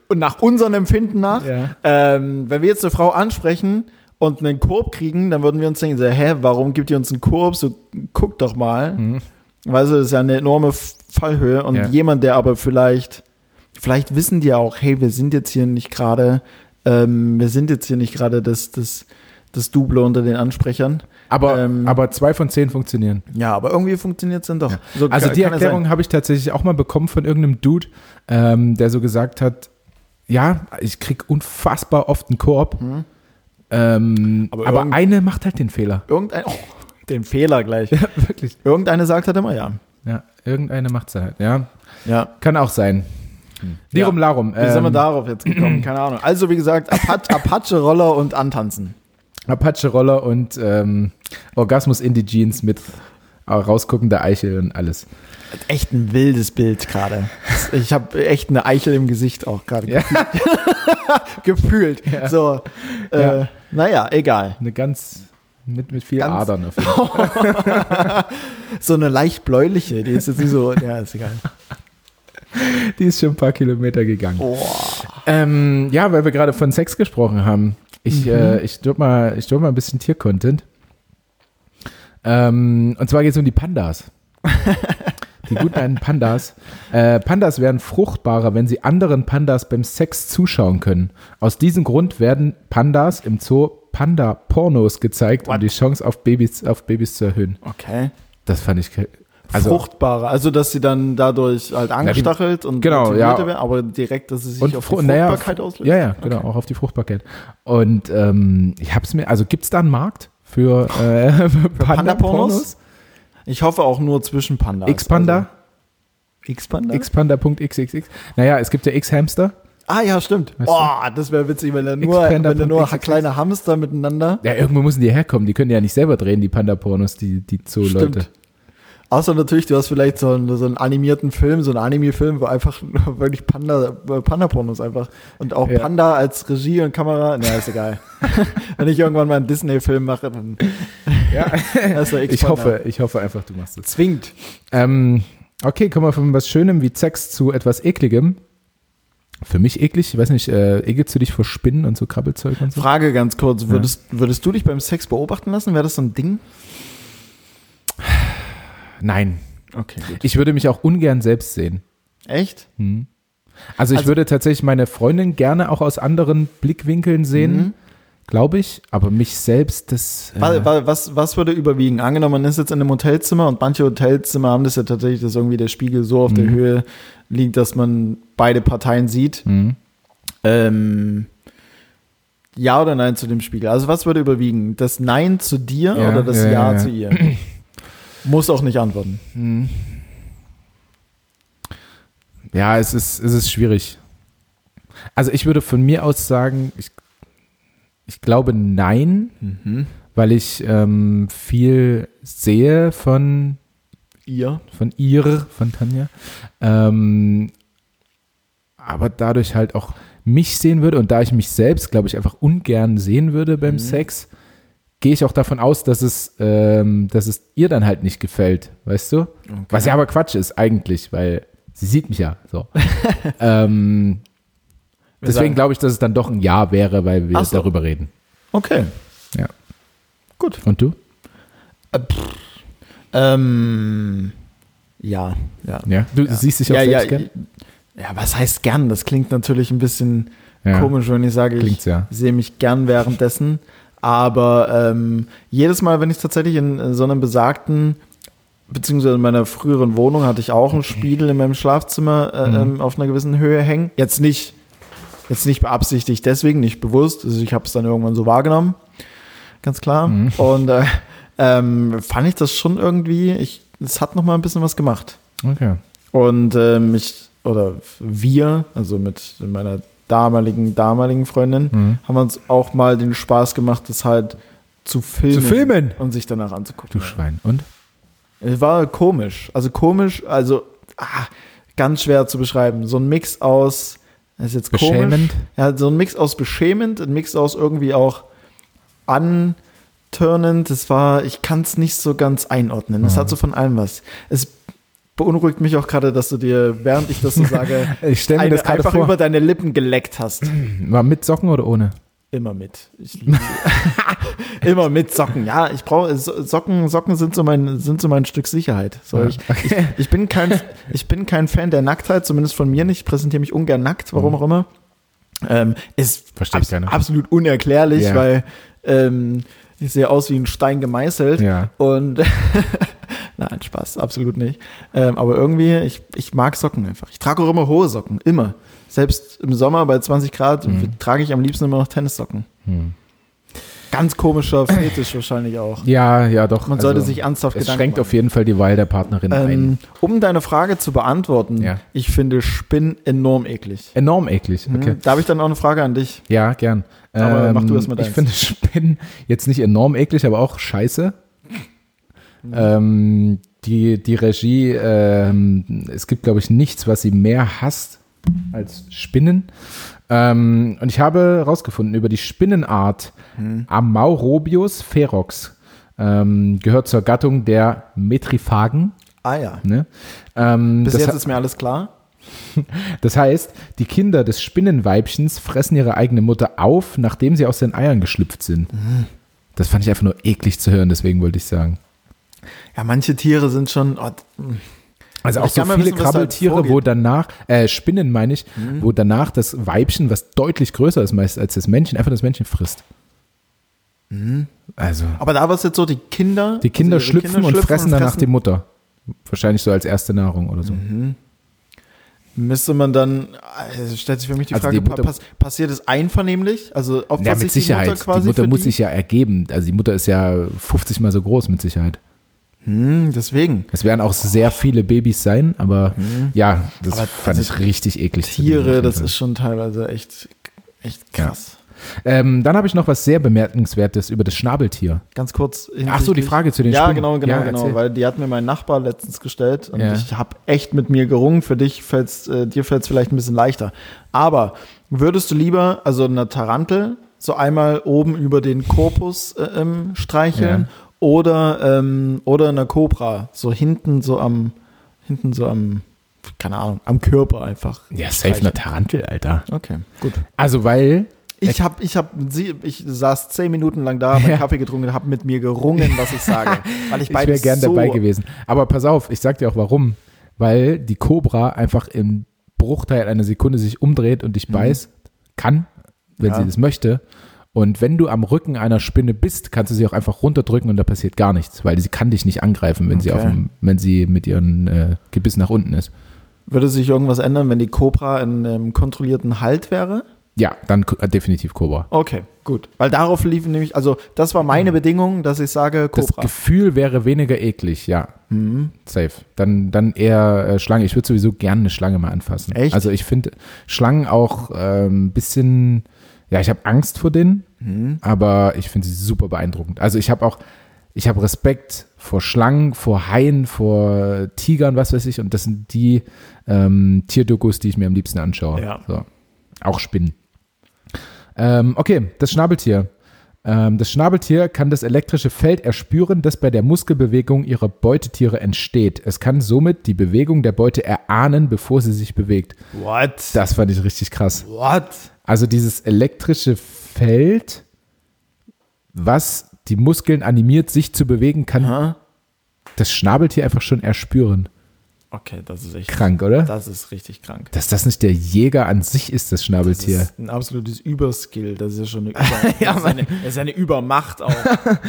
S1: und nach unserem Empfinden nach,
S2: Ja.
S1: ähm, wenn wir jetzt eine Frau ansprechen und einen Korb kriegen, dann würden wir uns denken, so, hä, warum gibt ihr uns einen Korb? So, guck doch mal. Weißt du, das ist ja eine enorme F- Fallhöhe. Und
S2: Mhm. Ja.
S1: jemand, der aber vielleicht, vielleicht wissen die ja auch, hey, wir sind jetzt hier nicht gerade, ähm, wir sind jetzt hier nicht gerade das, das, das Double unter den Ansprechern.
S2: Aber,
S1: ähm,
S2: aber zwei von zehn funktionieren.
S1: Ja, aber irgendwie funktioniert es dann doch. So
S2: also
S1: kann-
S2: die
S1: kann ja sein.
S2: Erklärung habe ich tatsächlich auch mal bekommen von irgendeinem Dude, ähm, der so gesagt hat, ja, ich krieg unfassbar oft einen Koop, ähm, aber,
S1: Mhm. Aber irgend-
S2: eine macht halt den Fehler.
S1: Irgendein, oh, den Fehler gleich.
S2: Ja, wirklich.
S1: Irgendeine sagt halt immer ja.
S2: Ja, irgendeine macht's halt, ja.
S1: Ja.
S2: Kann auch sein.
S1: Ja.
S2: Lirum Larum.
S1: Wie sind wir
S2: ähm,
S1: darauf jetzt gekommen? Keine Ahnung. Also, wie gesagt, Apache, Apache Roller und Antanzen.
S2: Apache Roller und ähm, Orgasmus in die Jeans mit äh, rausguckender Eichel und alles.
S1: Echt ein wildes Bild gerade. Ich habe echt eine Eichel im Gesicht auch gerade
S2: Ja.
S1: gefühlt. gefühlt. So, äh, naja, egal.
S2: Eine ganz mit, mit viel
S1: Ganz-
S2: Adern auf jeden Fall.
S1: So eine leicht bläuliche, die ist jetzt nicht so, ja, ist egal.
S2: Die ist schon ein paar Kilometer gegangen.
S1: Boah.
S2: Ähm, ja, weil wir gerade von Sex gesprochen haben. Ich, äh, ich drück mal, ich drück mal ein bisschen Tier-Content. Ähm, und zwar geht es um die Pandas. Die guten alten Pandas. Äh, Pandas werden fruchtbarer, wenn sie anderen Pandas beim Sex zuschauen können. Aus diesem Grund werden Pandas im Zoo Panda-Pornos gezeigt, um
S1: What?
S2: die Chance auf Babys, auf Babys zu erhöhen.
S1: Okay.
S2: Das fand ich. ge- Also,
S1: fruchtbare, also dass sie dann dadurch halt angestachelt und
S2: genau,
S1: motivierter
S2: ja.
S1: werden, aber direkt, dass sie sich
S2: und
S1: auf die
S2: fru- naja,
S1: Fruchtbarkeit auslöst.
S2: Ja, ja, genau, auch auf die Fruchtbarkeit. Und ähm, ich hab's mir, also gibt's da einen Markt für, äh, für Panda-Pornos?
S1: Panda-Pornos? Ich hoffe auch nur zwischen Pandas.
S2: X-Panda?
S1: Also, X-Panda?
S2: Xpanda.xxx. Naja, es gibt ja X-Hamster.
S1: ah ja, stimmt.
S2: Weißt
S1: Boah, das wäre witzig, wenn da nur,
S2: Xpanda
S1: wenn da nur
S2: Punkt XXX.
S1: kleine Hamster miteinander.
S2: Ja, irgendwo müssen die herkommen. Die können ja nicht selber drehen, die Panda-Pornos, die, die Zoo-Leute.
S1: Stimmt. Außer natürlich, du hast vielleicht so einen, so einen animierten Film, so einen Anime-Film, wo einfach wirklich Panda, Panda-Pornos einfach und auch
S2: Ja.
S1: Panda als Regie und Kamera, na, ist egal. Wenn ich irgendwann mal einen Disney-Film mache, dann Also
S2: Ja.
S1: ist er
S2: Ich hoffe, ich hoffe einfach, du machst es.
S1: Zwingt.
S2: Ähm, okay, kommen wir von was Schönem wie Sex zu etwas Ekligem. Für mich eklig, ich weiß nicht, äh, ekelst du dich vor Spinnen und so Krabbelzeug und so?
S1: Frage ganz kurz, würdest, würdest du dich beim Sex beobachten lassen? Wäre das so ein Ding?
S2: Nein.
S1: Okay, gut.
S2: Ich würde mich auch ungern selbst sehen.
S1: Echt?
S2: Also ich
S1: Also-
S2: würde tatsächlich meine Freundin gerne auch aus anderen Blickwinkeln sehen, glaube ich, aber mich selbst, das. Äh,
S1: Mhm. Wa- wa- Was, was würde überwiegen? Angenommen, man ist jetzt in einem Hotelzimmer und manche Hotelzimmer haben das ja tatsächlich, dass irgendwie der Spiegel so auf der Höhe liegt, dass man beide Parteien sieht.
S2: Mhm.
S1: Ähm, ja oder nein zu dem Spiegel? Also was würde überwiegen? Das Nein zu dir
S2: Ja,
S1: oder das
S2: ja,
S1: Ja,
S2: ja, ja.
S1: zu ihr? Muss auch nicht antworten.
S2: Ja, es ist, es ist schwierig. Also ich würde von mir aus sagen, ich, ich glaube nein, weil ich ähm, viel sehe von
S1: Ihr?
S2: von ihr, von Tanja. Ähm, aber dadurch halt auch mich sehen würde und da ich mich selbst, glaube ich, einfach ungern sehen würde beim
S1: Mhm.
S2: Sex, gehe ich auch davon aus, dass es, ähm, dass es ihr dann halt nicht gefällt, weißt du? Was ja aber Quatsch ist eigentlich, weil sie sieht mich ja so. ähm,
S1: Wir
S2: deswegen
S1: sagen-
S2: glaube ich, dass es dann doch ein Ja wäre, weil wir
S1: Ach so.
S2: darüber reden.
S1: Okay.
S2: Ja.
S1: Gut.
S2: Und du?
S1: Eh, Ähm, ja, ja.
S2: Ja. Du siehst dich auch
S1: ja, ja,
S2: selbst gern?
S1: ja, was heißt gern? Das klingt natürlich ein bisschen
S2: Ja.
S1: komisch, wenn ich sage,
S2: Klingt's,
S1: ich
S2: ja.
S1: sehe mich gern währenddessen. Aber ähm, jedes Mal, wenn ich tatsächlich in äh, so einem besagten, beziehungsweise in meiner früheren Wohnung hatte ich auch einen Spiegel in meinem Schlafzimmer
S2: Mhm.
S1: äh, ähm, auf einer gewissen Höhe hängen. Jetzt nicht, jetzt nicht beabsichtigt, deswegen nicht bewusst. Also ich habe es dann irgendwann so wahrgenommen, ganz klar.
S2: Mhm.
S1: Und äh, ähm, fand ich das schon irgendwie, ich, es hat noch mal ein bisschen was gemacht.
S2: Okay.
S1: Und ähm, ich, oder wir, also mit meiner damaligen, damaligen Freundin,
S2: Mhm.
S1: haben uns auch mal den Spaß gemacht, das halt zu filmen.
S2: filmen?
S1: Und sich danach
S2: Du
S1: anzugucken.
S2: Schwein. Und?
S1: Es war komisch. Also komisch, also ah, ganz schwer zu beschreiben. So ein Mix aus, das ist jetzt komisch.
S2: Beschämend?
S1: Ja, so ein Mix aus beschämend, ein Mix aus irgendwie auch antörnend. Das war, ich kann es nicht so ganz einordnen.
S2: Ah.
S1: Es hat so von allem was. Es beunruhigt mich auch gerade, dass du dir, während ich das so sage,
S2: Ich stell mir
S1: eine
S2: das gerade
S1: einfach
S2: vor.
S1: über deine Lippen geleckt hast.
S2: War mit Socken oder ohne?
S1: Immer mit. Ich liebe Immer mit Socken. Ja, ich brauche So- Socken. Socken sind so mein sind so mein Stück Sicherheit. So, ich, ich, ich bin kein ich bin kein Fan der Nacktheit, zumindest von mir nicht. Ich präsentiere mich ungern nackt, warum auch immer. Ähm, ist
S2: Versteht keiner.
S1: absolut unerklärlich,
S2: Ja.
S1: weil ähm, ich sehe aus wie ein Stein gemeißelt.
S2: Ja.
S1: Und nein, Spaß, absolut nicht. Ähm, aber irgendwie, ich, ich mag Socken einfach. Ich trage auch immer hohe Socken, immer. Selbst im Sommer bei 20 Grad
S2: Mhm.
S1: trage ich am liebsten immer noch Tennissocken. Ganz komischer Fetisch wahrscheinlich auch.
S2: Ja, ja, doch. Also
S1: Man sollte sich ernsthaft
S2: Es
S1: Gedanken
S2: schränkt
S1: machen.
S2: auf jeden Fall die Wahl der Partnerin ein.
S1: Ähm, um deine Frage zu beantworten,
S2: Ja.
S1: ich finde Spinnen enorm eklig.
S2: Enorm eklig. Okay.
S1: Da habe ich dann auch eine Frage an dich.
S2: Ja, gern. Ähm,
S1: Aber mach du erst mal
S2: Ich
S1: deins.
S2: finde Spinnen jetzt nicht enorm eklig, aber auch scheiße.
S1: Mhm.
S2: Ähm, die, die Regie, ähm, es gibt, glaube ich, nichts, was sie mehr hasst als Spinnen. Ähm, und ich habe herausgefunden, über die Spinnenart
S1: Mhm.
S2: Amaurobius ferox ähm, gehört zur Gattung der Metriphagen.
S1: Ah ja.
S2: Ne? Ähm,
S1: Bis
S2: das,
S1: jetzt ist mir alles klar.
S2: das heißt, die Kinder des Spinnenweibchens fressen ihre eigene Mutter auf, nachdem sie aus den Eiern geschlüpft sind. Das fand ich einfach nur eklig zu hören, deswegen wollte ich sagen.
S1: Ja, manche Tiere sind schon. Oh,
S2: Also
S1: Ich
S2: auch so
S1: kann mal
S2: viele
S1: wissen, was da halt
S2: Krabbeltiere,
S1: vorgeht. Mhm.
S2: wo danach, äh, Spinnen meine ich, wo danach das Weibchen, was deutlich größer ist meist als das Männchen, einfach das Männchen frisst. Also,
S1: aber da war es jetzt so, die Kinder.
S2: die Kinder
S1: also Mhm. ihre
S2: schlüpfen und fressen danach
S1: fressen. Mhm.
S2: die Mutter. Wahrscheinlich so als erste Nahrung oder so.
S1: Müsste man dann, also stellt sich für mich die
S2: Also
S1: Frage,
S2: die Mutter-
S1: pass, passiert es einvernehmlich? Also opfert
S2: Ja, mit
S1: sich
S2: Sicherheit.
S1: die Mutter quasi für
S2: muss
S1: die?
S2: sich ja ergeben. Also die Mutter ist ja 50 mal so groß mit Sicherheit.
S1: Hm, deswegen.
S2: Es werden auch sehr viele Babys sein, aber ja, das
S1: Aber
S2: fand
S1: also
S2: ich richtig eklig. zu
S1: Tiere,
S2: sehen.
S1: das ist schon teilweise echt, echt krass.
S2: Ähm, dann habe ich noch was sehr Bemerkenswertes über das Schnabeltier.
S1: Ganz kurz.
S2: Ach so, die Frage zu den
S1: Ja,
S2: Sprüngen.
S1: genau, genau,
S2: Ja,
S1: genau.
S2: erzähl.
S1: Weil die hat mir mein Nachbar letztens gestellt und
S2: Ja.
S1: ich habe echt mit mir gerungen. Für dich fällt's, äh, dir fällt es vielleicht ein bisschen leichter. Aber würdest du lieber, also eine Tarantel, so einmal oben über den Korpus äh, ähm, streicheln oder, ähm, oder eine Cobra, so hinten so am, hinten so am, keine Ahnung, am Körper einfach.
S2: Ja, safe eine Tarantel, Alter.
S1: Okay, gut.
S2: Also, weil
S1: Ich habe, ich habe, ich saß zehn Minuten lang da, meinen
S2: Ja.
S1: Kaffee getrunken, habe mit mir gerungen, was ich sage, weil ich
S2: ich
S1: beides
S2: wäre gern
S1: so
S2: dabei gewesen. Aber pass auf, ich sag dir auch warum. Weil die Cobra einfach im Bruchteil einer Sekunde sich umdreht und dich beißt, kann, wenn
S1: Mhm. Ja.
S2: sie das möchte. Und wenn du am Rücken einer Spinne bist, kannst du sie auch einfach runterdrücken und da passiert gar nichts, weil sie kann dich nicht angreifen, wenn sie
S1: Okay.
S2: auf dem, wenn sie mit ihrem äh, Gebiss nach unten ist.
S1: Würde sich irgendwas ändern, wenn die Cobra in einem kontrollierten Halt wäre?
S2: Ja, dann ko- äh, definitiv Cobra.
S1: Okay, gut. Weil darauf liefen nämlich, also das war meine Bedingung, dass ich sage
S2: Hm. Das hm,
S1: Cobra.
S2: Gefühl wäre weniger eklig, ja. Safe. Dann, dann eher äh, Schlange. Ich würde sowieso gerne eine Schlange mal anfassen.
S1: Echt?
S2: Also ich finde Schlangen auch ein ähm, bisschen, ja, ich habe Angst vor denen, aber ich finde sie super beeindruckend. Also ich habe auch, ich habe Respekt vor Schlangen, vor Haien, vor Tigern, was weiß ich. Und das sind die ähm, Tierdokus, die ich mir am liebsten anschaue.
S1: Ja.
S2: So. Auch Spinnen. Ähm, okay, das Schnabeltier. Ähm, das Schnabeltier kann das elektrische Feld erspüren, das bei der Muskelbewegung ihrer Beutetiere entsteht. Es kann somit die Bewegung der Beute erahnen, bevor sie sich bewegt.
S1: What?
S2: Das fand ich richtig krass.
S1: What?
S2: Also dieses elektrische Feld, was die Muskeln animiert, sich zu bewegen, kann
S1: Aha.
S2: das Schnabeltier einfach schon erspüren.
S1: Okay, das ist echt
S2: Krank, oder?
S1: Das ist richtig krank.
S2: Dass das nicht der Jäger an sich ist, das
S1: Das
S2: Schnabeltier.
S1: ist ein absolutes Überskill. Das ist ja schon eine, Über das ist eine, das ist eine Übermacht auch.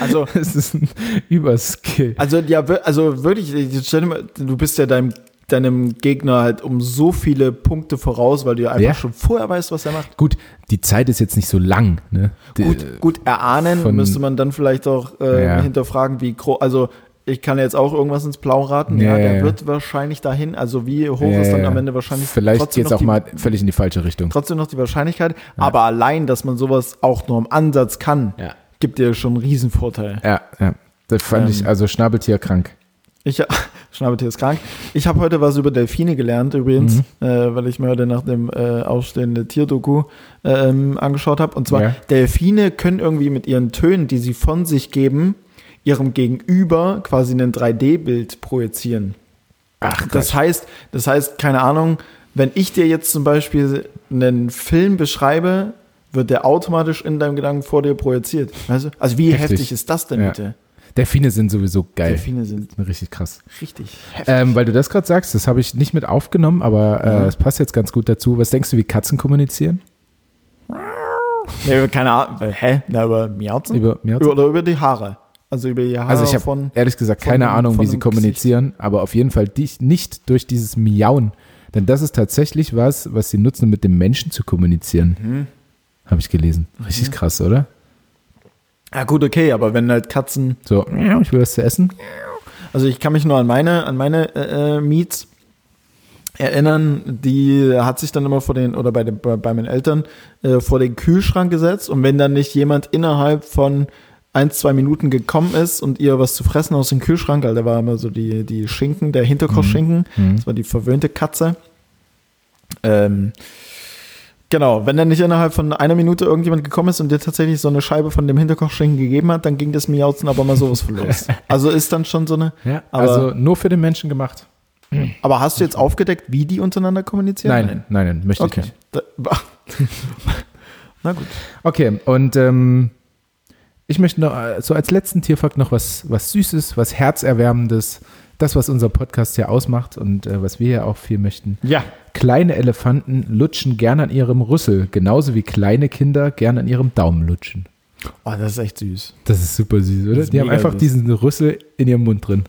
S1: Also
S2: Das ist ein Überskill.
S1: Also ja, wir- also wirklich, jetzt stell dir mal, du bist ja deinem, deinem Gegner halt um so viele Punkte voraus, weil du ja einfach
S2: Ja.
S1: schon vorher weißt, was er macht.
S2: Gut, die Zeit ist jetzt nicht so lang. Ne? Die,
S1: Gut, gut erahnen
S2: von-
S1: müsste man dann vielleicht auch äh,
S2: Ja.
S1: hinterfragen, wie groß, also ich kann jetzt auch irgendwas ins Blau raten, ja,
S2: Ja,
S1: der
S2: ja.
S1: wird wahrscheinlich dahin, also wie hoch
S2: Ja,
S1: ist dann
S2: ja.
S1: am Ende wahrscheinlich
S2: Vielleicht
S1: trotzdem
S2: geht es
S1: noch
S2: auch
S1: die,
S2: mal völlig in die falsche Richtung.
S1: trotzdem noch die Wahrscheinlichkeit, aber allein, dass man sowas auch nur im Ansatz kann,
S2: Ja.
S1: gibt dir schon einen Riesenvorteil.
S2: Ja, ja. Das fand
S1: Ähm,
S2: ich also Schnabeltier krank.
S1: Ich Schnabeltier ist krank. Ich habe heute was über Delfine gelernt übrigens,
S2: Mhm.
S1: äh, weil ich mir heute nach dem äh, aufstehende Tierdoku ähm, angeschaut habe. Und zwar
S2: Ja.
S1: Delfine können irgendwie mit ihren Tönen, die sie von sich geben, ihrem Gegenüber quasi ein 3D-Bild projizieren.
S2: Ach,
S1: Das heißt, das heißt, keine Ahnung, wenn ich dir jetzt zum Beispiel einen Film beschreibe, wird der automatisch in deinem Gedanken vor dir projiziert. Weißt du? Also wie heftig,
S2: Heftig.
S1: ist das denn
S2: Ja.
S1: bitte?
S2: Delfine sind sowieso geil.
S1: Delfine sind
S2: Richtig krass.
S1: richtig heftig. Mhm.
S2: Ähm, weil du das gerade sagst, das habe ich nicht mit aufgenommen, aber äh, es passt jetzt ganz gut dazu. Was denkst du, wie Katzen kommunizieren?
S1: Nee, keine Ahnung. Äh, Hä? Na, über Miauzen?
S2: Über Miauzen?
S1: Mhm. Über- Oder über die Haare. Also über die Haare
S2: Also ich habe
S1: von.
S2: ehrlich gesagt
S1: von
S2: keine
S1: dem-
S2: Ahnung,
S1: von
S2: wie sie
S1: dem
S2: kommunizieren, aber auf jeden Fall dich nicht durch dieses Miauen. Denn das ist tatsächlich was, was sie nutzen, um mit dem Menschen zu kommunizieren.
S1: Mhm.
S2: Habe ich gelesen. Richtig krass, oder?
S1: Ja ah, gut, okay, aber wenn halt Katzen.
S2: So, miau, ich will was zu essen.
S1: Also ich kann mich nur an meine, an meine äh, äh, Meets erinnern, die hat sich dann immer vor den, oder bei, den, bei, bei meinen Eltern, äh, vor den Kühlschrank gesetzt und wenn dann nicht jemand innerhalb von ein, zwei Minuten gekommen ist und ihr was zu fressen aus dem Kühlschrank, weil da war immer so die, die Schinken, der Hinterkochschinken,
S2: Mhm.
S1: das war die verwöhnte Katze. Ähm, genau, wenn dann nicht innerhalb von einer Minute irgendjemand gekommen ist und dir tatsächlich so eine Scheibe von dem Hinterkochschinken gegeben hat, dann ging das Miauzen aber mal sowas von los. Also ist dann schon so eine,
S2: Ja,
S1: aber-
S2: also nur für den Menschen gemacht.
S1: aber hast du jetzt aufgedeckt, wie die untereinander kommunizieren?
S2: Nein, nein, nein, möchte ich
S1: Okay.
S2: nicht.
S1: Da, Na gut.
S2: Okay, und ähm, ich möchte noch, äh, so als letzten Tierfakt noch was, was Süßes, was Herzerwärmendes, das, was unser Podcast hier ausmacht und äh, was wir hier auch viel möchten.
S1: Ja.
S2: Kleine Elefanten lutschen gern an ihrem Rüssel, genauso wie kleine Kinder gern an ihrem Daumen lutschen.
S1: Oh, das ist echt süß.
S2: Das ist super süß, oder?
S1: Das ist
S2: Die haben
S1: mega
S2: einfach
S1: süß.
S2: diesen Rüssel in ihrem Mund drin,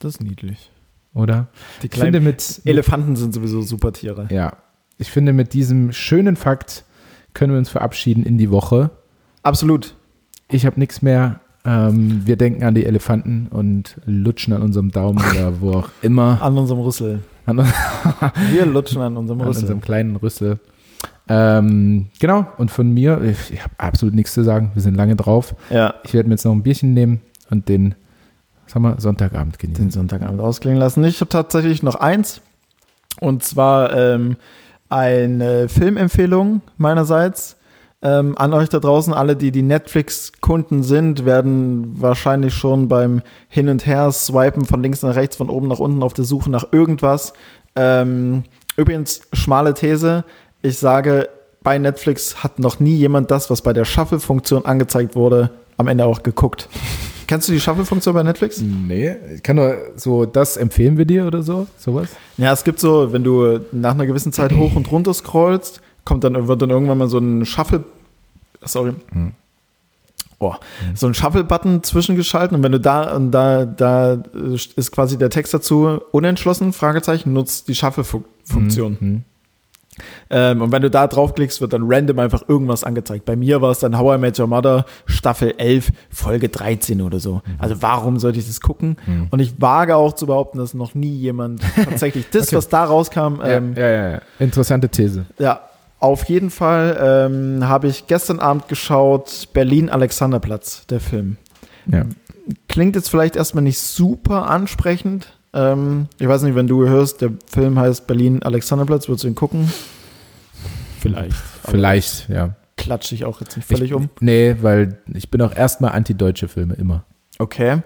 S1: Das ist niedlich.
S2: oder?
S1: Die
S2: Ich finde mit,
S1: Elefanten sind sowieso super Tiere.
S2: ja, ich finde mit diesem schönen Fakt können wir uns verabschieden in die Woche.
S1: Absolut.
S2: ich habe nichts mehr. Ähm, wir denken an die Elefanten und lutschen an unserem Daumen oder wo auch immer.
S1: An unserem Rüssel.
S2: An, an
S1: Wir lutschen an unserem Rüssel.
S2: unserem kleinen Rüssel. Ähm, genau, und von mir, ich, ich habe absolut nichts zu sagen. Wir sind lange drauf.
S1: Ja.
S2: Ich werde mir jetzt noch ein Bierchen nehmen und den, sag mal, Sonntagabend genießen.
S1: Den Sonntagabend ausklingen lassen. Ich habe tatsächlich noch eins. Und zwar ähm, eine Filmempfehlung meinerseits. Ähm, an euch da draußen, alle, die die Netflix-Kunden sind, werden wahrscheinlich schon beim Hin und Her swipen von links nach rechts, von oben nach unten auf der Suche nach irgendwas. Ähm, übrigens, schmale These. Ich sage, bei Netflix hat noch nie jemand das, was bei der Shuffle-Funktion angezeigt wurde, am Ende auch geguckt. Kennst du die Shuffle-Funktion bei Netflix?
S2: Nee, ich kann nur so, das empfehlen wir dir oder so, sowas.
S1: Ja, es gibt so, wenn du nach einer gewissen Zeit hoch und runter scrollst, kommt dann, wird dann irgendwann mal so ein Shuffle. Sorry. Oh, so ein Shuffle-Button zwischengeschalten und wenn du da und da, da äh, ist quasi der Text dazu unentschlossen, Fragezeichen, nutzt die Shuffle-Funktion. Ähm, und wenn du da draufklickst, wird dann random einfach irgendwas angezeigt. Bei mir war es dann How I Met Your Mother, Staffel 11, Folge 13 oder so. Also warum sollte ich das gucken? Und ich wage auch zu behaupten, dass noch nie jemand tatsächlich das, was da rauskam, ähm,
S2: ja, ja, ja. Interessante These.
S1: ja, auf jeden Fall ähm, habe ich gestern Abend geschaut, Berlin-Alexanderplatz, der Film.
S2: Ja.
S1: Klingt jetzt vielleicht erstmal nicht super ansprechend. Ähm, ich weiß nicht, wenn du hörst, der Film heißt Berlin-Alexanderplatz, würdest du ihn gucken? Vielleicht. Vielleicht
S2: Vielleicht, ja.
S1: klatsche ich auch jetzt nicht völlig
S2: ich,
S1: um.
S2: Nee, weil ich bin auch erstmal anti-deutsche Filme, immer.
S1: Okay.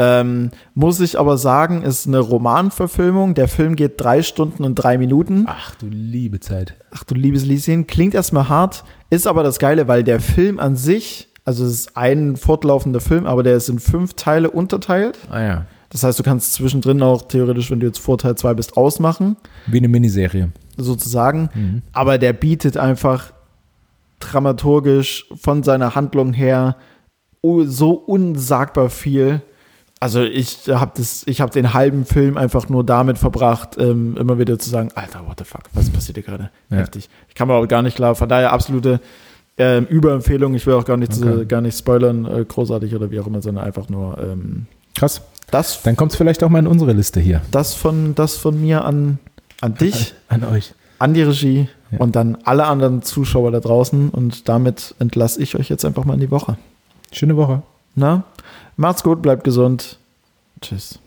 S1: Ähm, muss ich aber sagen, ist eine Romanverfilmung. Der Film geht drei Stunden und drei Minuten.
S2: Ach du liebe Zeit.
S1: Ach du liebes Lieschen, klingt erstmal hart, ist aber das Geile, weil der Film an sich, also es ist ein fortlaufender Film, aber der ist in fünf Teile unterteilt.
S2: Ah ja.
S1: Das heißt, du kannst zwischendrin auch theoretisch, wenn du jetzt vor Teil 2 bist, ausmachen,
S2: Wie eine Miniserie.
S1: sozusagen.
S2: Mhm.
S1: Aber der bietet einfach dramaturgisch von seiner Handlung her u- so unsagbar viel. Also ich habe das, ich habe den halben Film einfach nur damit verbracht, ähm, immer wieder zu sagen, Alter, what the fuck, was passiert hier gerade?
S2: Ja.
S1: Heftig. Ich kam aber gar nicht klar. Von daher absolute ähm, Überempfehlung. Ich will auch gar nicht,
S2: Okay.
S1: äh, gar nicht spoilern, äh, großartig oder wie auch immer, sondern einfach nur ähm,
S2: Krass.
S1: das,
S2: Dann kommt es vielleicht auch mal in unsere Liste hier.
S1: das von, das von mir an, an dich.
S2: An euch.
S1: an die Regie
S2: Ja.
S1: und dann alle anderen Zuschauer da draußen. Und damit entlasse ich euch jetzt einfach mal in die Woche.
S2: Schöne Woche.
S1: Na, macht's gut, bleibt gesund. Tschüss.